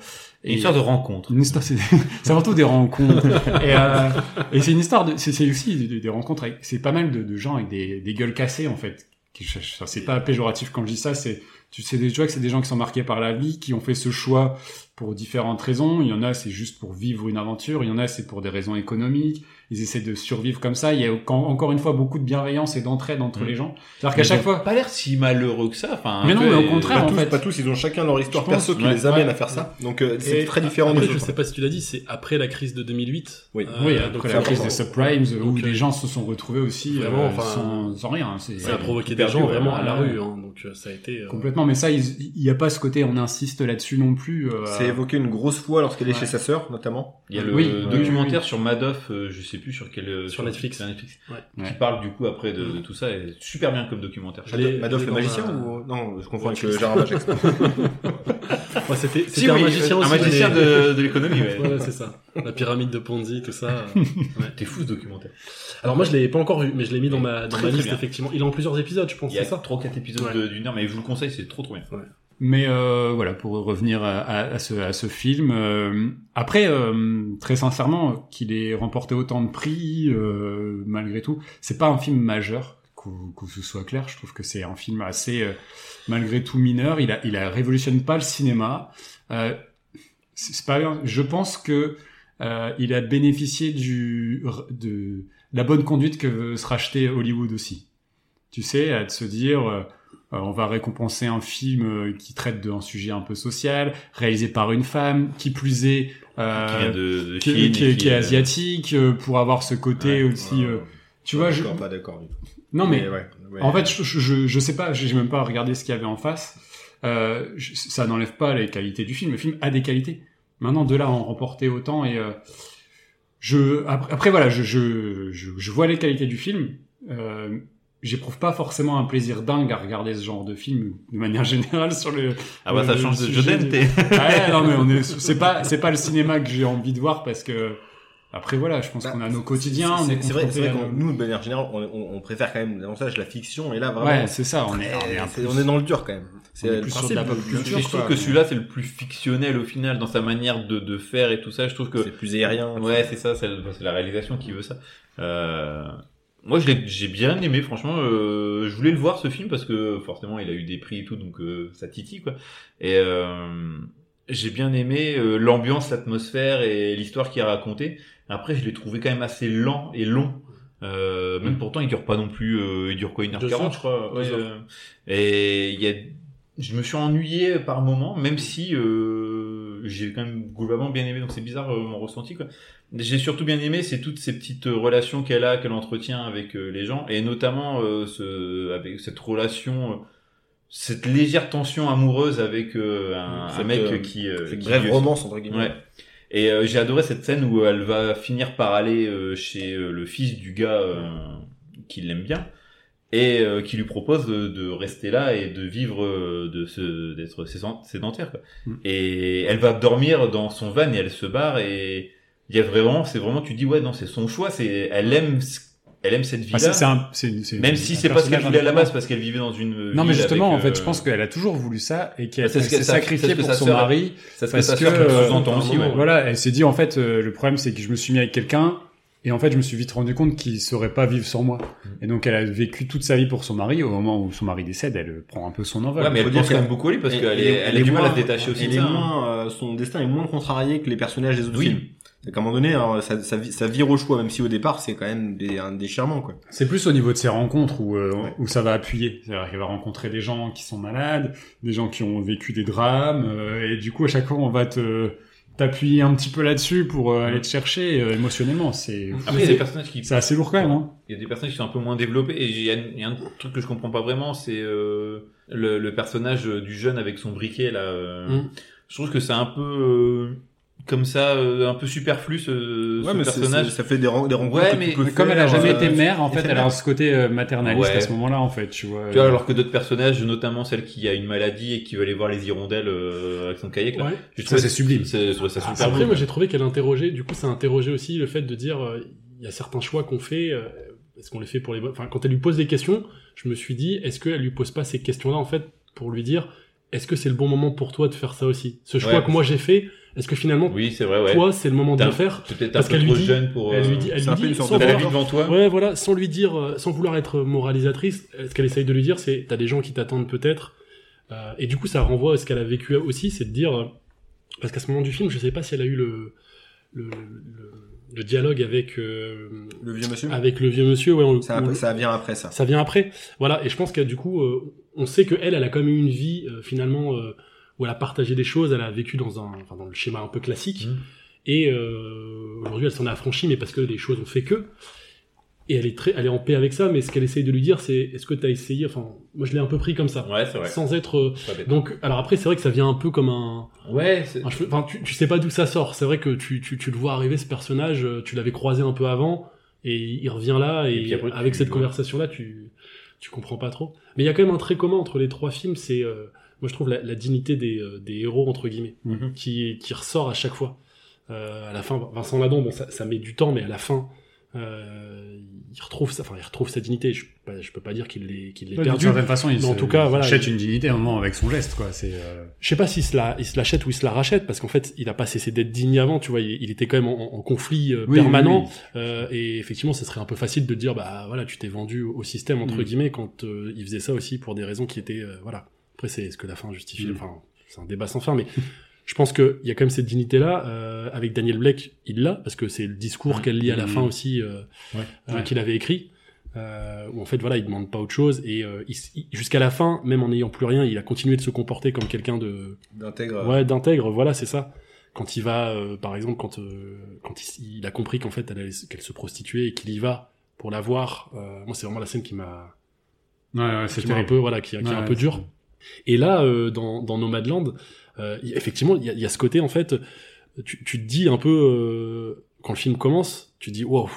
D: Et
B: et-
D: une sorte de rencontre.
B: une histoire, c'est c'est avant tout des rencontres. et euh, et c'est une histoire, de- c'est c'est aussi des, des rencontres. avec- C'est pas mal de, de gens avec des, des gueules cassées en fait. Qui- je- je- C'est pas péjoratif quand je dis ça. C'est tu sais des- tu vois que c'est des gens qui sont marqués par la vie, qui ont fait ce choix pour différentes raisons. Il y en a c'est juste pour vivre une aventure. Il y en a c'est pour des raisons économiques. Ils essaient de survivre comme ça. Il y a quand- encore une fois beaucoup de bienveillance et d'entraide entre
D: Mm.
B: les gens. C'est-à-dire qu'à
D: Ils
B: chaque
D: ont
B: fois,
D: Pas l'air si malheureux que ça. Enfin,
B: Mais
D: tu
B: non,
D: vois,
B: mais au
D: et-
B: contraire,
A: Pas
B: en
A: tous,
B: fait.
A: pas tous, ils ont chacun leur histoire
B: Je pense,
A: perso qui
B: ouais,
A: les amène
B: ouais.
A: à faire ça. Donc euh, c'est
C: Et
A: très différent des
C: après, je
A: autres.
C: sais pas si tu l'as dit, c'est après la crise de 2008.
A: Oui.
B: oui,
C: Euh, donc
B: après
A: c'est
B: la crise
A: important.
B: des subprimes, où
C: Donc, euh,
B: les gens se sont retrouvés aussi
C: vraiment,
B: euh,
C: enfin,
B: sans, sans rien. hein, C'est-
C: euh, Ça a provoqué des
A: Perdu,
C: gens
A: ouais,
C: vraiment
B: ouais,
C: à la
B: ouais.
C: rue, hein, donc euh, ça a été. euh,
B: Complètement, mais ça, ils- il n'y a pas ce côté, on insiste là-dessus non plus. euh,
A: C'est évoqué une grosse fois lorsqu'elle est
B: Ouais.
A: chez sa sœur, notamment.
D: Il y a le
B: Euh, Oui, oui,
D: documentaire
B: oui.
D: sur Madoff, euh, je sais plus sur quel euh,
C: Sur Netflix. Ouais.
D: qui
B: Ouais.
D: parle du coup après de, de tout ça. Et super bien comme documentaire.
C: Je l'ai-
A: Madoff
C: je
A: le
C: l'ai dans
A: magicien
C: un-
A: ou non Je confonds
C: Ouais,
A: avec
C: je
A: euh,
C: sais.
A: Gérard Majax.
C: Ouais, c'était
D: Si,
C: c'était un
D: oui,
C: magicien
D: euh,
C: aussi.
D: Un magicien
C: mais-
D: de, de l'économie. ouais.
C: Voilà, c'est ça. La pyramide de Ponzi, tout ça.
D: T'es fou ce documentaire.
C: Alors moi, je l'ai pas encore vu, mais je l'ai mis dans ma, dans
D: Très,
C: ma
D: très
C: liste,
D: bien.
C: effectivement. Il est en plusieurs épisodes, je pense,
D: Il y a
C: c'est ça
D: 3-4 épisodes
C: Ouais.
D: de- d'une heure, mais je vous le conseille, c'est trop trop bien.
B: Mais euh, voilà, pour revenir à, à- à ce, à ce film, euh, après, euh, très sincèrement, qu'il ait remporté autant de prix, euh, malgré tout, c'est pas un film majeur, que, que ce soit clair. Je trouve que c'est un film assez, euh, malgré tout, mineur. Il a, il a révolutionne pas le cinéma. Euh, c'est c'est pas bien. Je pense que euh, il a bénéficié du, de, de la bonne conduite que veut se racheter Hollywood aussi. Tu sais, à de se dire. euh, euh, on va récompenser un film euh, qui traite d'un sujet un peu social, réalisé par une femme, qui plus est, euh,
D: qui vient de, de
B: qui,
D: Chine.
B: qui-
D: et
B: qui est
D: euh,
B: asiatique, euh, pour avoir ce côté
A: Ouais,
B: aussi.
A: ouais,
B: euh,
A: ouais.
B: tu vois, je,
A: D'accord, pas d'accord. du tout.
B: non mais,
A: ouais, ouais.
B: en fait, je, je- je, je sais pas, j'ai j'ai même pas regardé ce qu'il y avait en face. Euh, je- ça n'enlève pas les qualités du film. Le film a des qualités. Maintenant, de là à en remporter autant et euh, je après, après, voilà, je, je, je, je vois les qualités du film. Euh, J'éprouve pas forcément un plaisir dingue à regarder ce genre de film de manière générale sur le.
D: Ah bah ça
B: euh, le
D: change de
B: sujet
D: Joden,
B: du-
D: t'es.
B: Ouais, non mais on est, c'est pas, c'est pas le cinéma que j'ai envie de voir parce que après voilà, je pense
A: Bah,
B: qu'on a nos
A: c'est-
B: quotidiens. on
A: c'est-
B: est
A: C'est vrai, c'est vrai
B: confrontés
A: que
B: à
A: nous, de manière générale, on, on- on préfère quand même davantage la fiction. Et là,
B: nos-
A: vraiment,
B: Ouais, c'est ça. On est, on est
A: c'est-
B: un
A: c'est-
B: peu-
A: on est dans le dur quand même.
B: on est
A: le
B: plus sur de
A: principe
B: la pop
A: du- du
B: culture,
A: dur,
D: Je trouve
A: quoi.
D: que celui-là c'est le plus fictionnel au final dans sa manière de, de faire et tout ça. Je trouve que
A: C'est plus aérien.
D: ouais c'est ça, c'est le- c'est la réalisation qui veut ça. Euh, Moi je l'ai- j'ai bien aimé franchement. euh, je voulais le voir ce film parce que forcément il a eu des prix et tout donc euh, ça titille quoi. Et euh, j'ai bien aimé euh, l'ambiance, l'atmosphère et l'histoire qu'il a racontée. Après, je l'ai trouvé quand même assez lent et long. Euh, même pourtant, il dure pas non plus. euh, il dure quoi, 1h40
C: Deux heures,
D: je crois.
C: deux
D: ouais,
C: heures.
D: euh, et il y a, je me suis ennuyé par moment, même si euh, j'ai quand même globalement bien aimé. Donc c'est bizarre euh, mon ressenti. Quoi. J'ai surtout bien aimé, c'est toutes ces petites euh, relations qu'elle a, qu'elle entretient avec euh, les gens, et notamment euh, ce, avec cette relation. euh, cette légère tension amoureuse avec euh, un,
A: Cette,
D: un mec
A: euh,
D: qui, euh,
A: C'est une
D: qui-
A: brève romance, entre guillemets.
D: Ouais. Et euh, j'ai adoré cette scène où elle va finir par aller euh, chez euh, le fils du gars euh, qui l'aime bien et euh, qui lui propose de, de rester là et de vivre euh, de ce d'être sédent- sédentaire quoi.
B: Mm.
D: Et elle va dormir dans son van et elle se barre et il y a vraiment c'est vraiment tu dis ouais non c'est son choix c'est elle aime ce- elle aime cette vie
B: Enfin, Ah,
D: là
B: Bah, c'est- c'est un- c'est une- c'est un
D: même si c'est pas ce qu'elle
B: personnage
D: voulait à la
B: indépendant.
D: base parce qu'elle vivait dans une
B: Non, mais
D: ville
B: justement,
D: avec,
B: en fait,
D: euh,
B: je pense qu'elle a toujours voulu ça et qu'elle
D: Bah, c'est ce
B: elle
D: que
B: s'est
D: sa- c'est
B: sacrifiée
D: ce que
B: pour
D: sa
B: son
D: sœur a-
B: mary
D: c'est ce que
B: parce
D: sa
B: que,
D: sœur te
B: euh,
D: sous-entend aussi ouais.
B: Voilà, elle s'est dit en fait euh, le problème c'est que je me suis mis avec quelqu'un et en fait je me suis vite rendu compte qu'il saurait pas vivre sans moi.
D: Mm.
B: Et donc elle a vécu toute sa vie pour son mari. Au moment où son mari décède, elle euh, prend un peu son envol.
D: Ouais, mais
A: Faut
D: elle
A: dire
D: pense quand
A: qu'elle-
D: même beaucoup à lui parce
A: Et-
D: qu'elle
A: et-
D: est, elle a
A: est
D: du mal à
A: moins-
D: se détacher aussi
A: elle
D: de
A: est
D: ça. hein.
A: moins, euh, son destin est moins contrarié que les personnages des autres
D: Oui.
A: films. C'est qu'à un moment donné, alors, ça, ça, vi- ça vire au choix, même si au départ, c'est quand même des, un déchirement, quoi.
B: C'est plus au niveau de ses rencontres où, euh, où ça va appuyer. C'est-à-dire qu'elle va rencontrer des gens qui sont malades, des gens qui ont vécu des drames, euh, et du coup à chaque fois on va te t'appuyer un petit peu là-dessus pour euh, aller te chercher euh, émotionnellement. C'est
D: Après, il y a des personnages qui,
B: c'est assez lourd quand même. Hein.
D: il y a des personnages qui sont un peu moins développés. Et il y, a- il y a un truc que je comprends pas vraiment, c'est euh, le, le personnage euh, du jeune avec son briquet là. euh,
C: Mm.
D: Je trouve que c'est un peu euh, comme ça, euh, un peu superflu ce, ce
A: mais c'est-
D: personnage.
A: c'est- ça fait des, ren- des rencontres
D: Ouais,
A: que
D: mais-
A: tu peux
D: mais
B: Comme elle a
A: faire,
B: jamais
A: euh,
B: été mère, en
D: et
B: fait,
D: sa
B: elle a
D: mère.
B: ce côté euh, maternaliste
D: Ouais.
B: à ce moment-là, en fait, tu vois.
D: Tu vois, alors que d'autres personnages, notamment celle qui a une maladie et qui veut aller voir les hirondelles euh, avec son kayak, là,
C: Ouais.
D: je
B: Ça,
D: trouvais-
B: c'est sublime.
D: c'est- Je trouvais ça super
C: Après,
D: beau.
C: Ah, moi, j'ai trouvé qu'elle interrogeait. Du coup, ça interrogeait aussi le fait de dire, euh, il y a certains choix qu'on fait. euh, est-ce qu'on les fait pour les bonnes Enfin, quand elle lui pose des questions, je me suis dit, est-ce qu'elle lui pose pas ces questions-là en fait pour lui dire, est-ce que c'est le bon moment pour toi de faire ça aussi Ce choix
D: Ouais,
C: que moi j'ai fait, est-ce que finalement
D: Oui, c'est vrai, ouais.
C: toi c'est le moment de
D: T'as-
C: le faire
D: T'es peut-être un
C: parce
D: peu
C: qu'elle lui
D: trop
C: dit-
D: jeune pour.
C: Elle
D: euh,
C: lui dit, elle
A: c'est
C: lui
A: un peu
C: dit,
A: une sorte
C: sans
A: de
D: T'as la
C: vouloir-
D: vie devant toi.
C: Ouais, voilà, sans lui dire, euh, sans vouloir être moralisatrice, euh, ce qu'elle essaye de lui dire, c'est t'as des gens qui t'attendent peut-être. Euh, et du coup, ça renvoie à ce qu'elle a vécu aussi, c'est de dire, euh, parce qu'à ce moment du film, je sais pas si elle a eu le le, le- le dialogue avec euh,
A: Le vieux monsieur.
C: avec le vieux monsieur. Ouais, on-
A: Ça,
C: on-
A: ça vient après ça.
C: ça vient après. Voilà, et je pense que du coup, euh, on sait que elle, elle a quand même eu une vie euh, finalement euh, où elle a partagé des choses, elle a vécu dans un, enfin, dans le schéma un peu classique.
D: Mhm.
C: Et euh, aujourd'hui, elle s'en est affranchie, mais parce que les choses ont fait que. Et elle est très, elle est en paix avec ça. Mais ce qu'elle essaye de lui dire, c'est est-ce que t'as essayé Enfin, moi, je l'ai un peu pris comme ça,
D: Ouais, c'est vrai.
C: sans être. euh,
D: Pas bête.
C: donc, alors après, c'est vrai que ça vient un peu comme un.
D: Ouais, c'est-
C: un cheveu- Enfin, tu, tu sais pas d'où ça sort. C'est vrai que tu, tu, tu le vois arriver ce personnage. euh, Tu l'avais croisé un peu avant, et il revient là.
D: Et
C: Et,
D: puis après, tu-
C: avec cette
D: ouais.
C: conversation-là, tu, tu comprends pas trop. Mais il y a quand même un trait commun entre les trois films. C'est, euh, moi, je trouve la, la dignité des, euh, des héros entre guillemets,
B: Mhm.
C: qui, qui ressort à chaque fois. Euh, à la fin, Vincent Ladon, bon, ça, ça met du temps, mais à la fin. euh, il retrouve sa, enfin, il retrouve sa dignité. Je, peux pas- je peux pas dire qu'il l'ait, qu'il l'ait
B: Ouais, D'une
C: perdue.
B: certaine façon, il
C: Mais en
B: se-
C: tout cas,
B: il
C: voilà,
B: achète
C: il-
B: une dignité à un moment avec son geste, quoi. C'est euh,
C: Je sais pas s'il se la, il se l'achète ou il se la rachète parce qu'en fait, il a pas cessé d'être digne avant. Tu vois, il, il était quand même en, en conflit euh,
B: oui,
C: permanent.
B: oui,
C: Euh, et effectivement, ce serait un peu facile de dire, bah voilà, tu t'es vendu au système entre
B: Mm.
C: guillemets quand euh, il faisait ça aussi pour des raisons qui étaient, euh, voilà. Après, c'est ce que la fin justifie.
B: Mm.
C: Enfin, c'est un débat sans fin, mais je pense qu'il y a quand même cette dignité là. avec Daniel Blake, il l'a parce que c'est le discours qu'elle lit à la
B: Mm.
C: fin aussi euh,
B: oui.
C: euh,
B: Ouais.
C: qu'il avait écrit. Euh, où en fait voilà il demande pas autre chose et euh, il s- il- jusqu'à la fin même en n'ayant plus rien il a continué de se comporter comme quelqu'un de
A: D'intègre. euh.
C: Ouais, d'intègre, voilà, c'est ça. Quand il va, euh, par exemple, quand, euh, quand il, s- il a compris qu'en fait, elle allait s- qu'elle se prostituait et qu'il y va pour la voir, euh, moi, c'est vraiment la scène qui m'a,
B: Ouais, ouais, c'est
C: qui m'a un
B: terrible.
C: peu, voilà, qui, qui est
B: Ouais,
C: un
B: ouais,
C: peu
B: c'est-
C: dure. Et là, euh, dans, dans Nomadland, euh, il- effectivement, il y, a- il y a ce côté, en fait, tu, tu te dis un peu, euh, quand le film commence, tu te dis, wow.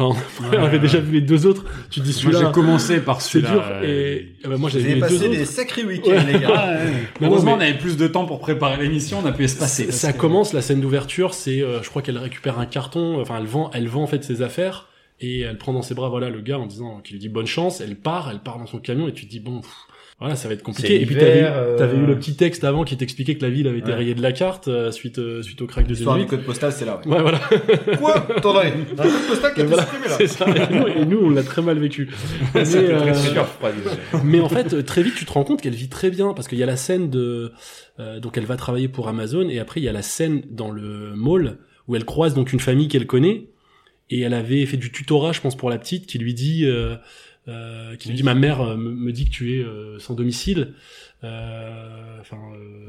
C: Enfin, on
B: Ouais,
C: avait
B: ouais.
C: déjà vu les deux autres, tu te dis
B: Moi, j'ai
C: celui-là,
B: commencé par
C: c'est dur.
B: celui-là. euh,
C: Et ah bah, moi,
A: Vous
C: j'avais vu
A: avez
C: les deux
A: passé
C: autres.
A: des sacrés week-ends,
C: Ouais.
A: les gars.
B: Heureusement,
C: Heureusement,
B: Ah, on avait plus de temps pour préparer l'émission, on a pu espacer.
C: Bah, Ça- Ça commence la scène d'ouverture, c'est euh, je crois qu'elle récupère un carton, enfin elle vend, elle vend en fait ses affaires et elle prend dans ses bras voilà le gars en disant qu'il lui dit bonne chance, elle part, elle part dans son camion et tu te dis bon pff, Voilà, ça va être
D: C'est
C: compliqué. Et puis t'avais,
D: l'hiver, euh,
C: t'avais eu le petit texte avant qui t'expliquait que la ville avait été
A: Ouais.
C: rayée de la carte euh, suite euh, suite au crack de
A: L'histoire du
C: 2008.
A: code postal, c'est là, ouais.
C: Ouais, voilà.
A: Quoi Attendez, le code postal qui a été
C: Voilà,
A: supprimé, là.
C: c'est ça. Et nous, et nous, on l'a très mal vécu. Mais, euh, mais en fait, euh, très vite, tu te rends compte qu'elle vit très bien parce qu'il y a la scène de euh, donc elle va travailler pour Amazon et après il y a la scène dans le mall où elle croise donc une famille qu'elle connaît et elle avait fait du tutorat, je pense, pour la petite qui lui dit euh, euh, qui lui dit ma mère euh, me, me dit que tu es euh, sans domicile. euh, Enfin,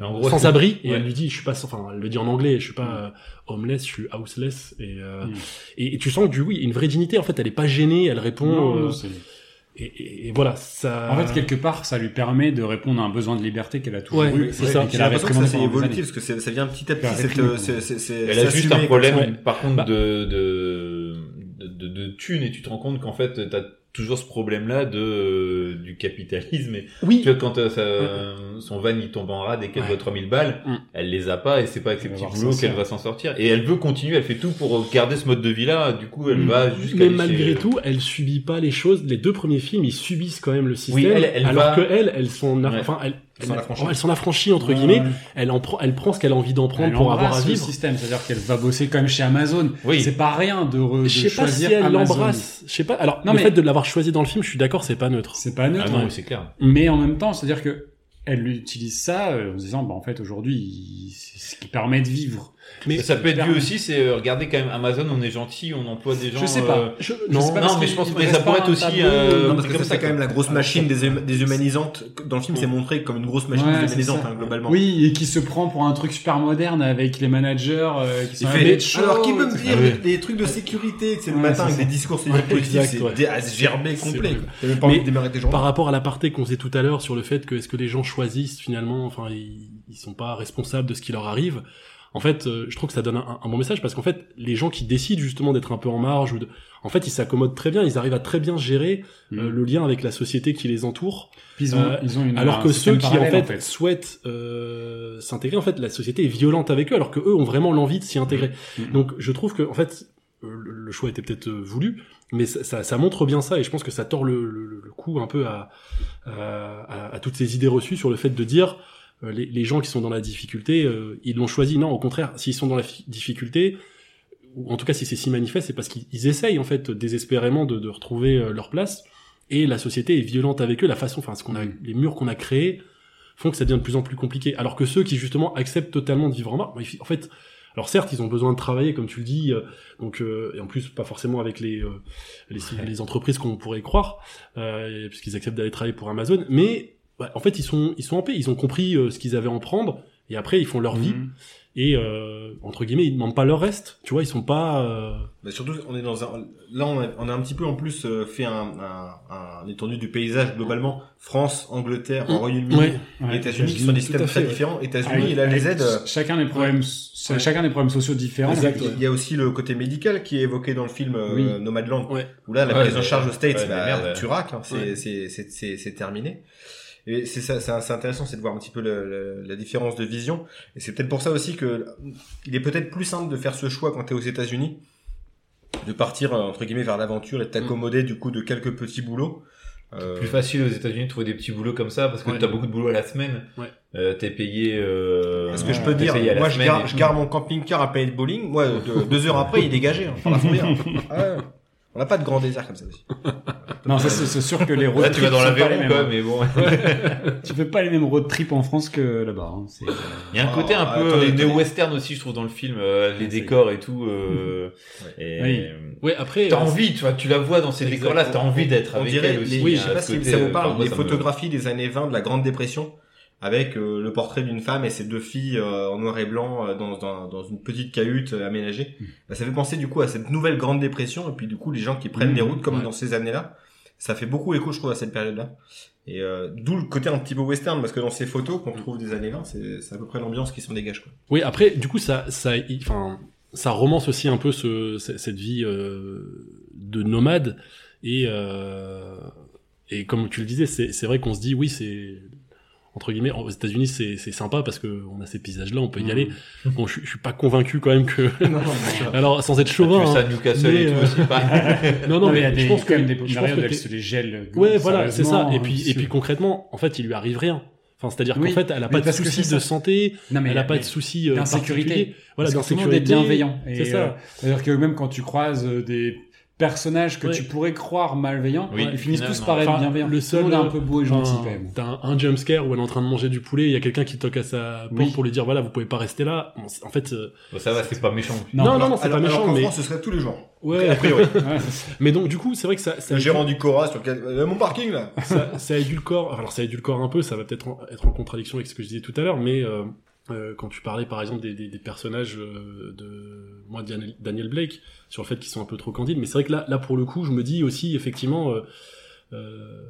C: euh,
D: En gros,
C: sans
D: c'est-
C: abri et
D: ouais.
C: elle lui dit je suis pas sans- enfin elle le dit en anglais je suis pas euh, homeless je suis houseless et, euh,
B: Mm.
C: et, et tu sens que du oui une vraie dignité en fait elle est pas gênée elle répond
B: Non,
C: euh,
B: non, c'est-
C: et, et- et voilà ça
B: En fait, quelque part, ça lui permet de répondre à un besoin de liberté qu'elle a toujours
C: Ouais,
B: eu.
C: oui, c'est ça.
B: et
A: J'ai
B: qu'elle a
A: l'impression que ça
B: réprimé
A: s'est
B: pendant des
A: évolutif
B: années.
A: parce que c'est- ça vient petit à
B: Elle a
A: petit. cette,
B: réprimé,
A: euh, c'est- c'est- c'est-
D: Elle a
A: c'est
D: juste
A: assumé,
D: un
A: quoi.
D: problème,
C: ouais.
D: par contre,
C: Bah.
D: de, de, de, de thunes, et tu te rends compte qu'en fait, t'as toujours ce problème-là de, euh, du capitalisme. Et,
C: oui
D: tu vois, quand euh, ça- son van, il tombe en rade et qu'elle
C: Ouais.
D: doit 3000 balles,
B: Mm.
D: elle les a pas, et c'est pas avec ses
B: Elle va
D: petits
B: voir
D: boulots
B: s'en
D: qu'elle
B: sortir.
D: va s'en sortir. Et elle veut continuer, elle fait tout pour garder ce mode de vie-là, du coup, elle
C: Mm.
D: va jusqu'à... euh,
C: mais
D: aller
C: malgré
D: chez-
C: tout elle subit pas les choses les deux premiers films ils subissent quand même le système
D: elle- elle
C: alors
D: va-
C: que elle elle s'en a-
D: Ouais.
C: enfin elle
A: Elle s'en affranchit.
C: elle s'en affranchit entre
B: Ouais,
C: guillemets
B: ouais.
C: elle en prend elle prend ce qu'elle a envie d'en prendre
B: Elle
C: pour avoir à
B: embrasse le
C: vivre
B: système, c'est-à-dire qu'elle va bosser quand même chez Amazon.
D: Oui.
B: C'est pas rien de, re, de
C: je sais pas si
B: choisir
C: elle
B: Amazon.
C: l'embrasse je sais pas alors
B: Non,
C: le
B: mais-
C: fait de l'avoir choisi dans le film je suis d'accord c'est pas neutre
B: C'est pas
D: Ah
B: neutre.
D: non, mais c'est clair.
B: Mais en même temps, c'est-à-dire que elle utilise ça euh, en se disant, bah, en fait, aujourd'hui, il- c'est ce qui permet de vivre.
C: Mais-
D: ça peut être
B: super.
D: vu aussi, c'est euh, regardez quand même Amazon, on est gentil, on emploie des gens.
B: je sais pas.
D: euh,
C: Je-
B: Je
C: non
B: sais pas
D: non,
B: parce
D: mais
B: qu'il-
D: je pense
B: il
D: que ça
B: reste
D: pourrait
B: pas
D: être
B: un
D: aussi,
B: tabou,
D: euh,
B: non,
A: Non, parce que
D: comme
A: ça,
D: ça,
A: c'est quand
D: quoi.
A: même la grosse
B: Ah,
A: machine
B: c'est-
A: des, déshumanisante. Dans le film, c'est montré comme une grosse machine
B: Ouais, c'est
A: déshumanisante,
B: ça.
A: hein, globalement.
B: Oui, et qui se prend pour un truc super moderne avec les managers euh, qui sont
A: Il
B: là,
A: fait,
B: mais chaud,
A: alors, qui peut me
B: etc.
A: dire
D: oui.
A: des trucs de sécurité, que c'est le
B: Ouais,
A: matin
B: c'est
A: avec
B: ça.
A: des discours sur
C: Ouais,
A: les politiques,
C: exact,
A: c'est
C: ouais.
A: dé- à se gerber
C: C'est
A: complet.
C: vrai.
A: T'as même pas envie
C: Mais
A: de démarrer tes journées.
C: par rapport à l'aparté qu'on faisait tout à l'heure sur le fait que est-ce que les gens choisissent finalement, enfin ils, ils sont pas responsables de ce qui leur arrive. En fait, euh, je trouve que ça donne un, un bon message parce qu'en fait, les gens qui décident justement d'être un peu en marge, ou de, en fait, ils s'accommodent très bien, ils arrivent à très bien gérer euh,
B: Mm.
C: le lien avec la société qui les entoure.
B: Puis Ils ont,
C: Euh,
B: ils ont une,
C: alors
B: un
C: que ceux
B: système
C: qui en
B: parallèle,
C: fait, souhaitent euh, s'intégrer, en fait, la société est violente avec eux, alors que eux ont vraiment l'envie de s'y intégrer.
B: Mm.
C: Donc, je trouve que en fait, euh, le le choix était peut-être euh, voulu, mais ça, ça, ça montre bien ça, et je pense que ça tord le, le, le coup un peu à, à, à- à toutes ces idées reçues sur le fait de dire euh, les, les gens qui sont dans la difficulté, euh, ils l'ont choisi. Non, au contraire, s'ils sont dans la fi- difficulté, ou en tout cas si c'est si manifeste, c'est parce qu'ils ils essayent en fait désespérément de, de retrouver euh, leur place. Et la société est violente avec eux. La façon, enfin, ce qu'on a,
B: Mm.
C: les murs qu'on a créés font que ça devient de plus en plus compliqué. Alors que ceux qui justement acceptent totalement de vivre en marge, bah, ils- en fait, alors certes, ils ont besoin de travailler, comme tu le dis, euh, donc euh, et en plus pas forcément avec les euh, les, les entreprises qu'on pourrait croire, euh, et- puisqu'ils acceptent d'aller travailler pour Amazon. Mais bah, en fait, ils sont ils sont en paix. Ils ont compris euh, ce qu'ils avaient à en prendre. Et après, ils font leur vie
B: Mm.
C: et euh, entre guillemets ils demandent pas leur reste tu vois ils sont pas euh,
A: Bah, surtout, on est dans un, là, on a, on a un petit peu en plus euh, fait un, un, un étendue du paysage globalement. France, Angleterre,
C: Mm.
A: Royaume-Uni,
C: Ouais.
B: Ouais,
A: États-Unis, qui sont des
C: tout
A: systèmes
C: à
A: très
C: fait, ouais.
A: différents.
B: Avec-
A: États-Unis, là, les
B: avec
A: aides, euh,
B: ch- Chacun des problèmes, so- euh, chacun des problèmes sociaux différents.
C: Exact, ouais.
A: Il y a aussi le côté médical qui est évoqué dans le film euh,
B: Oui.
A: Nomadland,
C: Ouais.
A: où là, la
D: Ouais,
A: prise en
D: mais-
A: charge aux States,
D: ouais, mais
A: bah,
D: merde, ouais.
A: tu racles, hein, c'est,
C: Ouais.
A: c'est, c'est, c'est, c'est terminé. Et c'est, ça, c'est, c'est intéressant, c'est de voir un petit peu le- le- la différence de vision. Et c'est peut-être pour ça aussi que il est peut-être plus simple de faire ce choix quand tu es aux États-Unis, de partir euh, entre guillemets vers l'aventure et de t'accommoder du coup de quelques petits boulots. Euh,
D: Mm. plus facile aux États-Unis de trouver des petits boulots comme ça parce que
C: Ouais.
D: t'as beaucoup de boulot à la semaine.
C: Ouais.
D: Euh, t'es payé. Euh,
A: Parce que je peux
D: t'es
A: dire,
D: payé à la
A: moi je
D: semaine
A: garde,
D: et
A: je
D: tout.
A: garde mon camping-car à payer de bowling, moi de- deux heures après il est dégagé, hein, par la fourrière. Ah ouais. On n'a pas de grand désert comme ça aussi.
B: Non, ça, c'est c'est sûr que les road
D: Là, tu vas
B: trips
D: dans
B: sont pas les
D: l'Aveyron,
B: mêmes,
D: quoi,
B: hein.
D: mais bon.
B: Tu fais pas les mêmes road trips en France que là-bas. hein. C'est-
D: Il y a un
A: Oh,
D: côté un peu
A: attendez,
D: euh,
A: attendez.
D: néo-western aussi, je trouve, dans le film. euh, les
C: c'est-
D: décors et tout. Euh, et-
B: Oui.
C: ouais après
D: T'as
C: euh,
D: envie, tu vois, tu la vois dans ces
A: Exact.
D: décors-là, t'as envie d'être
A: On
D: avec
A: dirait,
D: elle aussi.
A: les-
D: il y
A: je
D: a
A: sais pas
D: ce
A: si
D: côté,
A: ça vous
D: euh,
A: parle,
D: enfin, moi,
A: les
D: ça me-
A: photographies des années 20 de la Grande Dépression, avec euh, le portrait d'une femme et ses deux filles euh, en noir et blanc euh, dans, dans, dans une petite cahute euh, aménagée.
C: Hmm.
A: Bah, ça fait penser du coup à cette nouvelle Grande Dépression, et puis du coup les gens qui prennent
B: Mmh,
D: Hmm.
A: des routes comme
C: ouais.
A: dans ces années-là. Ça fait beaucoup écho, je trouve, à cette période-là. Et euh, d'où le côté un petit peu western, parce que dans ces photos
D: Hmm.
A: qu'on trouve des années 20, c'est c'est à peu près l'ambiance qui s'en dégage. Quoi.
C: oui après du coup ça ça il- enfin ça romance aussi un peu ce, ce- cette vie euh, de nomade et euh, et comme tu le disais c'est c'est vrai qu'on se dit oui c'est entre guillemets, aux États-Unis, c'est c'est sympa parce que on a ces paysages-là, on peut
B: Mm.
C: y aller. Bon, je, je suis pas convaincu quand même que.
A: Non,
C: Alors, sans être
D: Tu
C: chauvin.
B: Ah,
D: veux ça
C: hein.
D: à Newcastle
C: mais,
D: et tout
C: euh,
D: aussi, pas
C: Non, non,
B: Non, mais il y a
C: mais
B: des,
C: je pense
B: quand
C: que
B: même des
C: je pense
B: périodes
C: que
B: où elles
C: t'es-
B: se les gèlent.
C: Ouais, voilà, c'est ça.
B: sérieusement,
C: Et
B: hein,
C: puis,
B: c'est
C: et puis
B: sûr.
C: concrètement, en fait, il lui arrive rien. Enfin, c'est-à-dire
B: Oui.
C: qu'en fait, elle a
B: Mais
C: pas de
B: parce que
C: soucis
B: c'est
C: de
B: ça.
C: santé,
B: Non, mais
C: elle a pas
B: mais-
C: de soucis euh,
B: d'insécurité.
C: particuliers. Voilà,
B: Parce que tout le monde
C: d'insécurité.
B: est bienveillant. Et,
C: C'est ça.
B: euh, C'est-à-dire que même quand tu croises euh, des personnages que
C: Ouais.
B: tu pourrais croire malveillants,
D: Oui,
B: ils finissent
D: finalement,
B: tous par être
C: enfin,
B: bienveillants.
C: le seul,
B: tout le euh, monde est un peu beau et gentil
C: Enfin,
B: quand même.
C: T'as un, un jumpscare où elle est en train de manger du poulet, il y a quelqu'un qui toque à sa porte
B: Oui.
C: pour lui dire voilà, vous pouvez pas rester là. Bon, c'est- en fait, euh,
D: Bon, Ça va, c'est pas méchant.
C: non, non, non,
A: Alors-
C: c'est pas
A: alors
C: méchant,
A: qu'en
C: mais
A: France, ce serait tous les jours.
C: ouais.
A: A priori.
B: Ouais.
C: mais donc du coup, c'est vrai que ça, ça,
A: Le gérant du Cora sur lequel... Euh, mon parking, là
C: ça, ça édulcore. Alors ça édulcore un peu, ça va peut-être en- être en contradiction avec ce que je disais tout à l'heure, mais euh, euh, quand tu parlais par exemple des, des- des personnages euh, de moi Daniel, Daniel Blake sur le fait qu'ils sont un peu trop candides, mais c'est vrai que là, là pour le coup, je me dis aussi effectivement. euh, euh,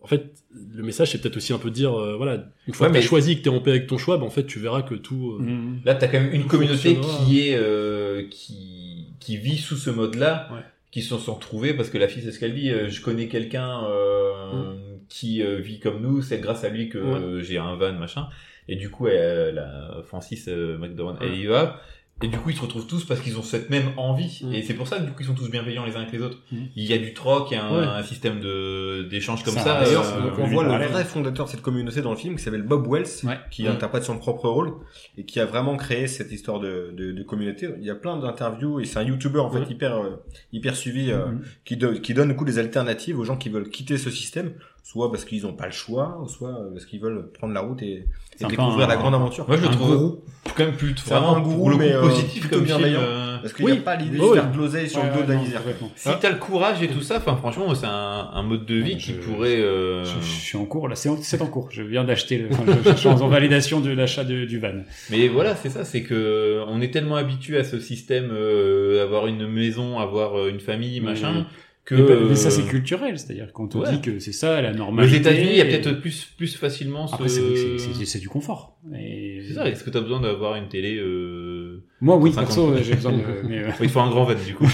C: en fait, le message, c'est peut-être aussi un peu de dire, euh, voilà, une fois
D: Ouais,
C: que t'as
D: mais-
C: choisi et que t'es en paix avec ton choix, bah, en fait, tu verras que tout,
D: Mm.
C: euh,
B: Mhm.
D: Là, t'as quand même une communauté
C: fonctionnera.
D: qui est euh, qui qui vit sous ce mode-là,
C: Ouais.
D: qui s'en sont retrouvés parce que la fille, c'est ce qu'elle dit. euh, je connais quelqu'un euh,
A: Mm.
D: qui euh, vit comme nous. C'est grâce à lui que
C: Ouais.
D: euh, j'ai un van machin. Et du coup, elle, la Francis euh, McDormand, elle y va. Et du coup, ils se retrouvent tous parce qu'ils ont cette même envie.
C: Mm.
D: Et c'est pour ça que du coup, ils sont tous bienveillants les uns avec les autres.
B: Mm.
D: Il y a du troc, il y a un,
C: Ouais.
D: un système de d'échange comme
B: Ça,
D: ça.
A: D'ailleurs,
B: euh,
A: donc on
B: lui
A: voit le
B: parallèle.
A: vrai fondateur de cette communauté dans le film qui s'appelle Bob Wells,
B: Ouais.
A: qui
D: Ouais.
A: interprète son propre rôle et qui a vraiment créé cette histoire de, de, de communauté. Il y a plein d'interviews et c'est un YouTuber en fait
C: Ouais.
A: hyper euh, hyper suivi euh,
B: Mhm.
A: qui, do- qui donne du coup des alternatives aux gens qui veulent quitter ce système, soit parce qu'ils n'ont pas le choix, ou soit euh, parce qu'ils veulent prendre la route et, et
B: C'est un peu
A: découvrir
B: un-
A: la grande aventure.
D: Moi, je le
A: Un
D: trouve
A: gourou.
D: quand même plus
A: C'est vraiment un gourou,
D: pour le coup,
A: mais, euh,
D: positif
A: plutôt
D: comme film,
A: bienveillant.
D: euh,
A: Parce qu'il n'y
C: Oui.
A: a pas l'idée
C: Oh,
A: de
C: oui.
A: faire de l'oseille sur
B: Ouais,
A: le dos
B: ouais,
A: de la
B: non,
A: misère.
B: complètement.
D: Si t'as le courage et tout ça, enfin franchement, c'est un, un mode de vie
B: Ah. Ouais,
D: qui
B: je-
D: pourrait. euh,
B: Je, je suis en cours, là, c'est en, c'est en cours. Je viens d'acheter, le- enfin, je, je suis en validation de l'achat de- du van.
D: Mais voilà, c'est ça, c'est que on est tellement habitué à ce système, euh, avoir une maison, avoir euh, une famille,
B: Oui,
D: machin,
B: oui.
D: que.
B: mais, pas- mais ça,
D: euh,
B: c'est culturel, c'est-à-dire qu'on te
D: ouais.
B: dit que c'est ça la
D: aux
B: normalité.
D: États-Unis, il y a
B: et-
D: peut-être plus plus facilement. Ce...
B: Après, c'est vrai que c'est- c'est- c'est du confort. Et-
D: C'est ça. Est-ce que t'as besoin d'avoir une télé euh...
B: Moi, oui,
D: 50.
B: perso, euh, j'ai besoin de. mais, euh,
D: oui, Il faut un grand van du coup.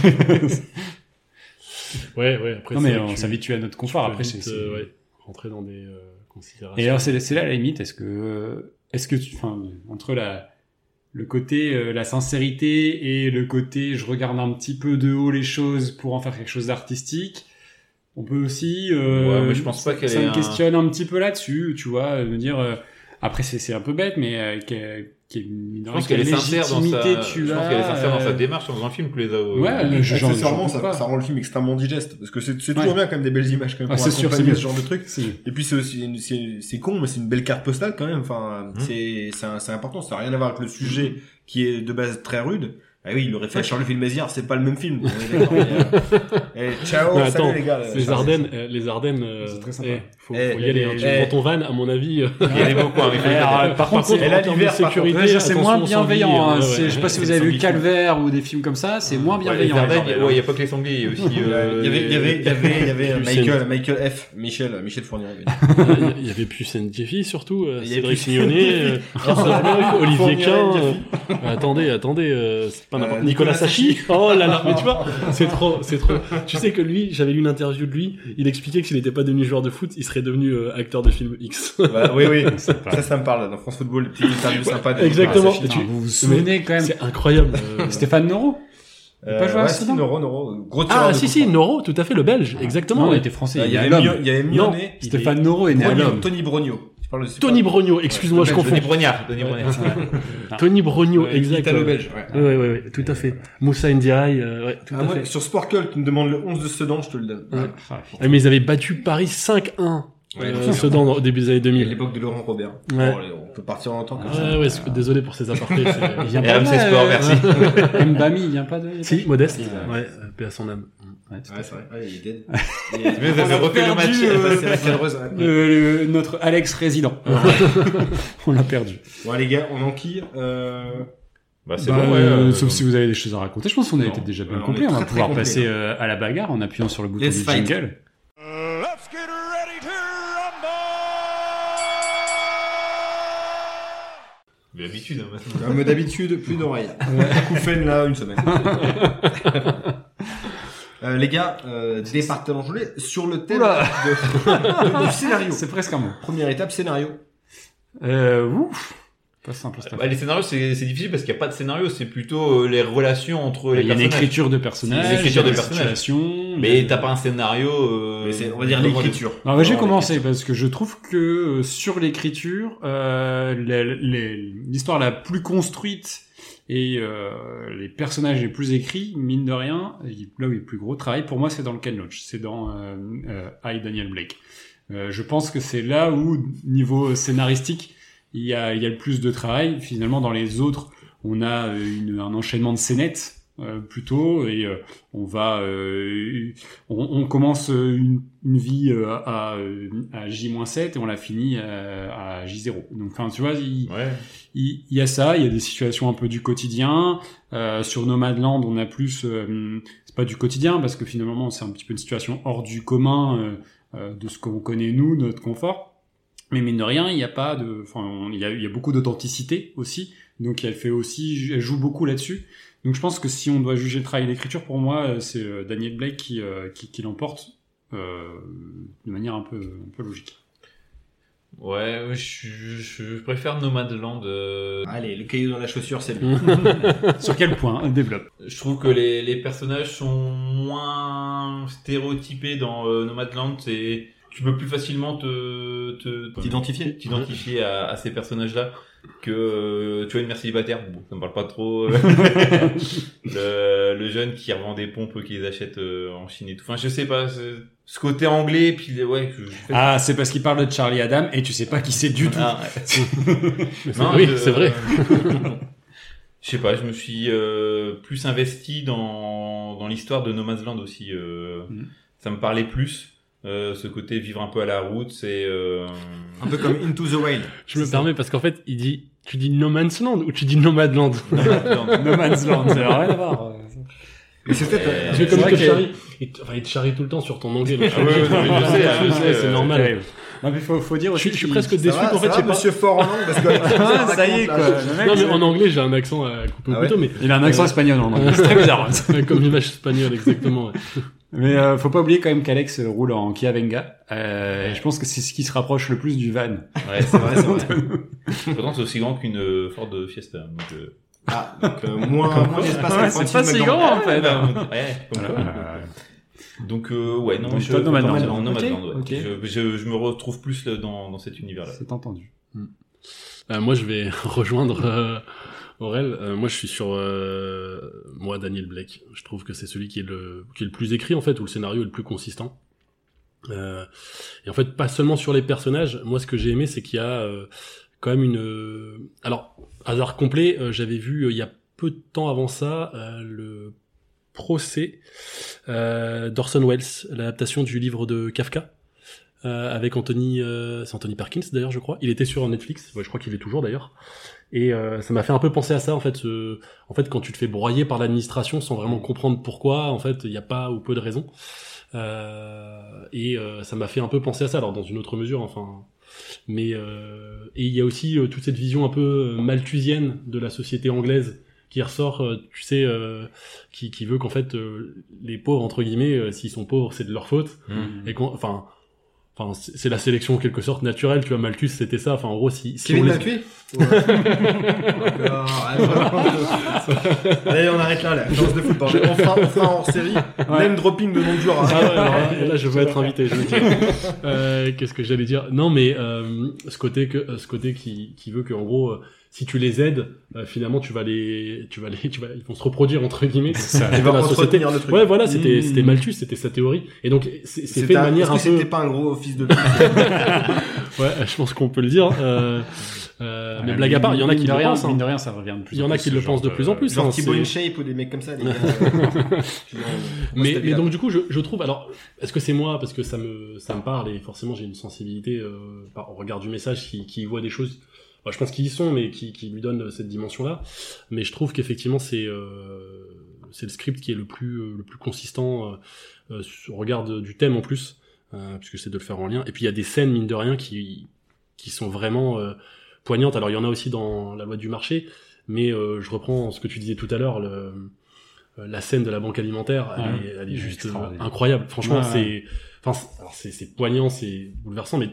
C: ouais, ouais, après,
B: non,
C: c'est
B: mais
C: vrai que
B: on
C: tu-
B: s'habitue à notre
C: tu
B: confort.
C: peux
B: Après,
C: vite,
B: c'est. c'est-
C: euh, ouais, rentrer dans des euh, considérations.
B: Et alors, c'est c'est là la limite. Est-ce que, est-ce que, tu, enfin, entre la le côté euh, la sincérité et le côté je regarde un petit peu de haut les choses pour en faire quelque chose d'artistique, on peut aussi. euh,
D: Ouais, mais je pense pas qu'elle
B: Ça
D: ait
B: me
D: un-
B: questionne un petit peu là-dessus, tu vois, euh, me dire. euh, après, c'est c'est un peu bête, mais euh, qu'elle qu'elle-
D: Je pense qu'elle est
B: quelle
D: sincère dans sa.
B: légitimité
D: Je
B: tu
D: pense
B: as,
D: qu'elle est sincère dans
B: euh,
D: sa euh, démarche en faisant le film que les a.
B: Ouais, le- je- j'en-
A: Accessoirement,
B: j'en doute
A: ça,
B: pas.
A: ça rend le film extrêmement digeste parce que c'est c'est
B: Ouais.
A: toujours bien quand même des belles images quand même
B: Ah,
A: pour
B: c'est sûr,
A: accompagner
B: c'est
A: ce genre de truc.
B: c'est-
A: Et puis c'est aussi une- c'est c'est con mais c'est une belle carte postale quand même. Enfin
D: Mhm.
A: c'est c'est un- c'est important. Ça n'a rien à voir avec le sujet qui est de base très rude. Ah oui, il aurait fait Charles film Mézières, c'est pas le même film. On est d'accord, mais, euh, eh, ciao,
C: Mais attends,
A: salut les gars.
C: Les
A: Charles.
C: Ardennes, euh, les Ardennes, euh,
B: C'est très sympa.
C: eh, faut,
A: Eh,
C: faut y aller. hein. Tu
A: eh.
C: prends ton van, à mon avis. euh,
D: Il y en a beaucoup. hein, mais faut-
B: Alors, par contre,
A: Et là,
C: en termes de
A: l'hiver, par
C: sécurité,
B: Ouais, ça, c'est
C: attention
B: moins
C: aux sangliers,
B: bienveillant.
D: euh,
B: hein.
C: ouais, ouais,
B: C'est- je sais pas
C: ouais,
B: si
D: les
B: vous avez vu
D: sangliers.
B: Calvaire ou des films comme ça, c'est moins
D: Ouais, les
B: bienveillant.
D: Ardennes,
B: les
D: il
B: gens,
D: ouais, il y a pas que les sangliers, il y a aussi. euh,
A: Il y avait, il y avait, il y avait, il y avait euh,
C: Hussein.
A: Michael, Michael F, Michel, euh, Michel Fournier.
C: Il y- Il y avait plus Ndiaye surtout, euh,
A: Il y avait
C: Cédric
A: plus
C: Signonnet, euh, Vincent Locke, Olivier Quin. euh, attendez, attendez, euh, c'est pas n'importe
A: Euh, Nicolas
C: Nicolas Sachi. Oh là là, mais tu vois, c'est trop, c'est trop. Tu sais que lui, j'avais lu une interview de lui, il expliquait que s'il n'était pas devenu joueur de foot, il serait devenu euh, acteur de film X.
A: Voilà, oui, oui.
B: c'est pas-
A: Ça, ça me parle. Dans France Football, les petites interviews sympas. de-
C: Exactement.
A: Ah, ça,
B: Putain, vous vous souvenez quand même
C: C'est incroyable. euh,
B: Stéphane Noro
A: je-
B: pas joué à
A: Euh, ouais,
B: Sedan
A: si, Noro, Noro, gros tireur
C: Ah
A: de
C: si
A: coup
C: si,
A: franc.
C: Noro, tout à fait, le Belge, exactement.
B: Non,
C: ouais.
B: il était français.
A: Euh, Il y
B: il est
A: avait
B: l'homme.
A: Mio- il y avait
C: Non,
A: Mionnet. il est-
B: Stéphane Noro est né à
A: Brogno,
B: l'homme.
A: Tony Brogno. Tu parles de-
C: Tony Brogno, excuse-moi,
A: Ouais,
C: je
A: le Belge,
C: confonds.
D: Denis Brognard. Denis Brognard.
C: Tony Brogno,
A: Ouais,
C: exact.
A: Italo-belge, ouais.
C: Ouais, ouais, ouais, tout à fait. Moussa Ndiaye, euh, ouais, tout
A: Ah,
C: à
A: moi,
C: fait.
A: sur Sportcult, tu me demandes le 11 de Sedan, je te le donne.
C: Ouais.
B: Ah,
C: Ah, mais ils avaient battu Paris 5-1
A: Ouais,
C: euh,
A: bien sûr.
C: Sedan au début des années
A: Et
C: 2000.
A: l'époque de Laurent Robert.
C: Ouais.
A: Bon, allez, on peut partir en temps comme
C: Ouais, ouais, c'est- désolé pour ces apartés. c'est-
B: Il vient
D: Et
B: pas de
D: RMC
B: là,
D: Sport,
B: euh,
D: merci.
B: Mbami, il vient pas de.
C: Si, modeste.
B: Ouais.
C: Ouais, euh, paix à son âme.
B: Ouais, tout
A: ça. Ouais,
B: à fait.
A: c'est vrai. Ouais, il est dead.
D: Mais vous avez
B: On a
D: refait le
B: perdu,
D: match.
B: euh,
A: Ouais, c'est la cadreuse. ouais.
B: Le- le- notre Alex résident. On l'a perdu.
A: Bon, les gars, on enquille. Euh...
D: Bah, c'est
B: Bah,
D: bon, ouais.
B: euh,
D: euh,
B: sauf si vous avez des choses à raconter. Je pense qu'on a
A: Non.
B: été déjà bien
A: Alors, on
B: complet.
A: est
B: On va
A: très, très
B: pouvoir
A: complet.
B: passer euh, à la bagarre en appuyant sur le bouton
A: Let's
B: du
A: fight.
B: jingle.
F: Let's get ready to rumble!
D: Mais d'habitude, hein, maintenant.
A: Comme d'habitude, plus d'oreilles. Couffaine, là, une semaine. Euh, les gars, euh, département joué sur le thème
B: Oula
A: de- de- du scénario.
B: C'est presque un mot.
A: Première étape, scénario.
B: Euh, ouf. Pas simple, cette
D: Bah,
B: affaire.
D: les scénarios, c'est c'est difficile parce qu'il n'y a pas de scénario, c'est plutôt euh, les relations entre les
B: Bah, Il y a une
D: personnages.
B: écriture de personnages,
D: Une écriture
B: il y a des
D: de personnages.
B: situations, il y a
D: Mais
B: des-
D: t'as pas un scénario. euh,
A: Mais c'est- on va dire
D: vraiment-
A: l'écriture.
B: Non, mais je vais
D: Alors,
B: commencer bah, parce que je trouve que euh, sur l'écriture, euh, les- les- l'histoire la plus construite et euh, les personnages les plus écrits, mine de rien, il- là où il y a le plus gros travail, pour moi, c'est dans le Ken Loach, c'est dans euh, euh, I, Daniel Blake. Euh, je pense que c'est là où, niveau scénaristique, il y a, il y a le plus de travail. Finalement, dans les autres, on a euh, une- un enchaînement de scénettes euh, plutôt, et euh, on va euh, on, on commence euh, une, une vie euh, à, euh, à J-7 et on la finit euh, à J0. Donc, enfin, tu vois, il,
D: Ouais.
B: il il y a ça, il y a des situations un peu du quotidien. Euh, sur Nomadland, on a plus, euh, c'est pas du quotidien parce que finalement c'est un petit peu une situation hors du commun euh, euh, de ce qu'on connaît nous, de notre confort. Mais mine de rien, il y a pas de, enfin, on- il y a, il y a beaucoup d'authenticité aussi. Donc elle fait aussi, elle joue beaucoup là-dessus. Donc je pense que si on doit juger le travail d'écriture, pour moi, euh, c'est euh, Daniel Blake qui, euh, qui, qui l'emporte euh, de manière un peu, un peu logique.
D: Ouais, je, je, je préfère Nomadland. euh,
A: Allez, le caillou dans la chaussure, c'est bien.
B: sur quel point Elle Développe.
D: Je trouve que les, les personnages sont moins stéréotypés dans euh, Nomadland. C'est tu peux plus facilement te te-
A: T'identifier.
D: t'identifier à, à ces personnages-là que euh, tu vois une mère célibataire. Bon, ça me parle pas trop. euh, le, le jeune qui revend des pompes, qui les achète euh, en Chine et tout. Enfin, je sais pas. c'est- Ce côté anglais, puis les- ouais. je- je fais-
B: Ah, c'est parce qu'il parle de Charlie Adam et tu sais pas qui c'est du tout.
D: Ah, ouais.
C: Mais c'est-
D: Non,
C: oui,
D: je-
C: c'est vrai.
D: Je sais pas, je me suis euh, plus investi dans, dans l'histoire de No Man's Land aussi. euh,
C: Mm.
B: Mhm.
D: Ça me parlait plus, euh, ce côté vivre un peu à la route, c'est... euh,
A: Un peu comme Into the Wild.
C: Je me permets parce qu'en fait, il dit, tu dis No Man's Land ou tu dis Nomadland
D: No Man's Land.
B: No Man's Land, ça n'a rien à voir.
A: Mais c'est peut-être.
D: Euh,
C: Je fais comme
B: vrai
C: il te
B: que-
C: charrie. Il te, enfin, il te charrie tout le temps sur ton anglais. donc je-
D: Ah ouais, ouais, non, mais je sais,
C: je
D: hein,
C: sais, c'est
D: euh,
C: normal.
B: Non, mais faut, faut dire
C: Je
B: aussi.
C: suis, je suis
B: qu'il-
C: presque
A: Ça
C: déçu
A: va,
C: qu'en fait,
A: ça
C: c'est
A: va,
C: pas...
A: monsieur fort en langue, parce que.
B: Ah, ça y est, quoi.
A: raconte, là,
B: Le mec,
C: Non, mais
B: c'est-
C: en anglais, j'ai un accent euh, à couper au
A: Ah
C: couteau, mais
B: Il a un accent
C: Euh,
B: espagnol en anglais. C'est très bizarre. ouais.
C: comme l'image espagnole, exactement. ouais.
B: Mais euh, faut pas oublier quand même qu'Alex euh, roule en Kia Venga. Euh, et je pense que c'est ce qui se rapproche le plus du van.
D: Ouais, c'est vrai, c'est vrai. Pourtant, c'est aussi grand qu'une euh, Ford Fiesta. donc, euh,
A: Ah, donc, euh, moins, moins
C: Ah,
A: d'espace que le Francis McDormand.
B: en fait.
D: ouais, comme quoi. Donc, euh, ouais, non,
B: Donc,
D: je...
B: toi, No Man's
D: non,
B: Land.
D: non, No Man's Land, ouais.
B: Ok, ok.
D: Je, je- je me retrouve plus là, dans, dans cet univers-là.
B: C'est entendu.
C: Euh, moi, je vais rejoindre euh, Aurel. Euh, moi, je suis sur euh, moi Daniel Blake. Je trouve que c'est celui qui est le qui est le plus écrit en fait, où le scénario est le plus consistant. Euh, et en fait, pas seulement sur les personnages. Moi, ce que j'ai aimé, c'est qu'il y a euh, quand même une. euh, alors, hasard complet. euh, J'avais vu euh, il y a peu de temps avant ça euh, le procès euh, d'Orson Welles, l'adaptation du livre de Kafka. euh, avec Anthony, euh, c'est Anthony Perkins d'ailleurs, je crois. Il était sur Netflix, Ouais, je crois qu'il est toujours d'ailleurs. Et euh, ça m'a fait un peu penser à ça en fait. ce- en fait, quand tu te fais broyer par l'administration sans vraiment comprendre pourquoi, en fait, il n'y a pas ou peu de raisons. Euh, et euh, ça m'a fait un peu penser à ça, alors dans une autre mesure, enfin. Mais euh, et il y a aussi euh, toute cette vision un peu euh, malthusienne de la société anglaise qui ressort, euh, tu sais, euh, qui, qui veut qu'en fait euh, les pauvres entre guillemets, euh, s'ils sont pauvres, c'est de leur faute et qu'on- enfin enfin c'est c'est la sélection en quelque sorte naturelle tu vois Malthus c'était ça enfin en gros si, si on
A: Kevin
C: les-
A: m'a tué Encore, attends. Allez, on arrête là, la chance de football. On fera, on fera hors série. Name dropping de nom hein. de joueur.
C: Ah ouais, alors là, là, je veux être invité je veux dire. Euh, qu'est-ce que j'allais dire non mais euh, ce côté que euh, ce côté qui qui veut que en gros euh, si tu les aides euh, finalement tu vas les tu vas les tu vas ils vont se reproduire entre guillemets
B: Ça.
A: Il va
C: la société.
A: entretenir le truc.
C: ouais voilà c'était
B: Mmh.
C: c'était Malthus c'était sa théorie et donc c'est c'est
A: C'était
C: fait de
A: un-
C: manière un
A: est-ce que
C: peu
A: c'était pas un gros fils de pute
C: ouais je pense qu'on peut le dire euh,
B: Ah,
C: euh, mais blague à part il y en a qui
B: Mine de
C: le
B: rien,
C: pensent hein.
B: mine de rien, ça revient de plus
C: Il y en a qui
B: ce
C: le
B: genre
C: pensent de plus en plus.
A: Genre
C: Non,
A: Thibaut
C: c'est-
A: InShape ou des mecs comme ça, les gars. euh, Je dis, on- on
C: mais,
A: se
C: mais
A: tape
C: donc du coup je, je trouve alors est-ce que c'est moi parce que ça me ça me parle et forcément j'ai une sensibilité euh, par- au regard du message qui, qui voit des choses enfin, je pense qu'ils y sont mais qui, qui lui donne cette dimension là mais je trouve qu'effectivement c'est euh, c'est le script qui est le plus euh, le plus consistant euh, euh, au regard de- du thème en plus euh, puisque c'est de le faire en lien et puis il y a des scènes mine de rien qui qui sont vraiment euh, poignantes alors il y en a aussi dans la loi du marché mais euh, je reprends ce que tu disais tout à l'heure le euh, la scène de la banque alimentaire, elle,
B: Ouais.
C: est, elle est
B: Ouais,
C: juste euh,
B: extraordinaire.
C: incroyable. Franchement,
B: Ouais,
C: c'est, enfin, c'est- alors, c'est, c'est poignant, c'est bouleversant, mais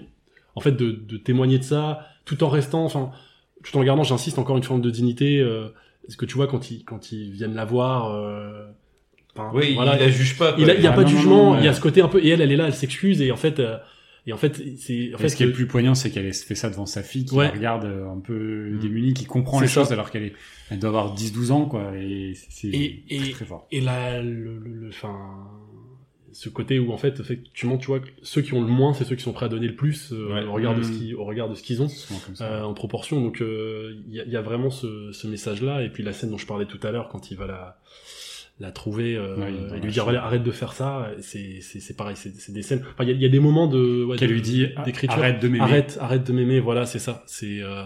C: en fait, de, de témoigner de ça, tout en restant, enfin, tout en gardant, j'insiste, encore une forme de dignité. Euh, ce que tu vois quand ils, quand ils viennent la voir. euh, enfin,
D: Oui,
C: voilà,
D: il la juge pas. quoi.
C: il n'y a
B: Ah,
C: pas de
B: non, non,
C: jugement,
B: non,
C: il y a
B: ouais.
C: ce côté un peu. Et elle, elle est là, elle s'excuse, et en fait, euh, et en fait, c'est. En
B: Et
C: fait,
B: ce qui est
C: le-
B: le plus poignant, c'est qu'elle ait fait ça devant sa fille, qui
C: Ouais.
B: la regarde euh, un peu
D: Mm.
B: démunie, qui comprend
C: C'est
B: les
C: ça.
B: choses alors qu'elle est, elle doit avoir 10-12 ans, quoi. Et c'est
C: Et-
B: c'est très,
C: et-
B: très fort.
C: Et là, le, le- le- enfin, ce côté où en fait, effectivement, tu vois, que ceux qui ont le moins, c'est ceux qui sont prêts à donner le plus euh,
D: Ouais.
C: au regard de ce
B: Mhm.
C: qui- au regard de ce qu'ils ont.
B: C'est souvent comme ça.
C: euh, en proportion, donc euh, il y, a- il y a vraiment ce, ce message-là. Et puis la scène dont je parlais tout à l'heure, quand il va la, la trouver euh,
B: Ouais, il est dans
C: et
B: la
C: lui dire
B: chambre.
C: voilà, arrête de faire ça, c'est c'est- c'est pareil, c'est c'est des scènes. Enfin, il y, a- il y a des moments de. ouais,
B: Qu'elle
C: de-
B: lui dit ah,
C: d'écriture.
B: arrête de m'aimer.
C: Arrête, arrête de m'aimer, voilà, c'est ça. C'est, euh,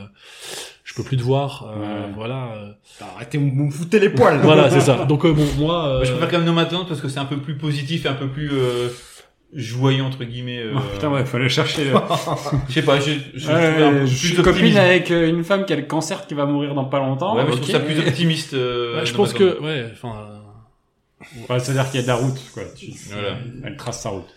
C: je peux plus te voir, euh,
B: Ouais.
C: voilà, euh,
A: Arrêtez, vous me foutez les poils.
C: voilà, c'est ça. Donc euh, bon, moi, euh,
D: Moi, Je préfère quand même nos maintenant parce que c'est un peu plus positif et un peu plus euh, joyeux entre guillemets. euh,
B: Oh, putain, ouais, faut aller chercher. euh.
D: Je sais pas, je, je,
B: Ouais,
D: trouve un peu
B: je
D: plus
B: suis
D: optimiste.
B: copine avec euh, une femme qui a le cancer qui va mourir dans pas longtemps.
D: Ouais, mais je
B: ok.
D: trouve ça plus optimiste. euh,
C: bah, je
D: nos
C: pense
D: maintenant.
C: que, ouais, enfin. euh,
B: Ouais, c'est-à-dire qu'il y a de la route, quoi. Tu-
D: Voilà.
B: Elle trace sa route.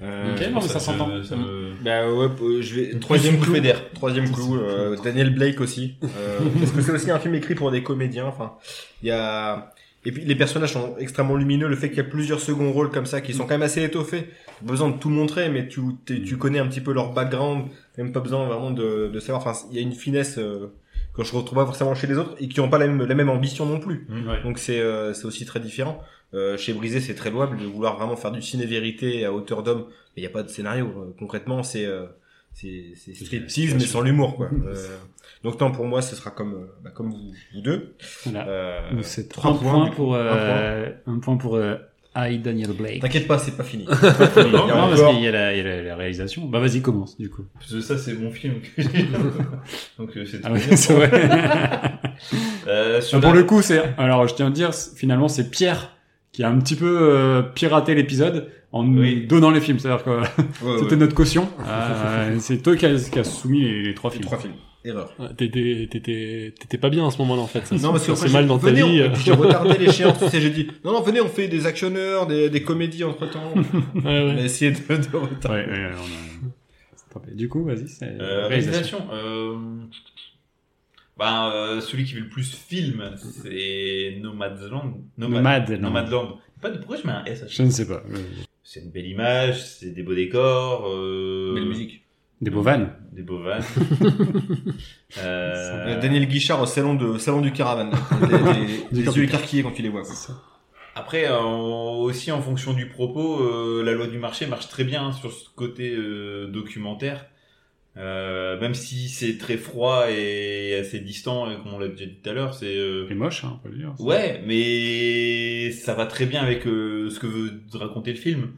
A: Euh,
B: Ok. Non, mais ça s'entend. Mm.
D: me- ça me-
A: Bah ouais, euh, je vais.
D: Troisième
A: Plus
D: clou.
A: d'air. Troisième clou. euh, Daniel Blake aussi. Euh, parce que c'est aussi un film écrit pour des comédiens. Enfin, il y a. Et puis les personnages sont extrêmement lumineux. Le fait qu'il y a plusieurs seconds rôles comme ça, qui sont quand même assez étoffés. Pas besoin de tout montrer, mais tu t'es- tu connais un petit peu leur background. Même pas besoin vraiment de, de savoir. Enfin, il y a une finesse euh, que je retrouve pas forcément chez les autres et qui ont pas la même, la même ambition non plus. Donc c'est euh, c'est aussi très différent. Euh, chez Brisé, c'est très louable de vouloir vraiment faire du ciné-vérité à hauteur d'homme, mais il n'y a pas de scénario. euh, Concrètement, c'est euh, c'est c'est striptease mais sans l'humour quoi. Euh, donc non, pour moi, ce sera comme euh, bah, comme vous, vous deux.
B: Voilà.
A: Euh,
B: Donc, c'est
A: trois
B: 3 points
A: du
B: pour,
A: coup. Un point.
B: euh, un point pour euh, I, Daniel Blake.
A: T'inquiète pas, c'est pas fini. C'est pas fini. Il y a
B: Non, parce
A: encore-
B: qu'il y a la, il y a la- la réalisation. Bah vas-y, commence du coup.
D: Parce que ça, c'est mon film. que j'ai. Donc euh, c'est
B: Ah
D: très
B: ouais,
D: bien.
B: c'est vrai.
D: Euh, sur
B: Bah, pour
D: la-
B: le coup, c'est. Alors, je tiens à dire, c'est- finalement, c'est Pierre qui a un petit peu euh, piraté l'épisode en nous
D: Oui.
B: donnant les films. C'est-à-dire que
A: Ouais, ouais,
B: c'était
A: ouais.
B: notre caution. Euh, c'est toi qui as, qui as soumis les, les trois films.
A: trois films. Erreur.
C: Ouais, T'étais, t'étais, t'étais pas bien à ce moment-là en fait. Ça,
A: Non, parce que
C: ça,
A: après,
C: c'est mal
A: j'ai-
C: dans ta
A: venez,
C: vie.
A: on- J'ai retardé l'échéance. tu sais, j'ai dit non, non, venez, on fait des actionneurs, des, des comédies entre temps.
C: Ouais, ouais.
A: On a essayé de, de retarder.
B: Ouais, ouais, ouais, on a- c'est tapé. Du coup, vas-y. c'est
D: Euh, réalisation. Euh... Ben, euh, celui qui veut le plus film, c'est Nomadland.
B: Nomade. non.
D: Nomadland. Pas de pourquoi je mets un S. à
B: Je
D: chaque
B: ne
D: fois
B: sais pas. Euh,
D: C'est une belle image, c'est des beaux décors, euh...
A: Belle musique.
B: Des beaux vannes.
D: des beaux vannes. Euh,
A: Euh, Daniel Guichard au salon, de, salon du caravane. Des- des-
B: Du
A: des
B: camping.
A: yeux écarquillés quand il les voit. quoi.
D: Après, euh, aussi en fonction du propos, euh, la loi du marché marche très bien hein, sur ce côté euh, documentaire. Euh, même si c'est très froid et assez distant, et comme on l'a déjà dit tout à l'heure, c'est euh,
B: Et moche, hein, on peut le dire.
D: ouais, mais ça va très bien avec euh, ce que veut raconter le film.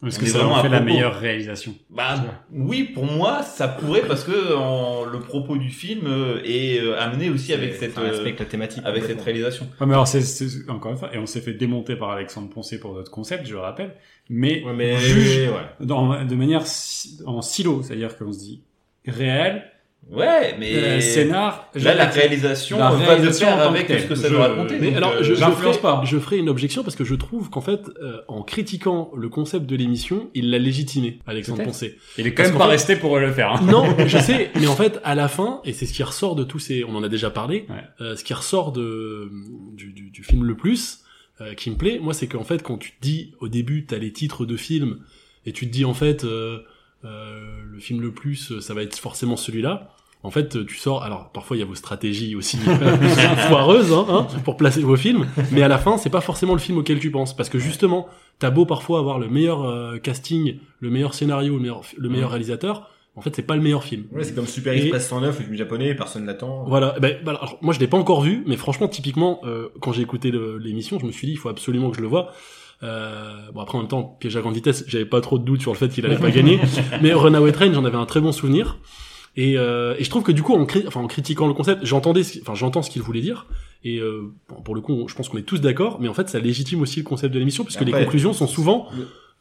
B: Parce
D: On
B: que
D: est
B: ça
D: vraiment
B: en
D: à
B: fait la
D: propos.
B: meilleure réalisation.
D: Bah oui, pour moi, ça pourrait parce que en- le propos du film euh, est euh, amené aussi avec
A: Ça
D: cette euh,
A: respecte la thématique.
D: avec cette
A: complètement.
D: réalisation.
B: Ouais, mais alors, c'est, c'est- encore une fois, et on s'est fait démonter par Alexandre Poncé pour notre concept, je le rappelle, mais,
A: Ouais, mais
B: juge
A: ouais.
B: dans- de manière si- en silo, c'est-à-dire qu'on se dit réel,
D: Ouais, mais
B: euh, scénar,
D: là, la
B: j'arrête.
D: réalisation
B: La
D: euh, va de
B: réalisation en
D: faire
B: tant
D: avec
B: que telle.
D: ce que ça
B: Je-
D: veut raconter.
C: Mais
D: donc,
C: alors,
D: euh,
C: je, je
B: j'influence
C: ferai,
B: pas.
C: je ferai une objection parce que je trouve qu'en fait, euh, en critiquant le concept de l'émission, il l'a légitimé, Alexandre
B: Peut-être.
C: Poncé.
B: Il est quand
C: Parce
B: même
C: qu'en
B: pas
C: fait-
B: resté pour le faire. hein.
C: Non, je sais, mais en fait, à la fin, et c'est ce qui ressort de tous ces, on en a déjà parlé,
B: Ouais.
C: euh, ce qui ressort de du, du- du film le plus, euh, qui me plaît, moi, c'est qu'en fait, quand tu te dis au début, t'as les titres de films, et tu te dis en fait, euh, euh, le film le plus, euh, ça va être forcément celui-là. En fait, tu sors. Alors, parfois, il y a vos stratégies aussi foireuses hein, hein, pour placer vos films, mais à la fin, c'est pas forcément le film auquel tu penses, parce que justement, t'as beau parfois avoir le meilleur euh, casting, le meilleur scénario, le meilleur, le meilleur réalisateur, en fait, c'est pas le meilleur film.
A: Ouais, c'est comme Super
C: Et-
A: Express 109, le film japonais, personne l'attend.
C: Voilà. Eh Ben, ben, alors, moi, je l'ai pas encore vu, mais franchement, typiquement, euh, quand j'ai écouté le- l'émission, je me suis dit, il faut absolument que je le voie. Euh, bon, après, en même temps, piège à grande vitesse, j'avais pas trop de doutes sur le fait qu'il allait pas gagner. Mais Runaway Train, j'en avais un très bon souvenir. Et, euh, et je trouve que du coup, en, cri- enfin, en critiquant le concept, j'entendais, ce- enfin, j'entends ce qu'il voulait dire. Et euh, bon, pour le coup, on- je pense qu'on est tous d'accord. Mais en fait, ça légitime aussi le concept de l'émission, puisque
A: Et après-
C: les conclusions sont souvent.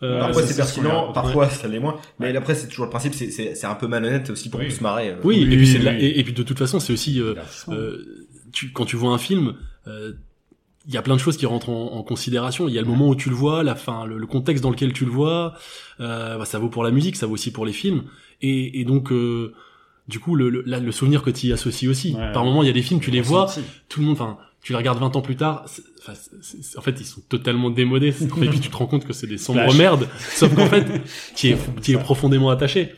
C: euh,
A: Parfois
B: ça,
A: c'est
B: c'est ce qu'on
A: pertinent,
B: leur-
A: parfois ça l'est moins. Mais après c'est toujours le principe, c'est- c'est c'est un peu malhonnête aussi pour
D: Oui.
A: se marrer. euh.
C: oui,
B: Oui,
C: et, puis
B: oui,
C: c'est de la-
B: oui.
C: et- et puis de toute façon, c'est aussi euh,
B: Divertissement.
C: Euh, tu, quand tu vois un film, euh, il y a plein de choses qui rentrent en, en considération. Il y a le moment où tu le vois, la fin, le, le contexte dans lequel tu le vois. Euh, bah, ça vaut pour la musique, ça vaut aussi pour les films. Et, et donc, euh, Du coup, le, le, là, le souvenir que tu y associes aussi.
B: Ouais.
C: Par moment, il y a des films, tu les vois,
B: Ressenti.
C: tout le monde, enfin, tu les regardes 20 ans plus tard, c'est- enfin, c'est- c'est- en fait, ils sont totalement démodés. C'est- Et puis, tu te rends compte que c'est des sombres
B: Flash.
C: merdes. Sauf qu'en fait, tu y es, tu y es profondément attaché.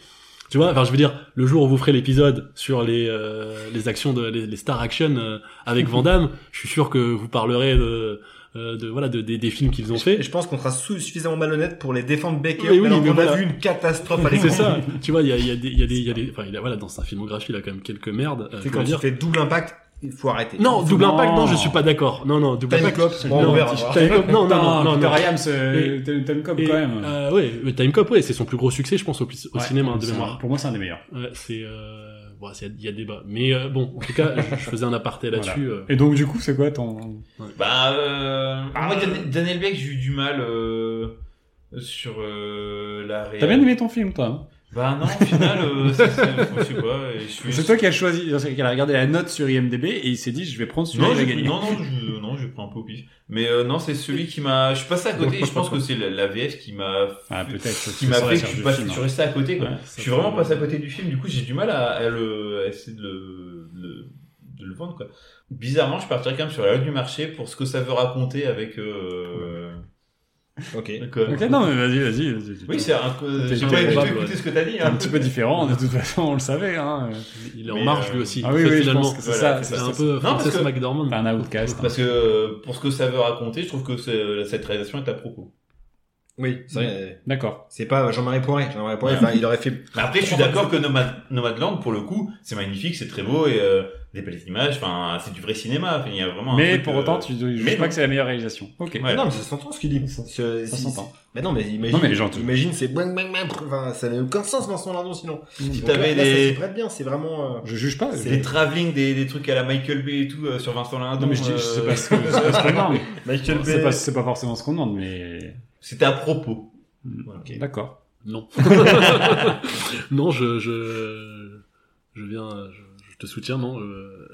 C: Tu vois, enfin, je veux dire, le jour où vous ferez l'épisode sur les, euh, les actions de, les, les star action euh, avec Van Damme, je suis sûr que vous parlerez de, euh, de voilà, de, des- des films qu'ils ont
A: Et
C: fait.
A: je pense qu'on sera sou- suffisamment malhonnête pour les défendre bec et
C: Mais oui,
A: ongles, alors
C: mais
A: qu'on
C: voilà.
A: a vu une catastrophe à
C: C'est
A: l'écran.
C: ça. Tu vois, il y a, il y a des, il y a des, il y a des, enfin, il y a- voilà, dans sa filmographie, il a quand même quelques merdes. euh,
A: C'est
C: je
A: quand
C: veux
A: tu
C: dire.
A: fais double impact, il faut arrêter.
C: Non, double
B: Non.
C: impact, non, je suis pas d'accord. Non, non, double
A: Time
C: impact.
A: Cop, bon, on
C: non,
A: verra.
C: Time Cop, non, non, non, non,
B: Putain,
C: non.
B: Peter Hyams,
C: Et-
B: euh, Tom Tom Cobb,
C: Et,
B: quand même.
C: Euh, ouais, le Time Cop, ouais, c'est son plus gros succès, je pense, au, au
B: Ouais,
C: cinéma, hein, de
B: c'est un-
C: mémoire.
B: Pour moi, c'est un des meilleurs.
C: Ouais, c'est, euh, bon, c'est- il y a débat. Mais euh, bon, en tout cas, je, je faisais un aparté là-dessus. euh.
B: Et donc, du coup, c'est quoi ton.
D: Bah, euh,
B: Ah.
D: moi, Dan- Daniel Beck, j'ai eu du mal euh, sur euh, la réelle.
B: T'as bien aimé ton film, toi hein
D: Bah non, au final, euh, c'est- c'est- je sais pas. et je suis-
B: C'est toi qui as choisi, qui a regardé la note sur IMDb et il s'est dit, je vais prendre celui-là,
D: Non,
B: il va
D: j'ai-
B: gagner.
D: non, non, je, non, je prends un peu au pif. Mais euh, non, c'est celui qui m'a. Je suis passé à côté. et je pense que c'est la, la VF qui m'a.
B: Ah, peut-être.
D: qui m'a
B: c'est la
D: fait que je
B: recherche
D: suis,
B: du
D: pas,
B: film,
D: je suis
B: hein.
D: resté à côté. Quoi.
B: Ouais,
D: je
B: ça
D: suis
B: fait-
D: vraiment passé à côté du film. Du coup, j'ai du mal à, à le, à essayer de le, de- de le vendre. Quoi. Bizarrement, je partirais quand même sur la loi du marché pour ce que ça veut raconter avec. Euh,
A: Ok.
D: d'accord.
B: Ok, non, mais vas-y, vas-y. vas-y.
D: Oui, c'est un euh, peu.
B: C'est
D: J'ai pas
B: terrible,
D: j'ai pas
C: ouais.
D: écouté ce que t'as dit.
B: un
D: hein.
B: petit peu différent, de toute façon, on le savait. Hein.
C: Il est en
D: Mais,
C: marge
D: euh,
C: lui aussi.
B: Ah oui,
C: En fait,
B: oui, je
C: finalement,
B: pense que c'est ça.
D: voilà, c'est
C: c'est
D: ça.
C: un peu
D: Non, parce
C: Frances
D: que-
C: McDormand.
B: Enfin, un outcast. hein.
D: Parce que euh, pour ce que ça veut raconter, je trouve que c'est- cette réalisation est à propos.
A: Oui, c'est vrai.
B: D'accord.
A: C'est pas euh, Jean-Marie Poiret. Jean-Marie Poiret, enfin, il aurait fait.
D: Mais après, je suis d'accord que Nomad, Nomadland, pour le coup, c'est magnifique, c'est très beau et euh, des belles images. Enfin, c'est du vrai cinéma. Enfin, Il y a vraiment. un
B: Mais
D: truc,
B: pour
D: euh,
B: autant, tu ne
D: mais
B: juges pas
D: non.
B: que c'est la meilleure réalisation. Ok. Bah,
D: Ouais.
A: Non, mais ça s'entend ce qu'il dit. C'est-
B: Ça
A: si-
B: s'entend.
A: Mais non, mais imagine.
B: Non, mais les gens te-
A: Imagine, c'est bang bang bang. Enfin, ça n'a aucun sens dans son landon sinon.
D: Si
A: Mmh, Donc
D: t'avais
A: là, là,
D: des-
A: Ça se prête bien, c'est vraiment. euh,
B: Je juge pas.
D: C'est
B: Je...
D: des travelling, des, des trucs à la Michael Bay et tout euh, sur Vincent Lindon.
B: Non, mais je, dis- je
D: euh,
B: sais pas ce que je sais pas ce qu'on demande.
A: Michael
B: C'est
A: Bay.
B: pas, c'est pas forcément ce qu'on demande, mais.
D: C'était à propos.
B: Voilà.
A: Ok.
B: D'accord.
C: Non. non, je, je, je viens, je, je te soutiens, non. euh,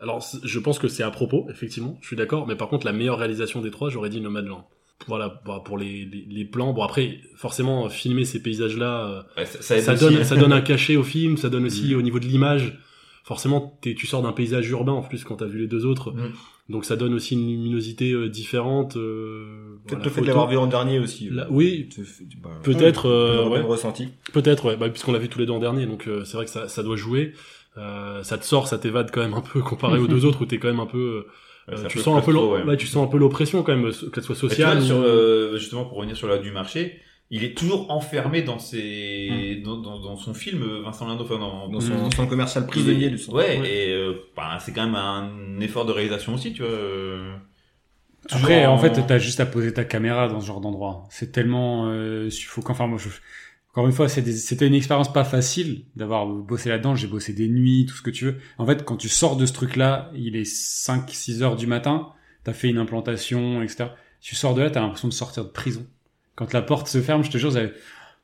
C: alors, c- je pense que c'est à propos, effectivement, je suis d'accord, mais par contre, la meilleure réalisation des trois, j'aurais dit Nomadland. Voilà, bah, pour les, les, les plans. Bon, après, forcément, filmer ces paysages-là, euh,
D: Ouais, ça, ça aide
C: ça
D: aussi. hein. Mm.
C: donne, ça donne un cachet au film, ça donne aussi au niveau de l'image. Forcément, t'es- tu sors d'un paysage urbain en plus quand t'as vu les deux autres,
D: Mm.
C: donc ça donne aussi une luminosité euh, différente. euh,
A: Peut-être le
C: voilà,
A: fait de
C: photo.
A: l'avoir vu en dernier aussi. euh.
C: Là, oui,
A: Tu fais- bah,
C: Peut-être, euh,
A: on aurait
C: ouais.
A: même ressenti.
C: Peut-être, ouais, bah, puisqu'on l'a vu tous les deux en dernier, donc euh, c'est vrai que ça, ça doit jouer. Euh, ça te sort, ça t'évade quand même un peu comparé aux deux autres où t'es quand même un peu, euh,
D: Ouais, ça
C: tu
D: peut
C: sens un
D: faire
C: peu,
D: trop,
C: l'o-
D: ouais.
C: ouais, tu sens un peu l'oppression quand même, euh, qu'elle soit
D: Mais tu vois,
C: sociale. ou-
D: sur, euh, justement, pour revenir sur la du marché, il est toujours enfermé dans ses, dans, dans, dans son film, euh, Vincent Lindon. Enfin, dans,
A: Dans son,
C: Mm.
A: son commercial prisonnier
D: du
A: du son.
D: Ouais, et euh, bah, c'est quand même un effort de réalisation aussi, tu vois. euh, toujours
B: Après, en
D: euh,
B: fait, t'as juste à poser ta caméra dans ce genre d'endroit. C'est tellement euh, suffocant. Enfin, moi, je- encore une fois, c'est des- c'était une expérience pas facile d'avoir bossé là-dedans. J'ai bossé des nuits, tout ce que tu veux. En fait, quand tu sors de ce truc-là, il est 5-6 heures du matin, t'as fait une implantation, etc. Tu sors de là, t'as l'impression de sortir de prison. Quand la porte se ferme, je te jure, j'avais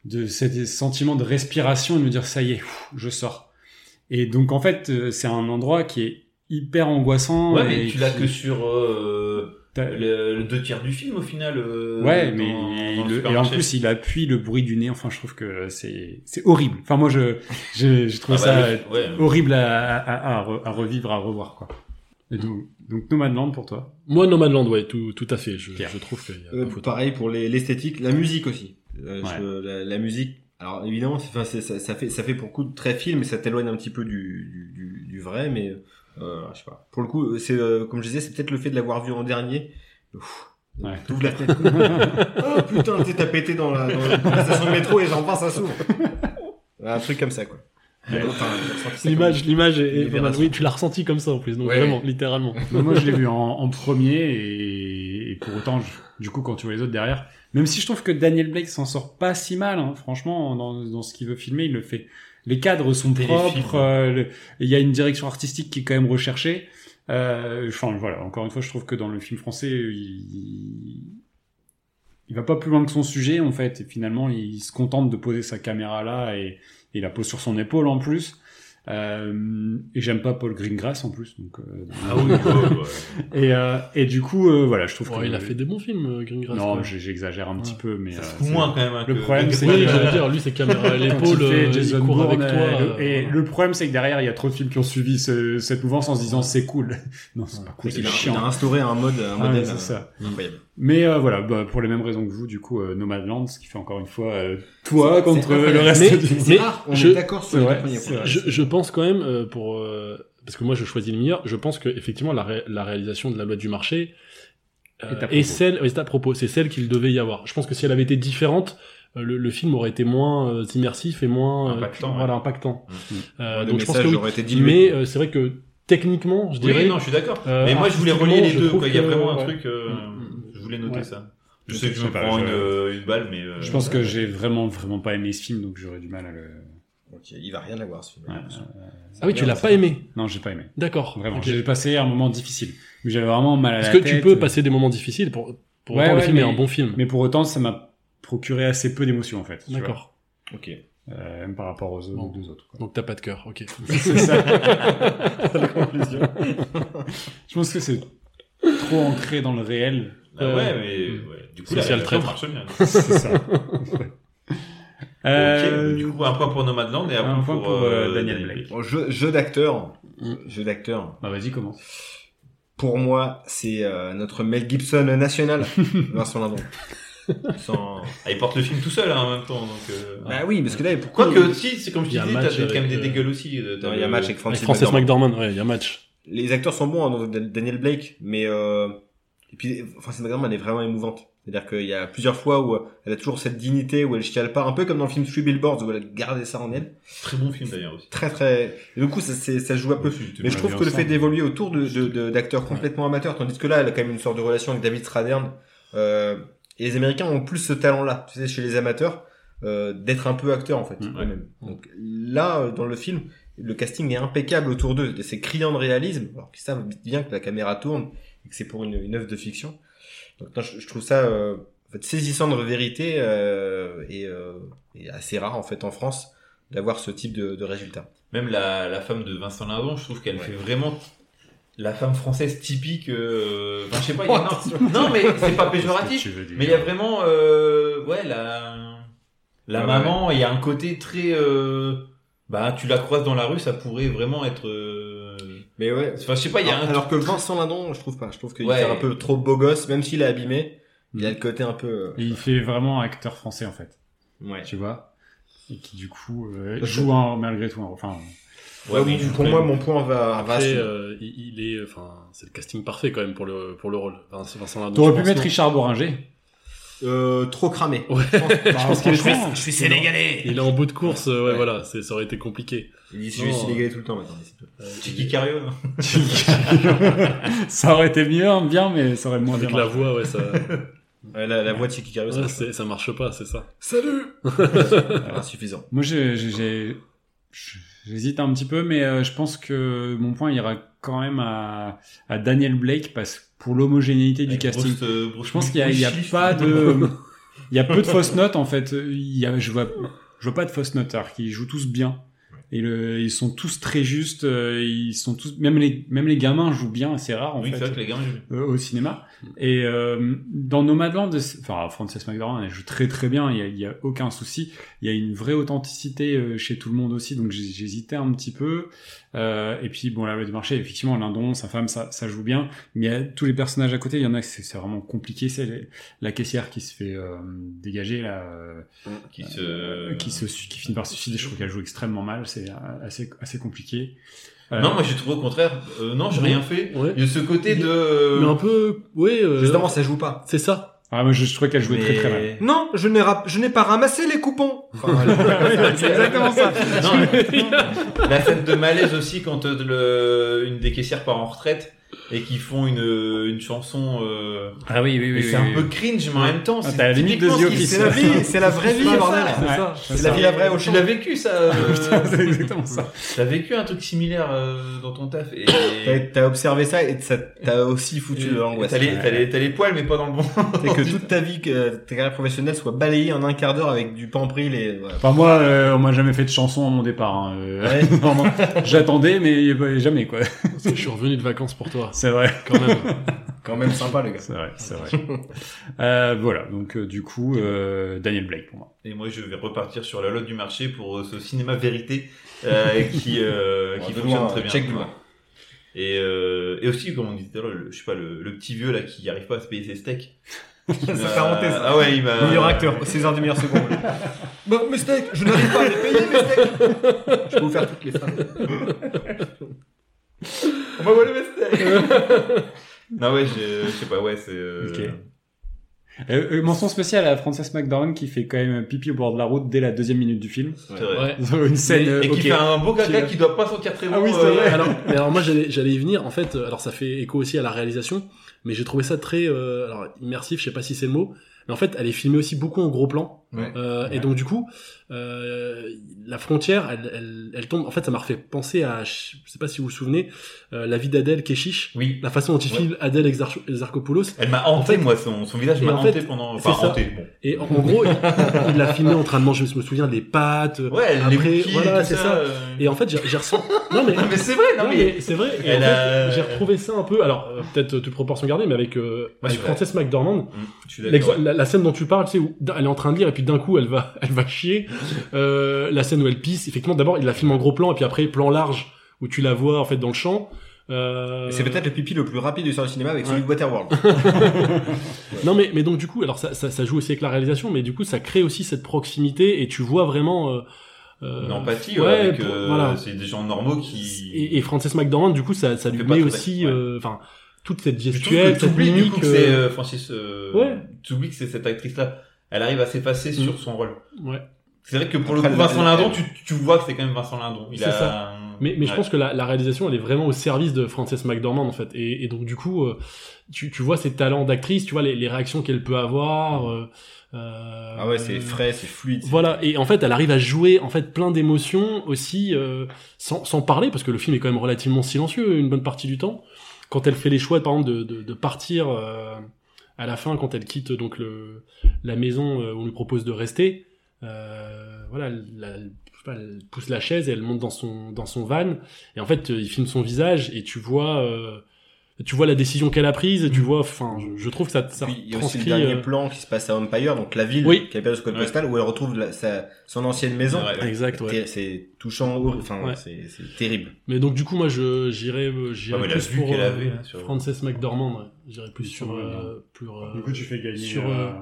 B: de cet sentiment de respiration et de me dire ça y est, pff, je sors. Et donc en fait, euh, c'est un endroit qui est hyper angoissant.
D: Ouais, mais
B: et
D: tu l'as
B: qui-
D: que sur euh,
B: t'as-
D: le, le deux tiers du film au final. euh,
B: Ouais,
D: dans-
B: mais
D: dans
B: il-
D: le
B: le- et en
D: supermarché.
B: plus il appuie le bruit du nez. Enfin, je trouve que c'est c'est horrible. Enfin, moi je je- j'ai
D: Ah
B: trouvé
D: bah,
B: ça
D: le- ouais.
B: horrible à, à, à, à re- à revivre, à revoir quoi. Et donc, donc Nomadland pour toi.
C: Moi, No Man's Land, ouais, tout, tout à fait. Je,
B: Pierre.
C: je trouve qu'il y a
A: Euh,
C: pas photo.
A: pareil pour les- l'esthétique, la musique aussi. Euh,
B: Ouais.
A: je- la, la musique, alors évidemment, c'est- enfin, c'est- ça, ça fait ça fait beaucoup de très film, mais ça t'éloigne un petit peu du, du, du- du vrai, mais euh, je sais pas. Pour le coup, c'est euh, comme je disais, c'est peut-être le fait de l'avoir vu en dernier. Ouf.
B: Ouais.
A: T'ouvres la tête. oh putain, t'es t'as pété dans la, dans la- dans la station de métro et j'en pense ça s'ouvre. un truc comme ça quoi. Enfin, j'ai ressenti ça
C: L'image, l'image est, est pas mal.
A: Libération.
C: Oui, tu l'as ressenti comme ça en plus, donc
A: Ouais.
C: vraiment, littéralement.
B: Donc, moi je l'ai vu en, en premier et, et pour autant, je- du coup, quand tu vois les autres derrière, même si je trouve que Daniel Blake s'en sort pas si mal, hein, franchement, dans, dans ce qu'il veut filmer, il le fait. Les cadres sont
D: Téléfilm.
B: propres, euh, le- il y a une direction artistique qui est quand même recherchée. Euh, enfin, voilà, encore une fois, je trouve que dans le film français, il, il va pas plus loin que son sujet, en fait, et finalement, il se contente de poser sa caméra là et, et la pose sur son épaule en plus. Euh, et j'aime pas Paul Greengrass en plus. Donc, euh,
D: Ah oui, ouais, ouais.
B: et, euh, et du coup, euh, voilà, je trouve
C: Ouais,
B: que.
C: il a fait des bons films, euh, Greengrass.
B: Non,
C: quoi.
B: j'ai- j'exagère un petit
C: Ouais.
B: peu, mais.
D: Ça se
B: euh,
D: fout
B: c'est-
D: moins quand même. hein,
B: Le
D: que-
B: problème,
D: que-
B: c'est
C: Oui,
B: que-
C: j'allais dire, lui, c'est caméra à
B: Quand il
C: l'épaule,
B: fait
C: euh, il court avec
B: Bourne,
C: toi.
B: euh,
C: euh,
B: le- et le problème, c'est que derrière, il y a trop de films qui ont suivi ce- cette mouvance en se disant c'est cool. Non, c'est pas cool,
A: Il
B: c'est
A: a, il a
B: chiant.
A: instauré un mode, un
B: Ah,
C: hein.
A: modèle.
B: c'est
A: euh,
B: ça.
A: incroyable.
B: Mais euh, voilà, bah, pour les mêmes raisons que vous, du coup, euh, Nomadland, ce qui fait encore une fois euh, toi contre le reste
C: Mais-
B: du
A: C'est
C: mais
A: rare, on
C: je-
A: est d'accord sur
B: c'est
A: les
B: vrai,
A: deux premiers
B: c'est
A: points.
B: vrai.
C: Je, je pense quand même, euh, pour, euh, parce que moi je choisis le meilleur, je pense que effectivement la, ré- la réalisation de la loi du marché
B: Est
C: euh,
B: à
C: est,
B: propos.
C: celle, est à propos, c'est celle qu'il devait y avoir. Je pense que si elle avait été différente, euh, le, le film aurait été moins euh, immersif et moins euh,
D: Impactant,
C: voilà, impactant.
B: Mm.
D: Mhm.
C: Euh,
A: Le
C: donc je pense
A: message
C: que oui.
A: aurait été dilué.
C: Mais euh, c'est vrai que techniquement, je
D: Oui,
C: dirais,
D: non, je suis d'accord.
C: euh,
D: mais moi, je voulais relier les
C: je
D: deux.
C: trouve
D: quoi. Il y a
C: que-
D: vraiment un
C: ouais.
D: truc. euh,
C: Mm.
D: Je voulais noter
C: Ouais.
D: ça. Je sais que je
B: Je sais
D: me
B: pas,
D: prends
B: je-
D: une, euh, une balle, mais. euh,
B: Je pense que j'ai vraiment, vraiment pas aimé ce film, donc j'aurais du mal à le.
A: Ok, il va rien avoir ce film.
B: Ouais,
C: Ah oui, tu l'as pas aimé.
B: Non, j'ai pas aimé.
C: D'accord.
B: Vraiment,
C: Ok.
B: j'ai passé un moment difficile. Mais J'avais vraiment mal à la
C: Parce que
B: tête. euh,
C: tu peux passer des moments difficiles pour, pour
B: Ouais,
C: autant le
B: ouais,
C: film est
B: mais-
C: un bon film.
B: Mais pour autant, ça m'a procuré assez peu d'émotions en fait. tu vois.
C: D'accord.
A: Ok.
B: Euh, même par rapport aux autres,
C: Bon.
B: aux deux autres. quoi.
C: Donc t'as pas de cœur. Ok.
B: C'est ça. La conclusion. Je pense que c'est trop ancré dans le réel.
D: Ah ouais,
C: Euh,
D: mais. ouais. Du coup, la
C: Social
D: réalisation
C: traître.
D: marche bien.
B: C'est ça.
D: Ok,
B: Euh,
D: bah, du coup, un point pour Nomadland et un,
B: un point pour, euh,
D: euh,
B: Daniel Blake.
A: Bon, jeu jeu d'acteur.
B: Mm.
A: Jeu d'acteur.
B: Bah vas-y, comment
A: Pour moi, c'est euh, notre Mel Gibson national, Vincent Lindon. Sans...
D: Ah, il porte le film tout seul hein, en même temps. Donc, euh...
A: Bah oui, parce que là, pourquoi
D: Quoique, si, c'est comme je
C: Il y a
D: disais,
C: un
D: t'as
C: match
D: des- quand même
C: avec,
D: des
C: euh,
D: dégueules aussi. euh, t'as
A: Il y a
D: le-
A: match avec
C: Avec
A: Francis
C: Frances
A: McDormand.
C: McDormand, ouais, il y a match.
A: Les acteurs sont bons, hein, dans Daniel Blake, mais euh... et puis Francis McDormand elle est vraiment émouvante. C'est-à-dire qu'il y a plusieurs fois où euh, elle a toujours cette dignité, où elle chiale pas, un peu comme dans le film Three Billboards, où elle a gardé ça en elle.
D: Très bon film d'ailleurs aussi.
A: Très très. Et du coup, ça, c'est- ça joue un peu. Mais je trouve que le fait d'évoluer autour de- de- de- d'acteurs complètement amateurs, tandis que là, elle a quand même une sorte de relation avec David Stradern. Euh, et les Américains ont plus ce talent-là, tu sais, chez les amateurs, euh, d'être un peu acteur en fait.
B: Mm, ouais.
A: eux-mêmes. Donc là, euh, dans le film, le casting est impeccable autour d'eux. Et C'est criant de réalisme, alors qu'ils savent bien que la caméra tourne et que c'est pour une, une œuvre de fiction. Donc non, je, je trouve ça euh, en fait, saisissant de vérité euh, et, euh, et assez rare en fait en France d'avoir ce type de, de résultat.
D: Même la, la femme de Vincent Lindon, je trouve qu'elle fait vraiment la femme française typique. euh, Enfin, je sais pas. il y a- non, non, Ah, mais c'est pas péjoratif. Mais il y a vraiment, euh, ouais, la la
B: Ah,
A: Ouais,
D: maman. Il y a un côté très. euh, Bah, tu la croises dans la rue, ça pourrait vraiment être. euh,
A: Mais ouais,
D: Enfin, je sais pas. Il y a
A: alors,
D: un
A: alors que Vincent Lindon, je trouve pas. Je trouve qu'il
D: Ouais.
A: est un peu trop beau gosse, même s'il est abîmé. Il a
B: Mm.
A: le côté un peu.
B: Et il fait vraiment acteur français en fait,
A: euh, Ouais.
B: tu vois, et qui du coup
D: Bah,
B: euh,
A: Parce
B: joue un, malgré tout. un- Enfin,
D: Ouais, oui,
A: pour
D: je-
A: moi, mon point va. va
C: Après,
A: suivre.
C: euh, il, il est, enfin, c'est le casting parfait quand même pour le pour le rôle. Enfin, c'est Vincent Lindon.
B: t'aurais
C: je
B: pu
C: pense,
B: mettre
C: non
B: Richard Boringer.
A: Euh, trop cramé.
C: Ouais.
A: Je pense,
B: Bah, franchement,
A: suis sénégalais.
C: Il est en bout de course, euh, ouais,
A: Ouais.
C: voilà, c'est- ça aurait été compliqué.
A: Il dit je
C: Non.
A: suis sénégalais tout le temps maintenant.
C: Euh,
D: Tiki Cario.
B: ça aurait été mieux, hein, bien, mais ça aurait moins bien.
C: avec la
B: marché.
C: voix, ouais, ça,
A: Ouais, la, la voix de Chiki Cario,
C: ouais,
A: c'est
C: c'est- ça marche pas, c'est ça.
A: Salut Ah, Insuffisant.
B: Moi, je- je- j'ai- je- j'hésite un petit peu, mais euh, je pense que mon point ira quand même à, à Daniel Blake parce pour l'homogénéité du casting.
D: euh,
B: Je pense qu'il y a, il y a pas
D: hein.
B: de, il y a peu de fausses notes en fait. Il y a, je vois, je vois pas de fausses notes. Alors qu'ils jouent tous bien. Et le- ils sont tous très justes. euh, Ils sont tous, même les, même les gamins jouent bien. C'est rare en
D: Oui, c'est
B: fait
D: vrai que les gars. je-
B: euh, au cinéma. Et euh, dans Nomadland, c'est- enfin, Frances McDormand, elle joue très très bien, il y a- il y a, aucun souci. Il y a une vraie authenticité euh, chez tout le monde aussi, donc j'hés- j'hésitais un petit peu. Euh, et puis, bon, la loi du marché, effectivement, Lindon, sa femme, ça, ça joue bien. Mais il y a tous les personnages à côté, il y en a que c'est c'est vraiment compliqué. C'est la- la caissière qui se fait euh, dégager, là, euh,
D: qui se euh,
B: qui, se, su- qui finit par se suicider. Je trouve qu'elle joue extrêmement mal, c'est euh, assez, assez compliqué. Euh,
D: Non, moi j'ai trouvé au contraire. euh, non, j'ai
C: Ouais.
D: rien fait.
C: Ouais.
D: Il y a ce côté de.
C: Mais un peu, ouais, euh,
A: Justement, ça joue pas.
C: c'est ça.
B: ah, moi, je, je trouvais qu'elle jouait très très mal.
D: Mais-
A: Non, je n'ai rap- je n'ai pas ramassé les coupons. Enfin, voilà. c'est exactement ça.
D: Non, la scène de malaise aussi quand euh, le, une des caissières part en retraite et qui font une, une chanson. euh,
B: Ah oui, oui,
D: et c'est un peu cringe, mais en même temps,
B: Ah,
D: c'est
B: t'as la limite de
D: typiquement
B: The
D: ce qui-
B: Office.
A: C'est la vie, c'est la vraie vie, bordel.
D: c'est ça.
A: C'est la vie, la vraie, au
D: Tu l'as vécu ça euh,
B: c'est exactement ça.
D: T'as vécu un truc similaire euh, dans ton taf et
A: T'as- T'as observé ça et ça t'as aussi foutu
D: et-
A: de l'angoisse.
D: T'as les, t'as les- t'as les poils, mais pas dans le bon.
A: C'est que toute ta vie, que ta carrière professionnelle soit balayée en un quart d'heure avec du pampril et voilà.
B: Enfin, moi, euh, on m'a jamais fait de chanson à mon départ. hein, euh,
A: Ouais.
B: vraiment. J'attendais, mais euh, jamais, quoi.
C: Parce que je suis revenu de vacances pour toi,
B: C'est vrai.
C: quand même.
A: quand même sympa le gars.
B: C'est vrai, c'est vrai. Euh, voilà, donc euh, du coup, euh, Daniel Blake pour moi.
D: Et moi, je vais repartir sur la lotte du marché pour euh, ce cinéma vérité euh, qui euh,
A: Bon,
D: qui
A: de
D: fonctionne
A: loin,
D: très bien.
A: check de loin.
D: Et, euh, et aussi, comme on disait tout à l'heure, le- je sais pas, le, le petit vieux là qui arrive pas à se payer ses steaks.
A: Ça
D: Euh,
A: fait honter, ça.
D: Ah ouais, il m'a.
A: Meilleur acteur, César du meilleur second. bon, mes steaks, je n'arrive pas à les payer, mes steaks. Je peux vous faire toutes les femmes.
D: On m'a volé mes steaks. non Ah ouais, je, je sais pas, ouais, c'est. euh,
B: Ok. Euh, euh, mention spéciale à Frances McDormand qui fait quand même pipi au bord de la route dès la deuxième minute du film.
D: c'est vrai.
C: Ouais.
B: Une scène. euh,
D: Et qui
B: ok.
D: fait un beau caca
B: Qui-
D: qui doit pas sentir très bon.
B: Ah oui, c'est
D: euh,
B: vrai.
C: alors, mais alors moi j'allais j'allais y venir en fait. euh, Alors ça fait écho aussi à la réalisation, mais j'ai trouvé ça très euh, alors immersif. Je sais pas si c'est le mot, mais en fait elle est filmée aussi beaucoup en gros plan.
A: Ouais.
C: Euh, Et donc du coup, euh, la frontière, elle, elle, elle tombe. En fait, ça m'a refait penser à, je sais pas si vous vous souvenez, euh, la vie d'Adèle Keshish,
D: Oui.
C: la façon dont il
D: Ouais.
C: filme Adèle Exar- Exarchopoulos.
D: Elle m'a hanté,
C: En fait-
D: moi, son, son visage
C: Et
D: m'a
C: en fait,
D: hanté pendant.
C: c'est
D: Enfin,
C: ça.
D: hanté, bon.
C: Et en, en gros, il il l'a filmé en train de manger. Je me souviens des pâtes. euh,
D: Ouais, elle
C: après,
D: les bouquilles,
C: voilà,
D: tout
C: c'est ça.
D: euh.
C: Et en fait, j'ai j'ai ressenti. Non mais
D: Non, mais c'est vrai, non,
C: Non,
D: mais.
C: mais c'est vrai. Et en
D: Elle
C: fait,
D: a-
C: J'ai retrouvé ça un peu. Alors euh, peut-être euh, toute proportion gardée, mais avec, euh,
D: Ouais,
C: avec
D: c'est vrai.
C: Frances McDormand,
D: Hum, je suis
C: l'ex-
D: d'accord.
C: la, la scène dont tu parles, tu sais, où d'un- elle est en train de lire et puis d'un coup elle va, elle va chier. Euh, la scène où elle pisse. Effectivement, d'abord il la filme en gros plan et puis après plan large où tu la vois en fait dans le champ. Euh,
A: C'est peut-être le pipi le plus rapide de l'histoire du cinéma avec celui de Waterworld.
C: Non mais mais donc du coup alors ça, ça ça joue aussi avec la réalisation mais du coup ça crée aussi cette proximité et tu vois vraiment euh, euh,
D: Une empathie,
C: ouais,
D: ouais, avec,
C: pour-
D: euh,
C: voilà.
D: c'est des gens normaux qui.
C: et, et Frances McDormand du coup ça ça
D: Fait
C: lui
D: pas
C: met
D: trop
C: aussi
D: d'acte, ouais.
C: euh, enfin toute cette
D: Je trouve que
C: gestuelle cette
D: t'oublies du
C: mimique
D: coup que c'est
C: euh,
D: euh, Francis. Euh,
C: Ouais.
D: T'oublies que c'est cette actrice-là. Elle arrive à s'effacer sur son rôle.
C: ouais
D: C'est vrai que pour
A: Après,
D: le coup,
A: la-
D: Vincent
A: la-
D: Lindon, tu, tu vois que c'est quand même Vincent Lindon. Il
C: C'est
D: a...
C: ça. Mais, mais je pense que la, la réalisation, elle est vraiment au service de Frances McDormand, en fait. Et, et donc, du coup, euh, tu, tu vois ses talents d'actrice, tu vois les, les réactions qu'elle peut avoir. euh, euh,
A: Ah ouais, c'est frais, c'est fluide.
C: Voilà, et en fait, elle arrive à jouer en fait plein d'émotions aussi, euh, sans, sans parler, parce que le film est quand même relativement silencieux une bonne partie du temps. Quand elle fait les choix, par exemple, de, de, de partir euh, à la fin, quand elle quitte donc le, la maison euh, où on lui propose de rester, euh, voilà, elle, elle- je sais pas, elle pousse la chaise et elle monte dans son dans son van, et en fait, euh, il filme son visage et tu vois. euh, tu vois la décision qu'elle a prise, et tu vois, enfin, je, je trouve que ça, ça
A: Mmh. Puis, il y a aussi le
C: transcrit,
A: dernier
C: euh,
A: plan qui se passe à Empire, donc la ville
C: Oui.
A: qui appelle ce code
D: Ouais.
A: postal, où elle retrouve la- sa, son ancienne maison.
D: Ouais, ouais.
C: Exact, ouais.
A: Ter- C'est touchant, horri- enfin,
C: Ouais.
A: c'est c'est terrible.
C: Mais donc du coup moi je j'irais euh, j'irais
D: Ah, mais la
C: plus
D: vue
C: pour
D: qu'elle
C: euh,
D: avait, là, sur-
C: Frances McDormand, ouais. j'irais plus
B: Oui,
C: sur
B: sur,
C: euh, pour, euh,
B: Du coup, tu fais gagner.
C: sur
B: euh,
C: euh,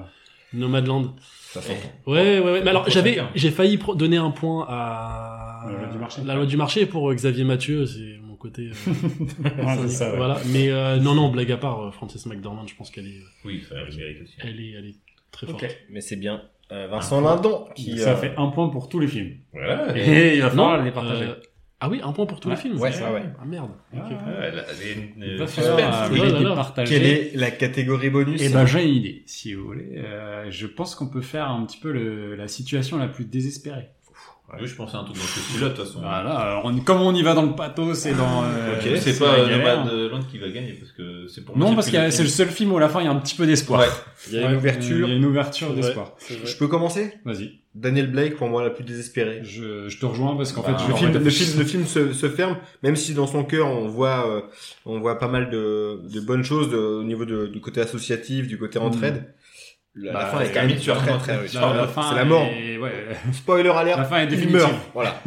C: Nomadland.
A: Ça s'entend.
C: Ouais ouais ouais. Mais alors
D: Pour
C: j'avais
D: chacun.
C: j'ai failli pro- donner un point à
B: La loi du marché.
C: la loi du marché pour euh, Xavier Mathieu, c'est mon côté euh,
B: ouais, c'est ça, ouais.
C: voilà, mais euh, non non, blague à part euh, Frances McDormand, je pense qu'elle est euh,
D: Oui, ça elle le mérite aussi.
C: elle est elle est très forte.
A: Mais c'est bien euh, Vincent Lindon qui.
B: Ça
A: euh,
B: fait un point pour tous les films.
D: Voilà. et-
B: Et Eh, il va falloir
C: Non,
B: les partager.
C: euh, Ah oui, un point pour tous
B: Ouais,
C: les films.
A: ouais,
C: c'est
A: ouais,
C: ça
A: ouais.
C: Ah merde.
B: Ah,
D: Ah, elle a- elle a une-
B: il
D: euh,
B: va
D: suspense,
B: falloir
D: oui.
B: euh,
C: Oh là
B: les
C: là.
B: partager.
A: Quelle est la catégorie bonus
B: Eh ben, j'ai une idée, si vous voulez. Euh, je pense qu'on peut faire un petit peu le- la situation la plus désespérée.
D: Oui, je pensais à un truc dans ce sujet, de toute façon.
B: Voilà, alors on- comme on y va dans le pathos et dans. euh,
D: Ok, c'est
B: la
D: pas euh,
B: galère.
D: Nomadland qui va gagner parce que c'est pour moi.
B: Non, parce que c'est le seul film où à la fin il y a un petit peu d'espoir.
D: Ouais.
A: Il y a une ouverture.
B: Il y a une ouverture d'espoir.
A: Je peux commencer
B: Vas-y,
A: Daniel Blake, pour moi, la plus désespérée.
B: je, je te rejoins parce qu'en
D: Bah,
B: fait,
A: le
D: en
A: film,
D: vrai,
A: le film, le film se, se ferme, même si dans son cœur on voit, euh, on voit pas mal de, de bonnes choses de- au niveau de- du côté associatif, du
B: Hmm.
A: côté entraide. La,
D: Bah,
A: fin est quand
D: Camille,
A: même
D: tu as
A: très,
D: rencontré,
A: très,
D: oui.
A: très-
D: La-
A: la- c'est la mort.
B: est- ouais,
A: Spoiler alert.
B: la fin est
A: il
B: définitive.
A: meurt. Voilà.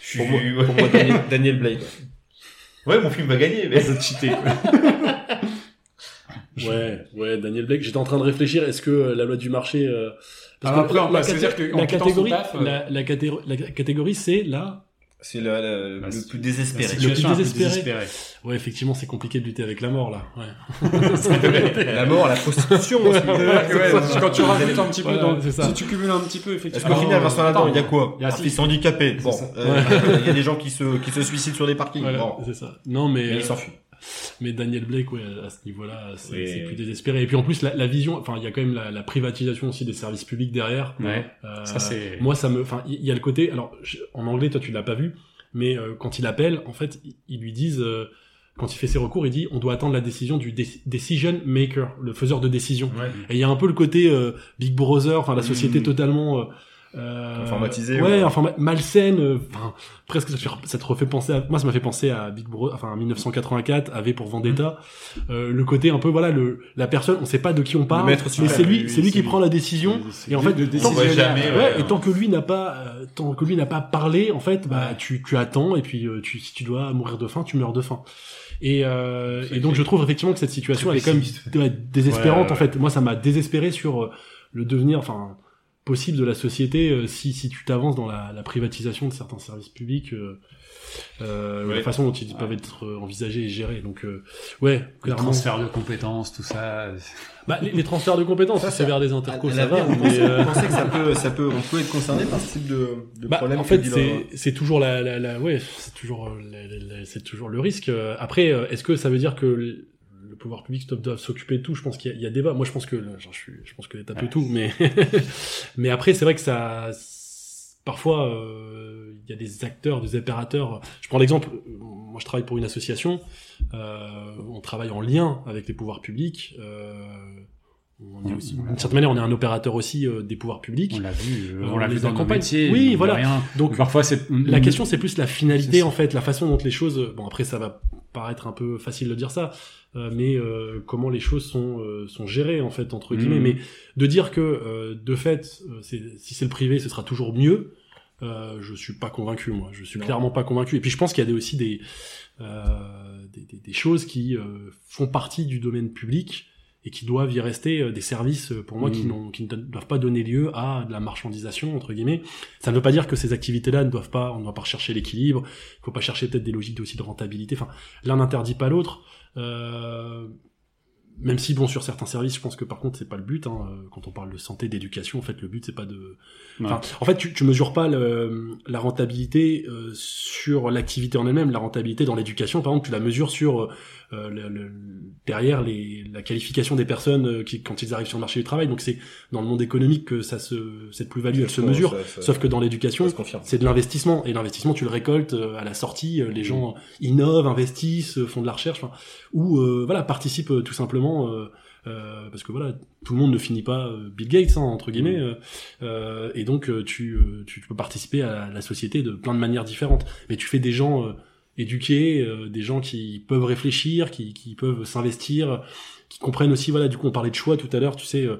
D: Je suis-
A: Pour moi,
D: ouais.
A: pour moi, Daniel, Daniel Blake.
D: Ouais, mon film va gagner. Mais...
B: Vous êtes cheatés, quoi.
C: Ouais, ouais, Daniel Blake, j'étais en train de réfléchir, est-ce que euh, la loi du marché... euh,
B: Ah, après, on va se dire que en
C: la
B: quittant son
C: catégorie,
B: taf, euh,
C: la, la catégorie, la catégorie, c'est la...
A: C'est le, le-
B: Bah,
A: le
B: c'est-
A: plus désespéré.
G: Le plus
B: Situation un peu
G: désespéré.
B: désespérée.
G: Ouais, effectivement, c'est compliqué de lutter avec la mort, là. Ouais.
A: La mort, la prostitution aussi.
B: Ouais, quand tu rajoutes un petit peu,
G: Voilà,
B: dans-
G: c'est ça.
B: si tu cumules un petit peu,
A: Parce
B: effectivement.
A: qu'au final, Vincent Lindon,
B: Attends,
A: il y a quoi
B: il y a
A: Un
B: six.
A: fils handicapé. Bon,
B: ça.
A: euh, il y a des gens qui se, qui se suicident sur des parkings.
G: Voilà,
A: Bon.
G: c'est ça. Non, mais.
A: Et
G: euh,
A: il s'enfuit.
G: Mais Daniel Blake, ouais, à ce niveau-là, c'est
D: Oui.
G: c'est plus désespéré. Et puis en plus, la, la vision, enfin, il y a quand même la, la privatisation aussi des services publics derrière.
B: Ouais.
G: Euh,
B: Ça, c'est-
G: Moi, ça me, enfin, il il y a le côté. Alors, je- en anglais, toi, tu l'as pas vu, mais euh, quand il appelle, en fait, i- ils lui disent, euh, quand il fait ses recours, il dit, on doit attendre la décision du dé- decision maker, le faiseur de décision. Et il y a un peu le côté euh, Big Brother, enfin, la société
A: Mhm.
G: totalement. euh, euh,
A: Informatisée,
G: ouais,
A: ouais.
G: informa- malsaine euh, enfin, presque ça te, fait- ça te refait penser à moi ça m'a fait penser à Big Brother enfin à 1984 AV pour Vendetta
A: Hum.
G: Euh, le côté un peu voilà le la personne on sait pas de qui on parle
A: maître
G: mais
A: suprême,
G: c'est
A: lui,
G: lui c'est
A: Ah,
G: lui
A: c'est
G: qui
A: lui.
G: prend la décision et en fait
B: de
G: tant,
D: décisionnaire.
B: jamais.
D: Ouais,
G: ouais,
D: ouais.
G: et tant que lui n'a pas euh, tant que lui n'a pas parlé en fait bah
B: Ouais.
G: tu, tu attends et puis euh, tu, si tu dois mourir de faim tu meurs de faim et, euh, et donc je trouve effectivement que cette situation elle est quand même ouais, désespérante
B: Ouais, ouais.
G: en fait moi ça m'a désespéré sur euh, le devenir enfin possible de la société euh, si, si tu t'avances dans la, la privatisation de certains services publics euh, euh,
D: Ouais.
G: la façon dont ils peuvent être euh, envisagés et gérés donc euh, ouais
B: Le
G: clairement
B: transfert de compétences, tout ça.
G: Bah, les, les transferts de compétences
A: Ça,
G: c'est
A: ça-
G: vers des
A: À
G: intercos Ah, ça va
A: l'avenir, vous
G: mais,
A: pensez-
G: euh,
A: vous pensez que ça peut, ça peut, on peut être concerné par ce type de, de
G: Bah,
A: problème
G: en
A: que
G: fait,
A: dit
G: c'est c'est toujours la, la, la- ouais, c'est toujours euh, la- la- la- c'est toujours le risque. Euh, Après, euh, est-ce que ça veut dire que le le pouvoir public doit doit s'occuper de tout Je pense qu'il y, a- il y a débat. Moi, je pense que le- genre, je, suis, je pense que l'État peut tout, mais mais après, c'est vrai que ça parfois euh, il y a des acteurs, des opérateurs. Je prends l'exemple. euh, Moi, je travaille pour une association. Euh, on travaille en lien avec les pouvoirs publics. Euh, on est aussi- d'une certaine manière, on est un opérateur aussi euh, des pouvoirs publics.
B: On l'a vu, euh,
G: On
B: on l'a
G: les
B: vu dans nos
G: accompagne.
B: métiers.
G: Oui,
B: mine de
G: voilà.
B: rien.
G: Donc,
B: parfois, c'est Mm,
G: la question, c'est plus la
B: C'est
G: finalité,
B: ça.
G: en fait, la façon dont les choses. Bon, après, ça va paraître un peu facile de dire ça, euh, mais euh, comment les choses sont euh, sont gérées, en fait, entre
B: Mhm.
G: guillemets. Mais de dire que, euh, de fait, euh, c'est- si c'est le privé, ce sera toujours mieux. Euh, je suis pas convaincu, moi. Je suis clairement pas convaincu. Et puis, je pense qu'il y a des- aussi des euh, des, des- des choses qui euh, font partie du domaine public et qui doivent y rester euh, des services euh, pour moi qui,
B: Mhm.
G: n'ont- qui ne don- doivent pas donner lieu à de la marchandisation entre guillemets ça ne veut pas dire que ces activités-là ne doivent pas, on ne doit pas rechercher l'équilibre, il faut pas chercher peut-être des logiques aussi de rentabilité. Enfin, l'un n'interdit pas l'autre. Euh, même si bon sur certains services, je pense que par contre c'est pas le but. hein. Euh, Quand on parle de santé, d'éducation, en fait le but c'est pas de. Enfin,
B: Ouais.
G: En fait, tu, tu mesures pas le- la rentabilité euh, sur l'activité en elle-même. La rentabilité dans l'éducation, par exemple, tu la mesures sur euh, le- le- derrière les, la qualification des personnes euh, qui, quand ils arrivent sur le marché du travail. Donc c'est dans le monde économique que ça se cette plus-value elle se mesure. Sauf que dans l'éducation, c'est de l'investissement. Et l'investissement, tu le récoltes euh, à la sortie. euh, Les gens innovent, investissent, euh, font de la recherche, enfin, ou euh, voilà participent euh, tout simplement. euh, euh, parce que voilà, tout le monde ne finit pas euh, Bill Gates hein, entre guillemets, euh, euh, et donc euh, tu, euh, tu tu peux participer à la société de plein de manières différentes. Mais tu fais des gens euh, éduqués, euh, des gens qui peuvent réfléchir, qui, qui peuvent s'investir, qui comprennent aussi. Voilà, du coup, on parlait de choix tout à l'heure. Tu sais, euh,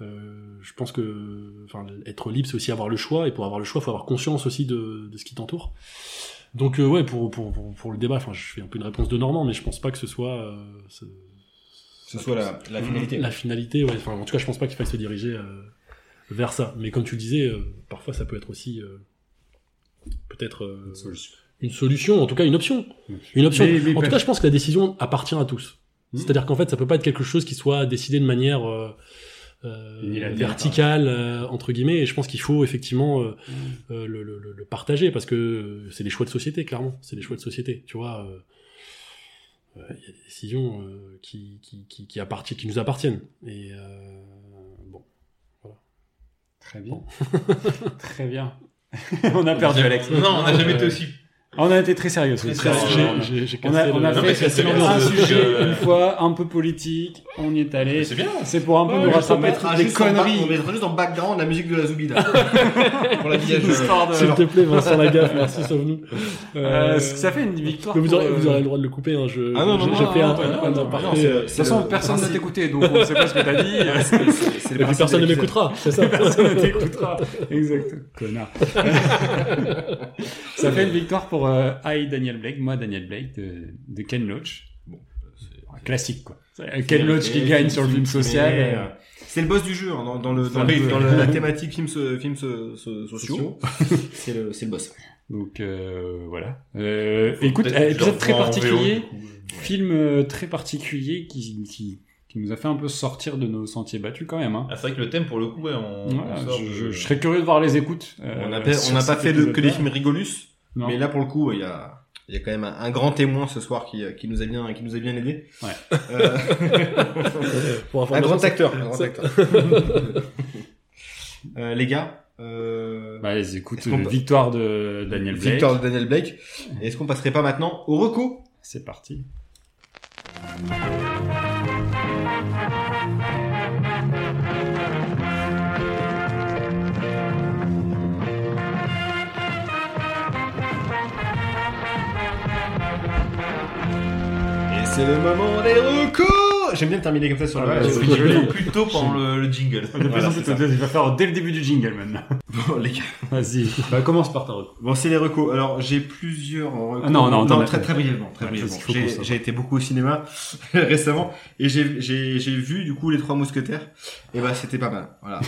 G: euh, je pense que enfin, être libre, c'est aussi avoir le choix, et pour avoir le choix, faut avoir conscience aussi de, de ce qui t'entoure. Donc euh, ouais, pour, pour, pour, pour le débat, enfin, je fais un peu une réponse de Normand, mais je pense pas que ce soit euh, ce-
A: ce soit la,
G: Mmh.
A: la finalité.
G: la finalité. Ouais. Enfin, en tout cas, je pense pas qu'il faille se diriger euh, vers ça. Mais comme tu le disais, euh, parfois ça peut être aussi euh, peut-être euh, une solution, en tout cas une option. Une option.
B: Mais- mais
G: en
B: pas-
G: tout cas, je pense que la décision appartient à tous. C'est-à-dire qu'en fait, ça peut pas être quelque chose qui soit décidé de manière euh, euh,
B: Unilatérale.
G: verticale euh, entre guillemets. Et je pense qu'il faut effectivement euh, euh, le, le- le- le partager parce que euh, c'est des choix de société, clairement. C'est des choix de société. Tu vois, euh, euh, il y a des décisions euh, qui, qui, qui, qui, apparti- qui nous appartiennent. Et euh, bon,
B: Très bien. Très bien. on a perdu Alex.
D: Non, on n'a jamais été
B: Euh,
D: aussi.
B: On a été très sérieux. ce
D: Très
B: soir.
D: sérieux.
B: On a-
G: J'ai- j'ai- j'ai
B: On a,
G: cassé
B: on
G: le-
B: a
D: Non, mais
B: fait
D: c'est- c'est bien,
B: un
D: c'est-
B: sujet
D: c'est-
B: une fois, un peu politique, on y est allé.
D: C'est bien.
B: C'est pour un peu
A: on,
B: nous rattraper
A: mettra
B: toutes les
A: Ah, juste en ba- on
B: conneries.
A: mettra juste en background la musique de la Zoubida. Pour la village.
B: Histoire de-
G: S'il te plaît, Vincent Lagaffe, merci, sauve-nous.
B: Euh, ça fait une victoire.
G: Mais vous aurez,
B: pour, euh,
G: vous aurez le droit de le couper. Hein, je,
A: Ah non, non,
G: j'ai-
A: non,
G: j'ai
A: non,
G: fait
A: non,
G: un,
A: non,
G: un-
A: non,
G: un
A: non,
G: aparté,
A: non, c'est le-
G: euh,
B: De
A: c'est
B: toute façon,
A: le
B: personne ne
A: principe.
B: t'écoutait, donc on ne sait pas ce que t'as dit.
A: C'est
G: et
A: le
G: puis
A: principe
G: personne ne
A: de l'épisode.
G: m'écoutera, c'est ça.
B: Personne ne t'écoutera. Exact. Connard. ça fait une victoire pour euh, I Daniel Blake, moi Daniel Blake de, de Ken Loach. Bon, classique quoi. Euh, Ken Loach qui
A: Mais-
B: gagne sur le film
A: mais-
B: social.
A: mais-
B: euh,
A: C'est le boss du jeu hein, dans, dans le dans,
B: Oui.
A: le- dans le- la thématique films films sociaux. C'est le c'est le boss.
B: Donc euh, voilà. Euh, écoute,
D: Peut-être
B: euh,
D: que je
B: épisode
D: le
B: très
D: revois en
B: particulier,
D: VO, du coup.
B: film euh, très particulier qui, qui, qui nous a fait un peu sortir de nos sentiers battus quand même. Hein.
D: Ah, c'est vrai que le thème, pour le coup, ouais,
A: Euh,
D: on,
B: Voilà,
D: on sort
B: je,
D: de-
B: je- je serais curieux de voir les écoutes. euh,
A: On n'a pas-
B: sur
A: on n'a pas
B: cet
A: fait de- que des
B: épisode-là.
A: films rigolus,
B: Non.
A: mais là pour le coup, il y a, il y a quand même un, un grand témoin ce soir qui, euh, qui nous a bien, qui nous a bien aidé.
B: Ouais.
A: Euh,
C: Pour
A: un
C: information,
A: grand
C: ça-
A: acteur. un grand
C: ça-
A: acteur. Euh, les gars, euh,
B: Bah, les écoutes,
A: Est-ce qu'on
B: de
A: peut-
B: victoire de Daniel Blake.
A: Victor de Daniel Blake. Est-ce qu'on passerait pas maintenant au reco
B: C'est parti.
A: Et c'est le moment des recos J'aime bien terminer comme ça sur
B: Ah
A: le.
B: ouais,
A: sur
B: c'est Ah,
A: le-
D: Je
B: joli.
D: le plus tôt pendant le, le jingle.
A: Voilà, c'est ça.
B: il va faire dès le début du jingle maintenant.
A: Bon, les gars.
B: Vas-y. Bah, commence par ta recours.
A: Bon, c'est les recos. Alors, j'ai plusieurs recos.
B: Ah non, non, attends,
A: très,
B: attends.
A: très brièvement, très
B: Ouais,
A: brièvement.
B: parce qu'il faut qu'on
A: J'ai,
B: sache.
A: j'ai été beaucoup au cinéma récemment et j'ai, j'ai, j'ai vu, du coup, les trois mousquetaires. Et bah, c'était pas mal. Voilà.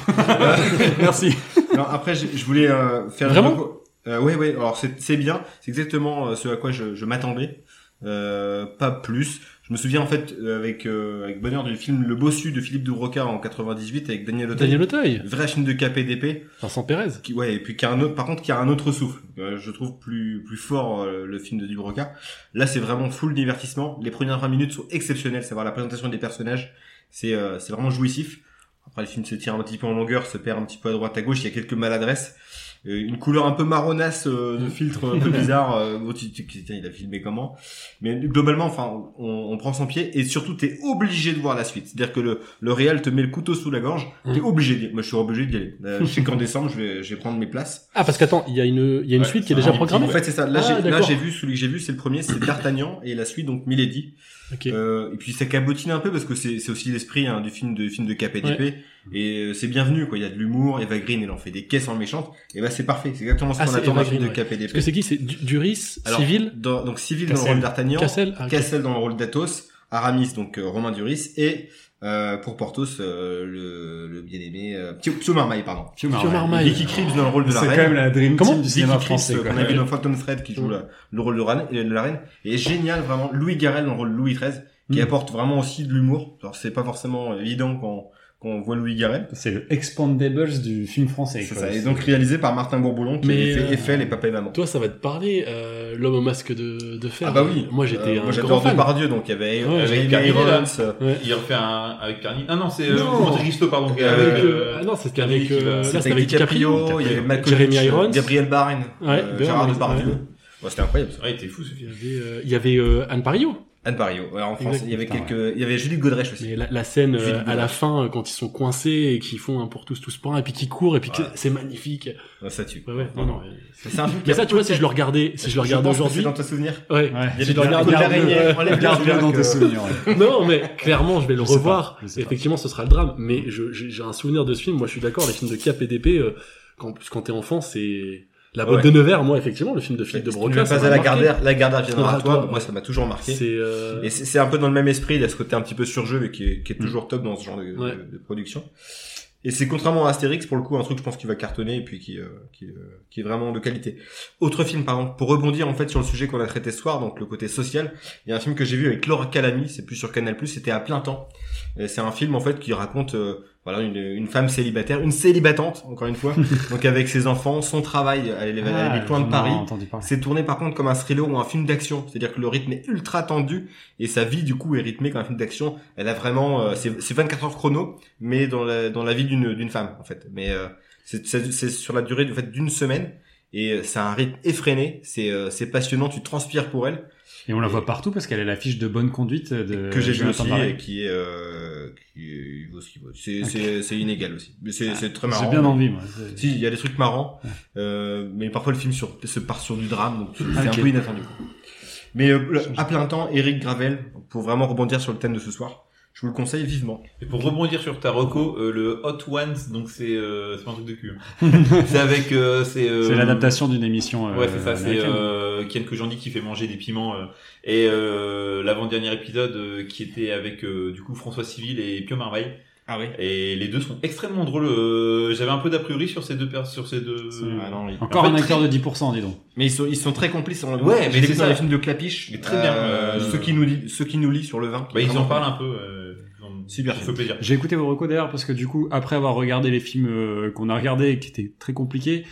B: Merci.
A: non, après, j'ai- je voulais euh, faire une
B: Vraiment
A: reco- euh, ouais, ouais. Alors, c'est, c'est bien. C'est exactement euh, ce à quoi je, je m'attendais. Euh, pas plus. Je me souviens, en fait, euh, avec, euh, avec bonheur du film Le Bossu de Philippe de Broca en 98 avec Daniel Auteuil.
C: Daniel Auteuil,
A: Vrai film de KPDP.
C: Vincent Pérez.
A: Qui- ouais, et puis qui a un autre, par contre, qui a un autre souffle. Euh, je trouve plus plus fort euh, le film de Dubroca. Là, c'est vraiment full divertissement. Les premières 20 minutes sont exceptionnelles. C'est voir la présentation des personnages, c'est euh, c'est vraiment jouissif. Après, le film se tire un petit peu en longueur, se perd un petit peu à droite à gauche. Il y a quelques maladresses. Euh, une couleur un peu marronasse euh, de filtre un peu bizarre. euh, bon, tu- tu- tiens, il a filmé comment Mais globalement, enfin, on, on prend son pied et surtout, t'es obligé de voir la suite. C'est-à-dire que le le réel te met le couteau sous la gorge.
C: Mmh.
A: T'es obligé d'y aller. Moi, je suis obligé d'y aller. Euh, je sais qu'en décembre, je vais je vais prendre mes places.
C: Ah, parce qu'attends, il y a une, il y a une
D: Ouais,
C: suite qui est
D: c'est
C: déjà
D: un
C: programmée.
A: En fait, c'est ça. Là,
C: Ah,
A: j'ai- là,
C: d'accord.
A: j'ai vu celui que j'ai vu, c'est le premier, c'est D'Artagnan et la suite donc Milady.
C: Ok.
A: Euh, et puis ça cabotine un peu parce que c'est c'est aussi l'esprit hein, du film de film de KPDP et euh, c'est bienvenu quoi. Il y a de l'humour. Eva Green, elle en fait des caisses en méchante. Et bah c'est parfait. C'est exactement ce
C: Ah,
A: qu'on
C: c'est
A: attend
C: Eva
A: d'un film
C: Green,
A: de
C: ouais.
A: KPDP.
C: Parce que c'est qui C'est Du- Duris,
A: Alors,
C: Civil,
A: dans- donc civil dans le
B: Cassel.
A: rôle d'Artagnan, Cassel.
C: Cassel. Ah, ok.
A: dans le rôle d'Athos, Aramis donc euh, Romain Duris et euh, pour Porthos euh, le, le bien-aimé euh, Pio- Pio Marmaille pardon.
B: Pio
C: Pio Marmaille.
A: Vicky Krieps dans le rôle de la
B: C'est quand
A: reine.
B: même la dream
C: Comment
B: team du cinéma
A: Vicky Chris,
B: français.
A: euh,
B: quoi. Mm.
A: qu'on a vu dans Phantom Thread qui joue la- le rôle de, Ran- de la reine et génial vraiment Louis Garrel dans le rôle de Louis XIII qui
B: Mm.
A: apporte vraiment aussi de l'humour alors c'est pas forcément évident quand quand on voit Louis Garrel
B: C'est le Expandables du film français.
A: c'est
B: quoi.
A: ça et donc réalisé par Martin Bourboulon qui
C: Mais,
A: a fait
C: euh,
A: Eiffel et Papa et Maman
C: Toi, ça va te parler, euh, l'homme au masque de, de fer.
A: ah bah oui
C: Moi, j'étais
A: Euh,
C: un
A: moi
C: grand
A: j'adore
C: fan.
A: Depardieu donc il y avait
C: Ouais,
A: euh,
D: j'avais
A: Jeremy
D: Carrier, là.
A: Irons, euh,
D: Il refait un avec Carney. Ah non, c'est euh,
A: Non.
D: Monte Cristo, pardon.
A: Avec,
C: Avec,
D: euh,
C: euh, ah non, c'était
D: Carney
C: avec,
D: qui va-
C: euh, là,
A: c'était
C: c'était avec DiCaprio,
A: il y avait Malcolm
C: Jeremy Irons.
A: Gabriel Byrne
C: Ouais,
A: euh,
C: Byrne,
A: Gérard
C: ouais.
A: Depardieu Ouais, c'était incroyable ça.
D: Ah, il était fou ce
C: Il
D: film.
C: y avait, euh, il y avait, euh, Anne Pario.
A: Anne Barrio ouais, en France il y avait
B: Putain,
A: quelques il y avait Julie Godrèche aussi
C: Mais la, la scène euh,
A: Julie
C: à la
A: Godrèche.
C: fin, euh, quand ils sont coincés et qu'ils font un pour tous, tous pour un, et puis qu'ils courent, et puis que
A: Ouais.
C: c'est magnifique.
A: Ouais, ça tue
C: Ouais, ouais, non, non, ouais.
A: c'est un film qui
C: Mais
A: a
C: ça, tu vois, si je le regardais, si je le regardais
A: pense que c'est
C: aujourd'hui,
A: dans tes souvenirs
C: ouais.
B: Ouais.
A: Il y a
C: Si
A: des
C: je le
A: gardes
C: regarde
A: d'araignée.
C: euh,
A: Enlève les
B: Garde bien
A: arnaques,
B: dans
A: euh,
B: tes souvenirs. ouais.
C: non, mais clairement, je vais le
B: Je sais pas,
C: revoir.
B: je sais pas.
C: Effectivement, ce sera le drame. Mais je- j'ai j'ai un souvenir de ce film. Moi, je suis d'accord. Les films de KPDP, euh, quand, quand t'es enfant, c'est la botte
A: Ouais.
C: de Nevers. Moi, effectivement, le film de Philippe de
A: Si tu
C: Broca.
A: n'as
C: ça
A: pas à
C: m'a
A: la
C: marqué.
A: Gardère, la Gardère viendra à
C: Viendra à
A: toi.
C: toi,
A: Moi,
C: ouais.
A: ça m'a toujours marqué.
C: C'est euh,
A: Et c'est c'est un peu dans le même esprit, il y a ce côté un petit peu surjeu, mais qui est, qui est toujours top dans ce genre de, de-
C: Ouais.
A: de production. Et c'est contrairement à Astérix, pour le coup, un truc, je pense, qui va cartonner et puis qui, euh, qui, euh, qui est vraiment de qualité. Autre film, pardon, pour rebondir en fait sur le sujet qu'on a traité ce soir, donc le côté social, il y a un film que j'ai vu avec Laura Calamy, c'est plus sur Canal+, c'était à plein temps. Et C'est un film en fait qui raconte euh, voilà une, une femme célibataire, une célibatante encore une fois, donc avec ses enfants, son travail, elle est elle est
B: Ah,
A: loin
B: j'en
A: de
B: ai
A: Paris,
B: entendu parler.
A: c'est tourné par contre comme un thriller ou un film d'action, c'est-à-dire que le rythme est ultra tendu et sa vie du coup est rythmée comme un film d'action. Elle a vraiment, euh, c'est c'est 24 heures chrono, mais dans la dans la vie d'une d'une femme en fait. Mais euh, c'est c'est- c'est sur la durée en fait d'une semaine et euh, c'est un rythme effréné, c'est euh, c'est passionnant, tu transpires pour elle
B: Et on la
A: Et-
B: voit partout parce qu'elle est l'affiche de bonne conduite de
A: que j'ai vu
B: Jonathan
A: aussi
B: Barré.
A: et qui est euh, qui est- il vaut ce qu'il vaut. C'est c'est c'est inégal aussi, mais c'est c'est très marrant.
B: Ah, J'ai bien envie, moi.
A: Si, il y a des trucs marrants, euh, mais parfois le film sur, se part sur du drame, donc c'est
B: Ok.
A: un peu inattendu. quoi. Mais euh, le- à plein temps, Eric Gravel, pour vraiment rebondir sur le thème de ce soir, je vous le conseille vivement.
D: Et pour rebondir sur ta reco, euh, le Hot Ones, donc c'est euh, c'est pas un truc de cul. hein. c'est avec euh, c'est euh,
B: C'est l'adaptation d'une émission. euh,
D: Ouais, c'est ça, c'est
B: américaine.
D: euh, Ken Kojandi qui fait manger des piments. euh, et euh, l'avant-dernier épisode euh, qui était avec euh, du coup François Civil et Pio Marmaille.
A: Ah oui.
D: Et les deux sont extrêmement drôles. Euh, J'avais un peu d'a priori sur ces deux pers- sur ces deux.
A: Ah non, il-
B: Encore
D: En fait,
B: un acteur
D: très-
B: de 10%, dis donc.
A: Mais ils sont, ils sont très complices. On...
D: Ouais, mais
A: J'ai
D: c'est
A: découvert
D: ça.
A: les films de Clapiche.
D: Mais très bien. Euh,
A: Ceux qui nous lit, ceux qui nous lit sur le vin.
D: Bah, ils en parlent un peu. Euh, ils en-
A: Super
D: ça fait plaisir.
B: J'ai écouté vos recos d'ailleurs parce que du coup, après avoir regardé les films euh, qu'on a regardés et qui étaient très compliqués,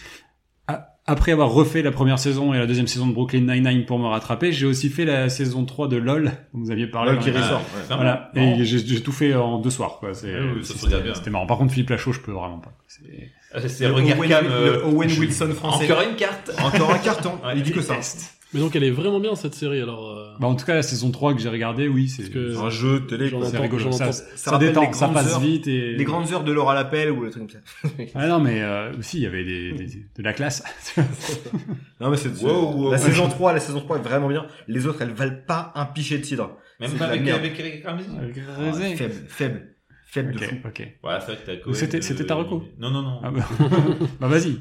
B: a- après avoir refait la première saison et la deuxième saison de Brooklyn Nine-Nine pour me rattraper, j'ai aussi fait la saison 3 de LOL, dont vous aviez parlé.
A: Là,
B: dans
A: qui
B: les-
A: ressort.
D: Ah,
A: ouais.
D: ça,
B: Voilà,
D: marrant.
B: et j'ai j'ai tout fait en deux soirs. quoi. C'est-
D: Ouais, ouais, Ah ça se
B: c'était-
D: regarde bien.
B: C'était marrant. Par contre, Philippe Lachaud, je peux vraiment pas. C'est-
D: Ah, C'est
A: Le
D: le regard
A: Owen-
D: cam.
A: le
D: euh,
A: Owen
D: je-
A: Wilson français.
D: Encore une carte.
A: Encore un carton.
D: Ouais,
A: il dit que ça.
C: Mais donc elle est vraiment bien cette série alors. euh,
B: Bah, en tout cas, la saison 3 que j'ai regardée, oui, c'est
C: Parce que-
A: Un jeu de télé.
C: J'en
A: quoi.
B: c'est
C: entends-
B: rigolo.
C: j'en
B: Ça,
C: entends-
B: ça,
A: ça rappelle les
B: détend, ça
A: grandes
B: passe
A: heures-
B: vite. Et...
A: Les grandes heures de l'or à l'appel ou le truc comme ça.
B: Ah non, mais euh, aussi, il y avait des, des- de la classe.
A: Non mais c'est
D: Wow, wow,
A: la
D: wow.
A: saison 3, la saison 3 est vraiment bien. Les autres, elles valent pas un pichet de cidre. C'est
D: Même
A: de
D: pas
A: la
D: avec
A: merde.
D: avec Eric Ramsey.
A: Ah, faible, faible, faible de
B: Ok,
A: fou.
B: ok.
D: Voilà, c'est vrai que t'as Cohen, euh,
B: C'était- c'était ta reco
D: Non, non, non.
B: Ah bah, bah vas-y.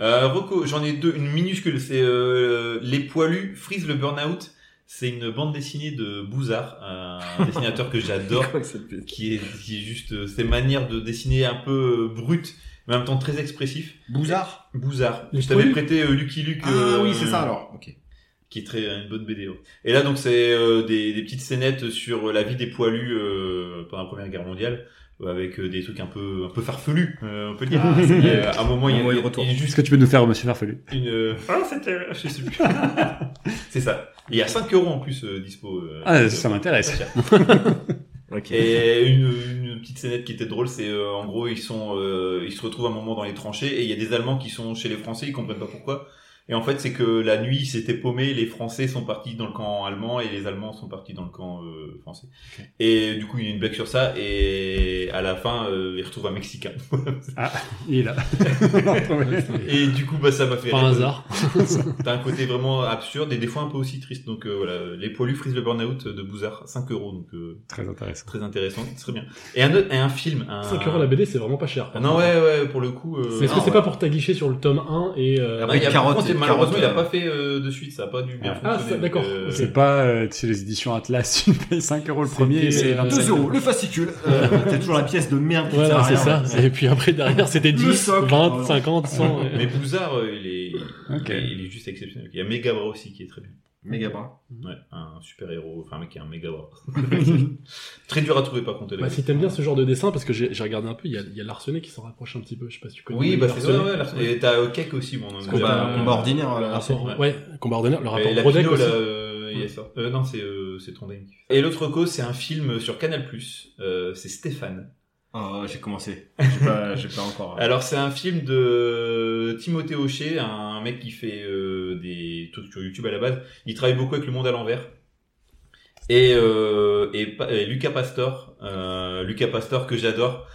D: Euh, Rocco, j'en ai deux, une minuscule, c'est euh, Les Poilus, Freeze le Burnout. C'est une bande dessinée de Bouzard, un dessinateur que j'adore,
A: Quoi que ça pète.
D: qui est, qui est juste euh, ses manières de dessiner un peu euh, brutes, mais en même temps très expressif.
A: Bouzard.
D: Bouzard.
C: Les
D: Je t'avais
C: Poilus
D: prêté euh, Lucky Luke.
A: Ah
D: euh,
A: oui, c'est ça alors. Ok.
D: Qui est très euh, une bonne BD. ouais. Et là donc c'est euh, des, des petites scénettes sur euh, la vie des Poilus euh, pendant la Première Guerre mondiale. euh, Avec euh, des trucs un peu un peu farfelus, euh, on peut le dire.
B: Ah,
D: Et, euh, à un moment, il y
A: Un moyen
D: a,
A: de retour.
D: il y a juste
B: Est-ce que tu peux nous faire Monsieur Farfelu
D: une. euh, Ah, c'était. Je sais plus. c'est ça. Et Il y a 5 euros en plus euh, dispo. euh,
B: Ah,
D: euh,
B: ça m'intéresse.
A: Ok.
D: Et une, une petite scénette qui était drôle, c'est euh, en gros ils sont, euh, ils se retrouvent un moment dans les tranchées et il y a des Allemands qui sont chez les Français, ils comprennent pas pourquoi. Et en fait, c'est que la nuit ils s'étaient paumés, les Français sont partis dans le camp allemand et les Allemands sont partis dans le camp euh, français. Et du coup, il y a une blague sur ça et à la fin, euh, ils retrouvent un Mexicain.
B: Il est là.
D: et du coup, bah ça m'a fait.
C: Par
D: rire.
C: hasard.
D: T'as un côté vraiment absurde et des fois un peu aussi triste. Donc euh, voilà, les poilus frisent le burn-out de Bouzard, 5 euros, donc euh,
B: Très intéressant.
D: très intéressant, c'est très bien. Et un, autre- et un film.
A: Ah.
D: Un...
C: 5 euros la BD, c'est vraiment pas cher.
D: Ah Non ouais ouais pour le coup. euh,
C: Mais Est-ce que
A: Non,
C: c'est
A: ouais.
C: pas pour t'aguicher sur le tome 1 et. euh,
A: Après,
D: il y a-
A: carotte,
D: par contre,
A: et
D: malheureusement il a
A: carotte,
D: pas fait euh, de suite, ça a pas dû bien
B: Ah,
D: fonctionner.
C: c'est-
D: donc,
C: d'accord.
D: euh,
C: Ok.
B: C'est pas euh, tu sais, les éditions Atlas, tu payes 5 euros le premier et c'est
C: C'était, euh,
B: 25
A: 2 euros, le fascicule. Euh, T'as toujours la pièce de merde qui sert
C: Voilà,
A: à
C: c'est
A: rien.
C: ça. Et puis après, derrière, c'était
A: Le
C: 10,
A: socle.
C: 20, 50, 100. euh.
D: Mais Bouzard euh, il est il est-
B: Ok.
D: il est juste exceptionnel. Il y a Megabra aussi qui est très bien.
A: Méga bras.
C: Mhm.
D: Ouais, un super héros, enfin un mec qui a un Megabra. très dur à trouver par contre.
C: Bah, si t'aimes bien ce genre de dessin, parce que j'ai j'ai regardé un peu, il y a, il y a Larsenet qui s'en rapproche un petit peu. Je sais pas si tu connais.
D: Oui bah c'est ça.
C: Larsenet.
D: ouais, ouais, Et t'as euh, Keck aussi mon nom.
C: que
A: Combat,
C: t'as-
A: combat ordinaire.
C: Le
A: là, c'est-
C: rapport,
D: ouais.
C: ouais. combat ordinaire, le rapport
D: Et la
C: Brodeck
D: philo,
C: aussi.
D: là, euh, il y a ça. Euh, non, c'est euh, c'est Trondheim qui fait ça. Et l'autre cause, c'est un film sur Canal+. Euh, c'est Stéphane.
A: Ah, j'ai commencé. J'ai pas, j'ai pas encore. hein.
D: Alors c'est un film de Timothée Hochet, un mec qui fait euh, des trucs sur YouTube à la base. Il travaille beaucoup avec Le Monde à l'envers. Et, euh, et, pa- et Lucas Pastor, euh, Lucas Pastor que j'adore,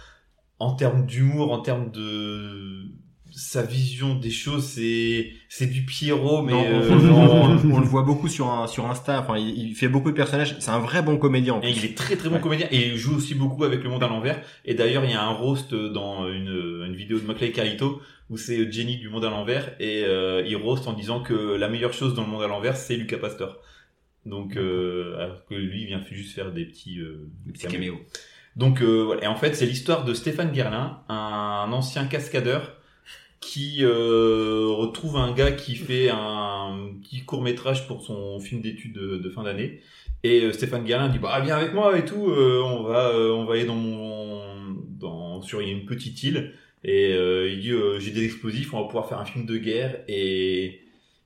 D: en termes d'humour, en termes de sa vision des choses, c'est c'est du Pierrot, mais
A: Non,
D: euh,
A: on,
D: en-
A: on- on le voit beaucoup sur un sur Insta. Enfin, il, il fait beaucoup de personnages. C'est un vrai bon comédien. en
D: Et
A: plus.
D: il est très très bon
A: Ouais.
D: comédien et il joue aussi beaucoup avec le monde à l'envers. Et d'ailleurs, il y a un roast dans une, une vidéo de Maclay Carito où c'est Jenny du monde à l'envers et euh, il roast en disant que la meilleure chose dans le monde à l'envers c'est Lucas Pasteur. Donc euh, alors que lui il vient juste faire des petits, euh,
A: Des petits caméos.
D: Donc euh, voilà. Et en fait, c'est l'histoire de Stéphane Guerlin, un ancien cascadeur qui euh, retrouve un gars qui fait un petit court métrage pour son film d'études de, de fin d'année. Et euh, Stéphane Guerlin dit bah viens avec moi et tout, euh, on va euh, on va aller dans mon dans sur une petite île et euh, il dit euh, j'ai des explosifs, on va pouvoir faire un film de guerre et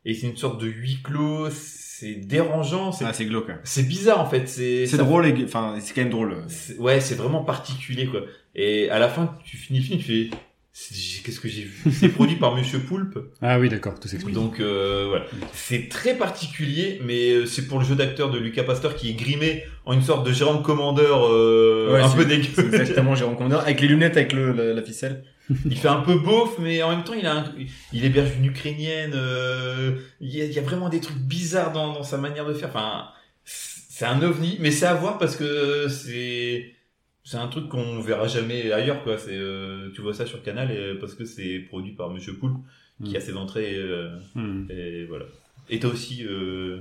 D: et c'est une sorte de huis clos, c'est dérangeant, c'est
A: Ah, c'est glauque. hein.
D: c'est bizarre en fait, c'est
A: C'est
D: ça-
A: drôle. et- Enfin, c'est quand même drôle.
D: c'est- ouais, c'est vraiment particulier quoi. Et à la fin tu finis le film, tu fais C'est- j'ai- qu'est-ce que j'ai vu C'est produit par Monsieur Poulpe.
B: Ah oui, d'accord, tout s'explique.
D: Donc euh, voilà, c'est très particulier, mais euh, c'est pour le jeu d'acteur de Lucas Pasteur qui est grimé en une sorte de Jérôme Commandeur euh,
A: Ouais,
D: un peu
A: C'est
D: dégueu.
A: exactement Jérôme Commandeur avec les lunettes, avec le, la, la ficelle.
D: Il fait un peu beauf, mais en même temps il a, un- il héberge une Ukrainienne. euh, il, y a, il y a vraiment des trucs bizarres dans, dans sa manière de faire. Enfin, c'est un ovni, mais c'est à voir parce que c'est c'est un truc qu'on verra jamais ailleurs quoi. C'est euh, tu vois ça sur Canal et, euh, parce que c'est produit par Monsieur Poulpe
A: Mm.
D: qui a ses entrées. euh,
B: Hmm.
D: Et voilà. Et t'as aussi, euh,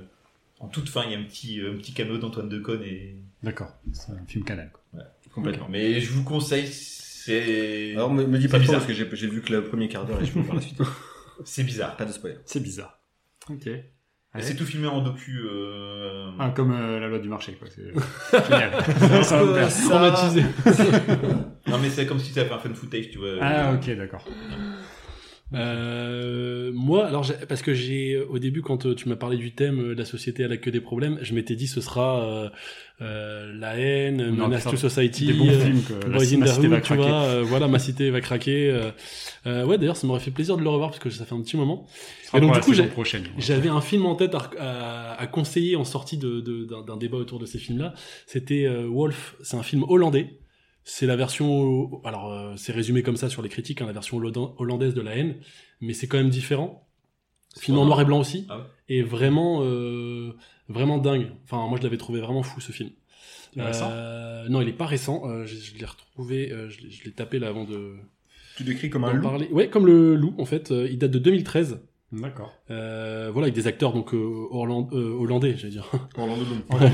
D: en toute fin, il y a un petit, euh, un petit cameo d'Antoine Deconne et.
B: D'accord, c'est un film canal. quoi.
A: complètement.
D: Mais je vous conseille, c'est
A: Alors, me, me dis pas
D: C'est
A: trop
D: bizarre.
A: parce que j'ai j'ai vu que le premier quart d'heure et je peux voir la suite.
D: c'est bizarre.
A: Pas de spoiler.
B: C'est bizarre. Ok.
D: Et C'est tout filmé en docu. euh,
B: Ah, comme euh, la loi du marché, quoi. C'est génial. Ça, ça me plaît.
C: Traumatisé.
D: Non mais c'est comme si t'avais fait un fun footage, tu vois.
B: Ah, ok, d'accord.
C: Euh, moi, alors j'ai- parce que j'ai au début quand euh, tu m'as parlé du thème euh, la société à la queue des problèmes, je m'étais dit ce sera euh, euh, la haine,
B: Non,
C: Menace
B: putain,
C: to Society,
B: Des bons
C: euh,
B: films que la,
C: Boys in
B: la
C: the
B: cité va
C: Hood, tu
B: craquer.
C: vois, euh, voilà ma cité va craquer. euh. Euh, ouais, d'ailleurs ça m'aurait fait plaisir de le revoir parce que ça fait un petit moment.
B: Ce sera
C: Et
B: pour
C: donc, du
B: la
C: coup,
B: saison
C: j'ai-
B: prochaine. ouais.
C: J'avais un film en tête à, à- à conseiller en sortie de- de- d'un d'un débat autour de ces films-là. C'était euh, Wolf. C'est un film hollandais. C'est la version, alors euh, c'est résumé comme ça sur les critiques, hein, la version holland- hollandaise de la haine, mais c'est quand même différent. Film en noir et blanc aussi,
D: Ah ouais.
C: et vraiment, euh, vraiment dingue. Enfin, moi je l'avais trouvé vraiment fou ce film.
B: Il est récent
C: Euh, non, il est pas récent. Euh, je je l'ai retrouvé, euh, je l'ai- je l'ai tapé là avant de
A: Tu décris comme un
C: d'en
A: loup.
C: parler. Ouais, comme le loup en fait. Euh, il date de 2013.
B: D'accord.
C: Euh, voilà, avec des acteurs donc euh, orlan- euh, hollandais, j'allais dire.
A: Orlando Bloom.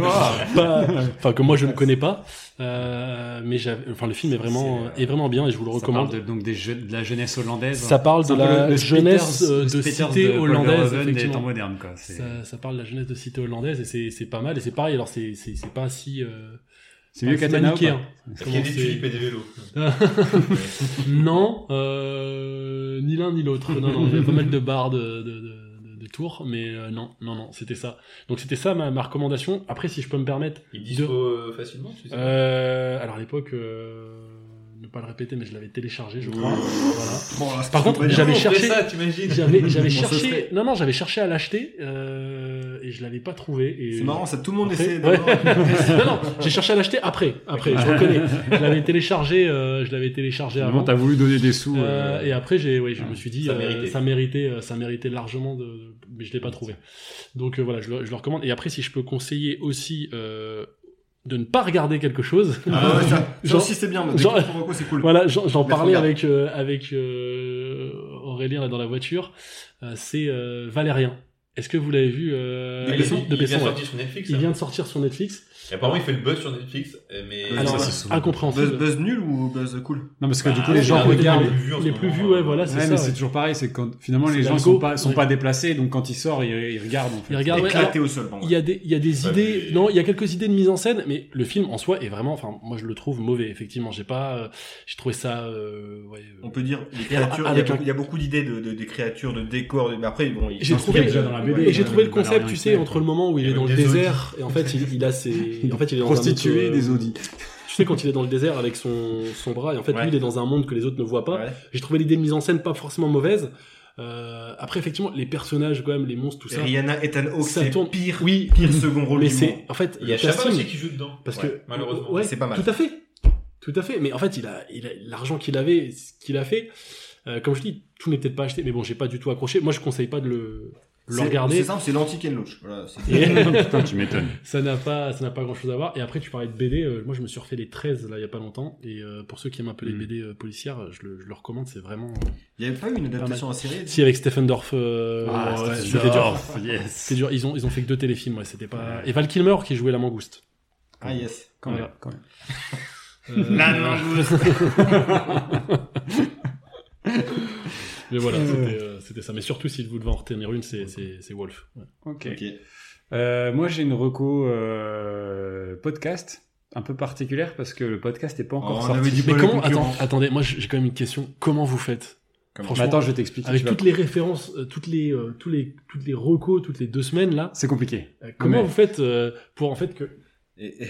A: Ah,
C: Pas- Enfin, que moi je ne connais pas, Euh, mais j'avais- enfin le film est vraiment
B: C'est, euh,
C: est vraiment bien et je vous le
B: Ça parle
C: recommande.
B: de, donc des je- de la jeunesse hollandaise.
C: Ça parle de
B: C'est un peu
C: la
B: le- le
C: jeunesse
B: Spitters-
C: euh,
B: le
C: de
B: Spitters
C: cité
B: Paul
C: hollandaise,
B: Verhoeven des
C: effectivement.
B: temps modernes, quoi. C'est-
C: Ça, ça parle de la jeunesse de cité hollandaise et c'est c'est pas mal et c'est pareil. Alors c'est c'est c'est pas si euh,
B: C'est mieux
C: pas si
B: qu'Athéna ou
C: manichéen.
B: pas
D: Il y a des
C: Comment
D: tulipes
C: c'est-
D: et des vélos.
C: Non, euh, ni l'un ni l'autre. Non, non, il y a pas mal de barres de, de, de, de- de tours, mais euh, non, non, non, c'était ça. Donc c'était ça ma, ma recommandation. Après, si je peux me permettre,
D: Ils disent euh, facilement, tu sais.
C: euh, alors à l'époque, euh, ne pas le répéter, mais je l'avais téléchargé, je crois.
A: Ouais.
C: Voilà.
A: Oh, là, c'est
C: Par
A: trop
C: contre,
A: bien.
C: j'avais
D: Comment on fait
C: cherché-
D: ça, t'imagines
C: J'avais, j'avais
A: On se
C: cherché.
A: fait.
C: Non, non, j'avais cherché à l'acheter euh, et je l'avais pas trouvé. Et
A: C'est marrant, ça tout le monde
C: Après-
A: essaie
C: Ouais.
A: d'avoir.
C: non, non, j'ai cherché à l'acheter après. Après, je reconnais. Je l'avais téléchargé. euh, je l'avais téléchargé
B: Finalement,
C: avant.
B: hein. t'as voulu donner des sous.
C: Euh,
B: euh,
C: et après, j'ai, ouais, je
B: ouais,
C: me suis dit,
D: ça
C: euh,
D: méritait.
C: ça méritait, euh, ça méritait largement de, de- mais je l'ai pas trouvé. Donc euh, voilà, je le, je le recommande. Et après, si je peux conseiller aussi euh, de ne pas regarder quelque chose.
A: Ah ouais, ça, ça
C: Genre-
A: aussi c'est bien. Dès
C: genre-
A: que tu trouves un coup, c'est cool.
C: Voilà, j'en j'en
A: Mais
C: parlais
A: regarde.
C: avec euh, avec euh, Aurélien là dans la voiture. Euh, c'est euh, Valérien. Est-ce que vous l'avez vu euh,
D: Il-
C: à
D: il-
C: l'époque
D: Il vient
C: Besson, ouais.
D: sortir sur Netflix.
C: Il
D: hein.
C: vient de sortir sur Netflix.
D: Et apparemment, il fait le buzz sur Netflix, euh, mais
A: Ouais,
C: Alors
B: Ah, ça, c'est souvent-
A: Buzz,
C: incompréhensible.
A: buzz nul ou buzz cool
B: Non, parce que du
D: Bah,
B: coup, les
D: c'est
B: gens
D: un peu
B: regardent.
D: les plus vus en ce
C: les plus
D: moment,
C: vus,
D: euh.
C: ouais, voilà,
B: Ouais,
C: c'est
B: mais
C: ça. ouais.
B: c'est toujours pareil, c'est quand finalement
C: C'est
B: les gens
C: l'algo,
B: sont pas sont
C: ouais.
B: pas déplacés, donc quand ils sortent, ils, ils regardent en fait.
C: Ils regardent, ouais, alors,
A: Éclaté au sol. bon,
C: Il
A: ouais.
C: y a des, il y a des
D: Ouais,
C: idées,
D: mais-
C: non, il y a quelques idées de mise en scène, mais le film en soi est vraiment, enfin, moi je le trouve mauvais, effectivement. J'ai pas, euh, j'ai trouvé ça, euh, ouais, euh,
A: On peut dire les créatures. Il y a,
C: avec
A: beaucoup-
C: un-
A: il y a beaucoup d'idées de, de- des créatures, de décors. de- Mais après, bon, ils
C: J'ai
A: ils sont
C: trouvé-
A: déjà dans la BD.
C: Et j'ai
B: ouais,
C: trouvé le
B: ouais,
C: concept,
B: Valérien
C: tu sais,
B: Clerc,
C: entre
B: quoi.
C: le moment où il est
D: Avec
C: dans le
D: des
C: désert, et en fait, il, il a ses, en fait, il est dans un autre,
B: Prostituées,
C: euh,
B: des audits.
C: Tu sais, quand il est dans le désert avec son, son bras, et en fait,
A: Ouais.
C: lui, il est dans un monde que les autres ne voient pas.
A: Ouais.
C: J'ai trouvé l'idée de mise en scène pas forcément mauvaise. Euh, après, effectivement, les personnages, quand même, les monstres, tout ça.
A: Rihanna, Ethan Hawke,
C: ça
A: c'est
C: tourne-
A: pire,
C: Oui,
A: pire second rôle
C: mais
A: du monde.
C: c'est, en fait,
D: Il y a
C: le
D: Chabat
C: casting-
D: aussi qui joue dedans.
C: Parce
A: Ouais,
C: que
D: malheureusement.
C: ouais,
A: C'est pas mal.
C: Tout à fait, tout à fait. Mais en fait, il a, il a- l'argent qu'il avait, ce qu'il a fait. euh, comme je dis, tout n'est peut-être pas acheté, mais bon, j'ai pas du tout accroché. Moi, je conseille pas de le, le
A: C'est-
C: regarder.
A: C'est simple, c'est l'anti-Ken Loach. Voilà, c'est-
C: Et
B: Putain, tu m'étonnes.
C: ça n'a pas, ça n'a pas grand-chose à voir. Et après, tu parlais de BD. euh, moi, je me suis refait les 13 là il y a pas longtemps. Et euh, pour ceux qui aiment un peu les
B: Mhm.
C: BD euh, policières, euh, je le, je le recommande. C'est vraiment.
A: Il y avait pas eu une adaptation en série
C: Si avec Stephen Dorff, euh,
B: Ah,
C: ouais,
B: Stephen
C: c'était dur.
B: Dorff, yes.
C: C'est dur. Ils ont, ils ont fait que deux téléfilms. Ouais, c'était pas. Et Val Kilmer qui jouait la mangouste.
A: Ah yes.
B: Quand même,
C: Voilà.
B: quand même.
C: Euh,
A: mangouste.
C: Mais voilà,
B: Euh.
C: c'était, euh, c'était ça. Mais surtout, si vous devez en retenir une, c'est, c'est, c'est Wolf. Ouais.
B: Ok.
A: Ok.
B: Euh, moi, j'ai une reco euh, podcast un peu particulière parce que le podcast n'est pas encore
A: Oh, on
B: sorti.
A: avait dit
C: Mais
A: Bon,
C: comment
A: le concurrent.
C: attends, Attendez, moi j'ai j'ai quand même une question. Comment vous faites
A: Comment
B: Mais
C: Franchement,
B: attends, je vais t'expliquer.
C: avec
B: tu vas-
C: toutes les références, euh, toutes les, euh, tous les, toutes les recos, toutes les deux semaines là,
B: C'est compliqué.
C: euh, comment
B: Mais-
C: vous faites euh, pour en fait que,
A: Et, et-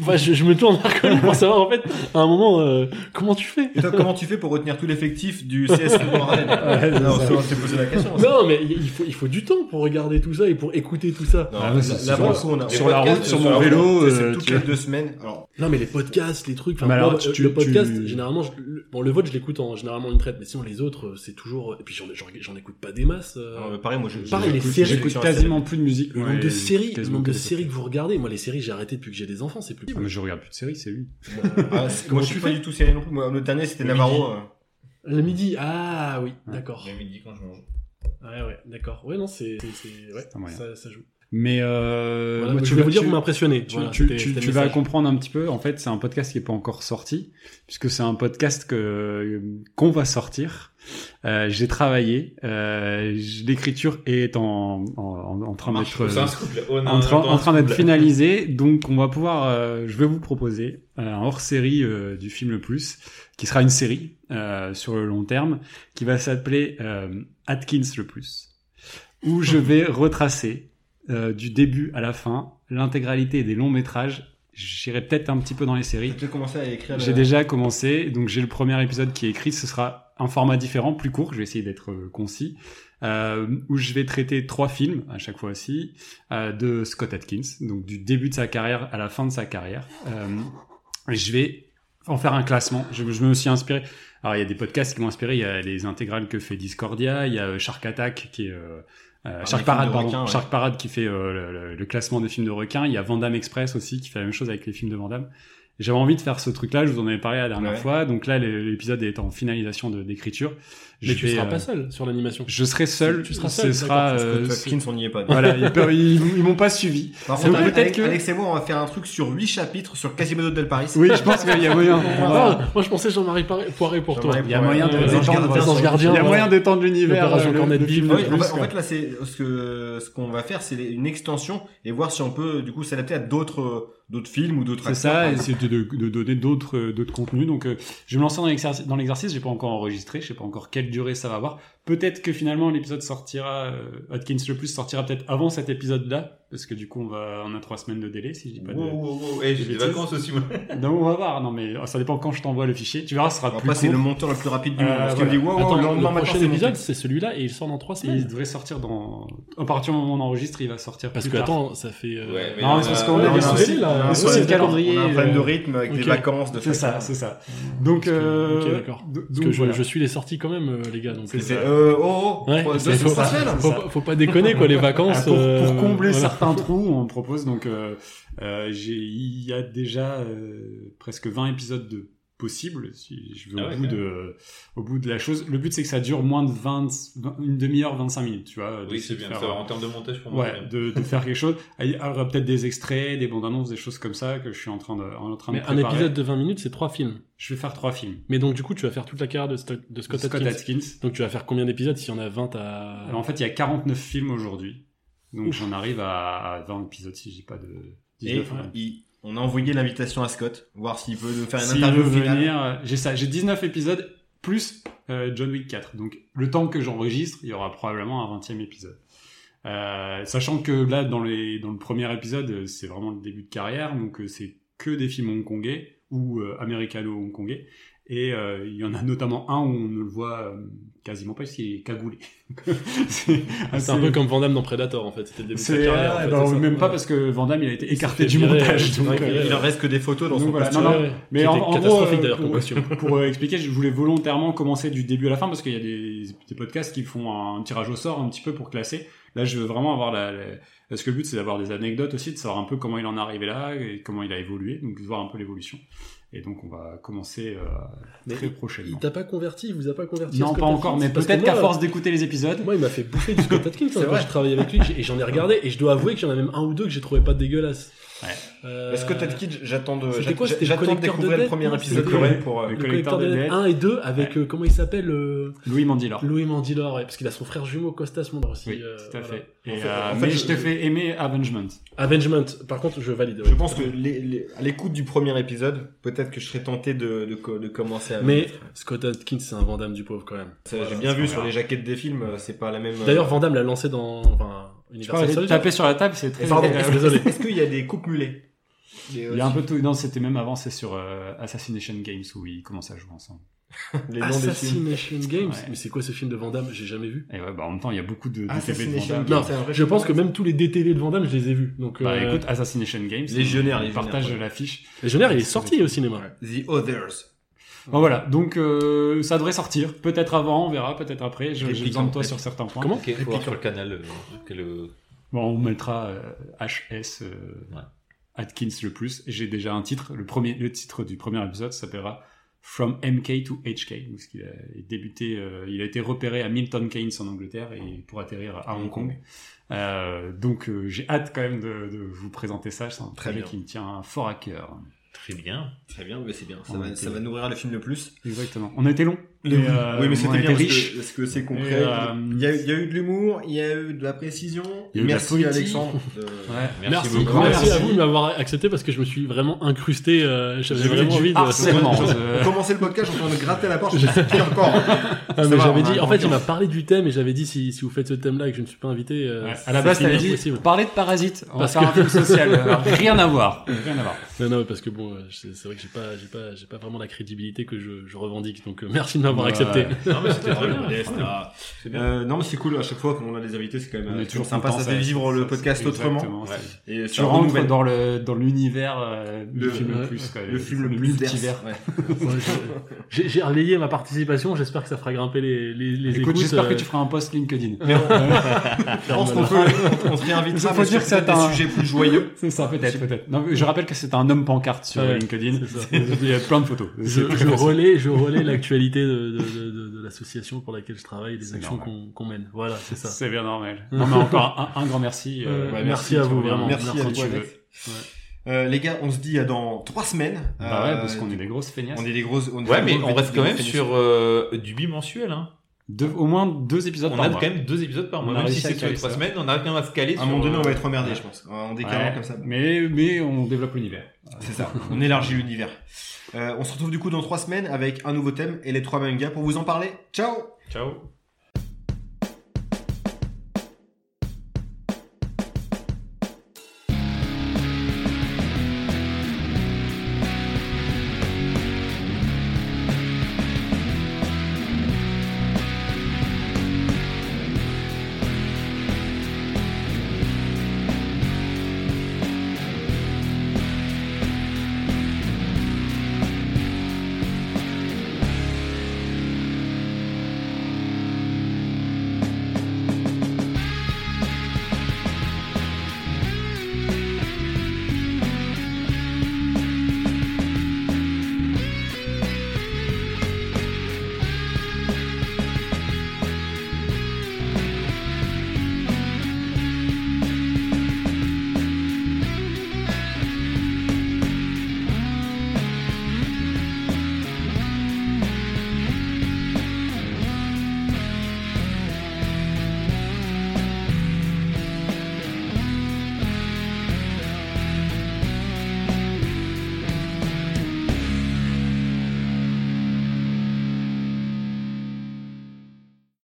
C: enfin, je, je me tourne vers Colin pour savoir en fait à un moment euh, comment tu fais.
A: et toi, comment tu fais pour retenir tout l'effectif du CS Football Arena
B: Ouais, c'est
A: Non,
B: ça.
A: on s'est posé la question. hein. ça.
C: Non, mais il il faut, il faut du temps pour regarder tout ça et pour écouter tout ça.
A: Non,
B: Ah, ouais, c'est-
A: là,
B: c'est
A: pour
B: sur-
A: le coup, on a-
B: sur
A: les
B: la
A: podcasts,
B: route, sur
A: euh,
B: mon
A: la route,
B: vélo,
A: c'est
B: euh,
A: toutes
B: tu
A: les
B: vois.
A: deux semaines. Alors,
C: Non, mais les podcasts, les trucs. enfin,
B: Mais
C: moi,
B: alors, tu-
C: euh, le
B: tu-
C: podcast,
B: tu-
C: généralement, je- le- bon, le vote, je l'écoute en généralement une traite, mais sinon les autres, euh, c'est toujours. Et puis j'en, j'en, j'en écoute pas des masses. euh.
B: Ah
A: euh, pareil, moi, je. je-
C: Pareil, les
A: j'écoute-
C: séries,
A: j'écoute
B: J'écoute
A: sur la série.
B: quasiment plus de musique.
C: Le
B: Ouais,
C: nombre de séries, le
B: quasiment
C: nombre de
B: que ça.
C: séries que vous regardez. Moi, les séries, j'ai arrêté depuis que j'ai des enfants, c'est plus.
B: Ah, mais je regarde plus de séries, c'est lui.
A: Ah, c'est-
C: Comment
A: moi, je
C: tu
A: suis pas
C: fais
A: du tout série non plus. Moi, le dernier, c'était
D: Le
A: Navarro. euh,
C: Le midi, ah oui, d'accord.
D: J'ai midi quand je mange.
C: Ouais, ouais, d'accord. Ouais, non, c'est, c'est- c'est- ouais,
B: un moyen.
C: ça, ça joue.
B: Mais euh,
C: Voilà,
B: moi,
C: je
B: tu
C: vais
B: vas-
C: vous dire,
B: tu-
C: vous m'impressionnez.
B: tu,
C: Voilà,
B: tu-
C: c'était-
B: tu-
C: c'était le
B: tu vas
C: message.
B: comprendre un petit peu. En fait, c'est un podcast qui est pas encore sorti, puisque c'est un podcast que qu'on va sortir. Euh, J'ai travaillé. Euh, j- L'écriture est en, en, en- en train d'être
D: C'est un scoop, là. Oh, non,
B: Ah, en train,
D: attends,
B: en
D: un
B: train
D: scoop,
B: d'être
D: là.
B: finalisé. Donc, on va pouvoir. euh, je vais vous proposer euh, un hors-série euh, du film le plus, qui sera une série euh, sur le long terme, qui va s'appeler euh, Atkins le plus, où je vais retracer euh, du début à la fin l'intégralité des longs métrages. J'irai peut-être un petit peu dans les séries.
A: Tu as commencé à écrire.
B: J'ai déjà commencé, donc j'ai le premier épisode qui est écrit. Ce sera un format différent, plus court. Je vais essayer d'être euh, concis, euh, où je vais traiter trois films à chaque fois aussi euh, de Scott Atkins, donc du début de sa carrière à la fin de sa carrière. Euh, et je vais en faire un classement. Je, je me suis inspiré. Alors il y a des podcasts qui m'ont inspiré. Il y a les intégrales que fait Discordia. Il y a euh, Shark Attack qui est euh, euh,
A: des films
B: Shark
A: de
B: Parade, pardon.
A: requins, ouais.
B: Shark Parade qui fait euh, le, le- le classement des films de requins. Il y a Vandame Express aussi qui fait la même chose avec les films de Vandame. J'avais envie de faire ce truc-là, je vous en avais parlé la dernière
A: Ouais.
B: fois. Donc là, le- l'épisode est en finalisation de- d'écriture.
C: Mais tu
B: vais,
C: seras
B: euh,
C: pas seul sur l'animation.
B: Je serai seul.
C: Tu seras
B: Ce
C: seul,
B: sera.
C: d'accord,
B: euh, ce-
A: Atkins, on n'y est pas.
B: voilà, ils, peuvent- ils- ils m'ont pas suivi.
A: Par
B: Donc
A: contre,
B: peut-être
A: Alex,
B: que-
A: Alex et moi, on va faire un truc sur 8 chapitres sur Quasimodo del Paris.
B: Oui, je pense qu'il y a moyen. on va-
C: Ah, moi, je pensais Jean-Marie Paré- Poiré pour toi.
A: Jean-Marie
B: Il y a moyen de
C: Euh,
A: Les anges
B: d'étendre-
A: gardiens.
C: Les anges
B: Il
C: gardiens.
B: y a moyen d'étendre l'univers.
C: L'opération
B: euh, le-
C: Cornet
B: le
C: de
B: film
C: Ville.
B: de
A: Ah Oui, en,
B: plus,
A: fait- en
B: quoi.
A: fait, là, c'est ce que ce qu'on va faire, c'est une extension et voir si on peut du coup s'adapter à d'autres d'autres films ou d'autres.
B: C'est
A: acteurs,
B: ça,
A: par
B: et
A: exemple.
B: c'est de, de donner d'autres euh, d'autres contenus. Donc, euh, je vais me lancer dans l'exercice. Dans l'exercice, j'ai pas encore enregistré, je sais pas encore quelle durée ça va avoir. Peut-être que finalement l'épisode sortira, euh, Atkins le plus sortira peut-être avant cet épisode-là, parce que du coup, on va, on a trois semaines de délai, si je dis pas de.
D: Wow, wow, wow. Eh, j'ai des
B: bêtises.
D: vacances aussi, moi.
B: Non, on va voir. Non, mais oh, ça dépend quand je t'envoie le fichier. Tu verras, ce sera
A: Alors,
B: Ah, plus
A: Après, c'est
B: court.
A: le monteur le plus rapide du
B: Euh,
A: monde. Parce qu'il
B: voilà.
A: dit, wow, wow,
C: Attends,
A: le lendemain
C: le
A: matin,
C: prochain
A: c'est
C: épisode,
A: monté.
C: c'est celui-là et il sort dans 3
B: Et Il
C: semaines.
B: devrait sortir dans. À partir du moment où on enregistre, il va sortir.
C: Parce
B: plus
C: que,
B: tard.
C: attends, ça fait. euh,
D: Ouais, mais
B: Non,
D: on
B: c'est parce
D: a-
B: qu'on
A: On
B: a
A: a
B: des
A: un
B: soucis.
A: problème- on a un
B: des
A: problème
B: soucis de
A: de-
B: calendrier.
A: Euh, On a un problème de
B: euh,
A: rythme avec les
C: ok.
A: vacances. de
B: C'est ça,
A: chacun.
B: c'est ça. Donc,
C: que-
B: euh,
C: ok, d'accord.
B: do-
C: Parce
B: donc,
C: que je,
B: voilà.
C: je suis les sorties quand même, euh, les gars. Donc,
A: C'est-
C: euh,
A: c'est- euh, oh, oh,
C: Ouais,
A: trois-
C: c'est-
A: deux-
C: faut,
A: trois
C: pas,
A: semaines.
C: faut pas- faut pas déconner quoi les
B: Ah,
C: vacances.
B: pour,
C: euh,
B: pour combler
C: voilà.
B: certains trous, on propose donc euh, euh, j'ai- il y a déjà euh, presque 20 épisodes de possible si je veux
D: Ah
B: au,
D: ouais,
B: bout
D: quand
B: de, au bout de la chose. Le but c'est que ça dure moins de 20, vingt- une demi-heure, 25 minutes, tu vois.
D: Oui,
B: d'essayer
D: c'est
B: de
D: bien.
B: faire,
D: Ça va en termes de montage pour moi.
B: Ouais, de, de faire quelque chose. Ah, Il y aura peut-être des extraits, des bandes annonces, des choses comme ça que je suis en train de, en train
C: Mais
B: de
C: un
B: préparer.
C: épisode de 20 minutes, c'est trois films.
B: Je vais faire trois films.
C: Mais donc du coup, tu vas faire toute la carrière de, Sto- de Scott, Atkins.
B: Atkins.
C: Donc tu vas faire combien d'épisodes si on a 20 à
B: Alors, en fait, il y a 49 films aujourd'hui. Donc
C: Ouf.
B: j'en arrive à, à 20 épisodes si je dis pas de
A: Et
B: 19 ouais.
A: il- on a envoyé l'invitation à Scott, voir s'il veut nous faire une
B: S'il veut
A: interview finale.
B: venir, euh, j'ai ça, j'ai 19 épisodes plus euh, John Wick 4. Donc le temps que j'enregistre, il y aura probablement un 20e épisode. Euh, sachant que là, dans, les, dans le premier épisode, euh, c'est vraiment le début de carrière, donc euh, c'est que des films hongkongais ou euh, américano-hongkongais. Et euh, il y en a notamment un où on ne le voit euh, quasiment pas, parce qu'il est cagoulé. c'est
C: C'est
B: assez-
C: un peu comme Van Damme dans Predator en fait. C'était le début de sa
B: c'est- euh,
C: carrière. en fait,
B: non,
C: c'est ça.
B: même pas
C: Ouais.
B: parce que Van Damme, il a été écarté
C: fait
B: du
C: virer,
B: montage.
C: c'est vrai
B: donc,
C: qu'il
B: euh,
C: est-
A: Il en reste que des photos dans
B: Donc
A: son
B: voilà,
A: poster.
B: non, non.
C: Ouais, ouais.
B: Mais
C: Qui
B: en,
C: était
B: en gros,
C: catastrophique
B: euh,
C: d'ailleurs comme
B: pour,
C: costume.
B: pour, euh, expliquer, je voulais volontairement commencer du début à la fin parce qu'il y a des, des podcasts qui font un tirage au sort un petit peu pour classer. Là, je veux vraiment avoir la, la- parce que le but c'est d'avoir des anecdotes aussi, de savoir un peu comment il en est arrivé là et comment il a évolué, donc de voir un peu l'évolution. Et donc on va commencer euh,
C: Mais
B: très
C: Il
B: prochainement.
C: t'a pas converti, il vous a pas converti. à
B: Non,
C: Scott
B: pas encore,
C: Atkins
B: mais
C: Parce que
B: peut-être
C: moi, euh,
B: qu'à force d'écouter les épisodes.
C: Moi, il m'a fait bouffer du Scott Atkins hein, quand
A: vrai.
C: je travaillais avec lui j'ai- et j'en ai regardé et je dois avouer qu'il y en a même un ou deux que j'ai trouvé pas dégueulasse.
B: Ouais.
C: Euh,
A: Mais Scott Atkins, j'attends de,
C: C'était
A: j'att-
C: quoi, c'était le
A: j'attends de
C: collecteur de
A: découvrir le
C: dettes,
A: premier
C: non
A: épisode
C: C'était
A: coréen
B: le-
A: pour, euh,
B: le
C: le collecteur
B: collecteur
C: des
B: des dettes.
C: dettes 1 et 2 avec
B: Ouais.
C: euh, comment il s'appelle euh,
B: Louis Mandylor.
C: Louis Mandylor, ouais, parce qu'il a son frère jumeau Costas Mondor aussi.
B: Oui,
C: euh,
B: tout à
C: voilà.
B: fait. Et,
A: fait,
B: euh,
A: en fait,
B: mais
A: je-
B: je te fais aimer Avengement.
C: Avengement, par contre, je valide.
A: Je
C: ouais.
A: pense que les- les- à l'écoute du premier épisode, peut-être que je serais tenté de, de, co- de commencer à.
C: Mais Scott Atkins, c'est un Vandame du pauvre quand même.
A: Ça, J'ai bien vu sur les jaquettes des films, euh, c'est pas la même. euh,
C: D'ailleurs, Vandame l'a lancé dans enfin,
B: Tu vois,
C: Universal Soldier.
B: taper sur la table, c'est très.
A: Et pardon,
B: euh,
A: est-ce
C: désolé.
A: est-ce qu'il y a des coupes mulets Des, euh,
B: Il y a un peu tout. Non, c'était même avant, c'est sur euh, Assassination Games où ils commencent à jouer ensemble.
A: les noms des films.
C: Assassination Games.
B: Ouais.
C: Mais c'est quoi ce film de Vandame J'ai jamais vu.
B: Et ouais, bah en même temps, il y a beaucoup de, de TV de
A: Assassination
B: Van Damme.
A: Games,
C: Non,
A: c'est un vrai
C: Je pense que
A: film.
C: même tous les DTV de Vandame, je les ai vus. Donc,
B: Bah
C: euh,
B: écoute, Assassination Games.
A: Légionnaire,
B: ils
A: Légionnaire,
B: partagent
A: ouais.
B: l'affiche.
C: Légionnaire, il est sorti au cinéma.
A: The Others.
B: Bon voilà, donc euh, ça devrait sortir. Peut-être avant, on verra, peut-être après. Je- J'ai
A: Répliquant,
B: besoin de toi
A: répliquant.
B: sur certains points.
C: Comment
D: Ok, faut voir sur le canal. euh, quel, euh,
B: Bon, on mettra euh, HS euh,
D: Ouais.
B: Atkins le plus. J'ai déjà un titre. Le, premier, le titre du premier épisode s'appellera From MK to HK, parce qu'il a débuté, euh, il a été repéré à Milton Keynes en Angleterre et pour atterrir à Hong Kong. Euh, donc euh, j'ai hâte quand même de, de vous présenter ça. C'est un
A: Très
B: projet
A: bien.
B: qui me tient fort à cœur.
D: Très bien.
A: Très bien, mais c'est bien. Ça
B: On
A: va,
B: était-
A: ça va nous ouvrir le film le plus.
B: Exactement. On a été long.
A: oui,
B: mais, euh,
A: mais
B: on
A: c'était
B: a
A: bien
B: été
A: parce
B: riche.
A: que- parce que c'est concret.
B: Et, euh,
A: il, y a, eu- il y a eu de l'humour, il y a eu de la précision.
B: Il y a eu de la
A: Merci
B: poésie.
A: Alexandre. de-
B: Ouais.
D: Merci,
C: Merci,
D: beaucoup.
C: grand merci,
B: Merci.
C: à vous de m'avoir accepté parce que je me suis vraiment incrusté. euh, J'avais
B: J'ai
C: vraiment
B: du
C: envie de.
B: harcèlement.
A: On
B: Euh,
A: commençait le podcast, on me grattait à la porte, je me suis dit encore.
C: Ah,
A: Ça
C: mais
A: va,
C: j'avais
A: on a
C: dit. En
A: un
C: fait, il
A: grand
C: m'a parlé du thème et j'avais dit si, si vous faites ce thème-là et que je ne suis pas invité. euh,
B: ouais.
C: c'est-
B: À la base,
C: c'est
B: t'avais dit
C: impossible.
B: parler de parasites. On
C: Parce
B: va faire un
C: que-
B: film social. Euh, Rien à voir. Rien à voir.
C: Non, non, parce que bon, euh, c'est c'est vrai que j'ai pas, j'ai pas, j'ai pas vraiment la crédibilité que je, je revendique. Donc euh, merci de m'avoir
B: Ouais.
C: accepté.
D: Non, mais c'était très
A: Très bien.
D: bien.
A: Ah. Euh, non mais c'est cool à chaque fois qu'on a des invités c'est quand même
B: On
A: euh,
B: est toujours
A: sympa
B: content,
A: ça fait
B: ça-
A: vivre le
B: ça-
A: podcast autrement
B: exactement,
D: Ouais.
B: c'est-
A: et
B: Tu
A: ça
B: rentres
A: renouvelle
B: dans le dans l'univers euh, du
A: Le-
B: film le
C: ouais.
B: plus. quoi.
A: le film le, plus
B: multivers.
A: divers ouais.
C: Ouais, je- j'ai j'ai relayé ma participation. J'espère que ça fera grimper les les, les
B: Écoute,
C: écoutes.
B: j'espère
C: euh,
B: que tu feras un post LinkedIn.
A: je pense qu'on peut on se réinvite
B: Il
A: ça
B: faut
A: mais sur
B: dire que c'est
A: peut-être
B: un-
A: des sujets plus joyeux
B: C'est ça, peut-être, peut-être. Non, mais je rappelle que c'est un homme pancarte sur
C: Ouais,
B: LinkedIn.
C: c'est ça.
B: Il y a plein de photos. C'est
C: je,
B: très
C: je
B: facile.
C: relais, je relais l'actualité de, de, de, de- de l'association pour laquelle je travaille, et des
B: C'est
C: actions
B: normal. Euh,
C: qu'on qu'on mène. Voilà, c'est ça.
B: C'est bien normal. Non, mais encore un, un grand bah, merci.
C: Euh,
A: ouais,
C: merci à
B: tu
C: vous,
B: reviens
C: vraiment.
A: merci,
B: quand
A: à
B: tu
A: toi
B: veux.
A: Alex. Euh, les gars on se dit à dans trois semaines
B: Bah ouais, parce
A: Euh,
B: qu'on est des grosses feignasses.
A: on est des grosses on est
D: Ouais,
A: des
D: mais
A: grosses
D: on reste
A: des
D: quand même
A: grosses
D: sur euh, du bimensuel. Hein.
B: Deux- au moins deux épisodes
D: On
B: par
D: a
B: mois.
D: quand même deux épisodes par
B: On
D: mois.
B: a
D: Même si
B: réussi à
D: c'est tous les
B: caler
D: trois
B: ça.
D: semaines, on arrive quand même à se caler.
A: à un
D: sur,
A: moment donné on
D: euh,
A: va être emmerdé je pense en décalant
B: Ouais.
A: comme ça
B: Mais, mais on développe l'univers.
A: c'est ça on élargit l'univers Euh, on se retrouve du coup dans trois semaines avec un nouveau thème et les trois mangas pour vous en parler ciao
D: Ciao.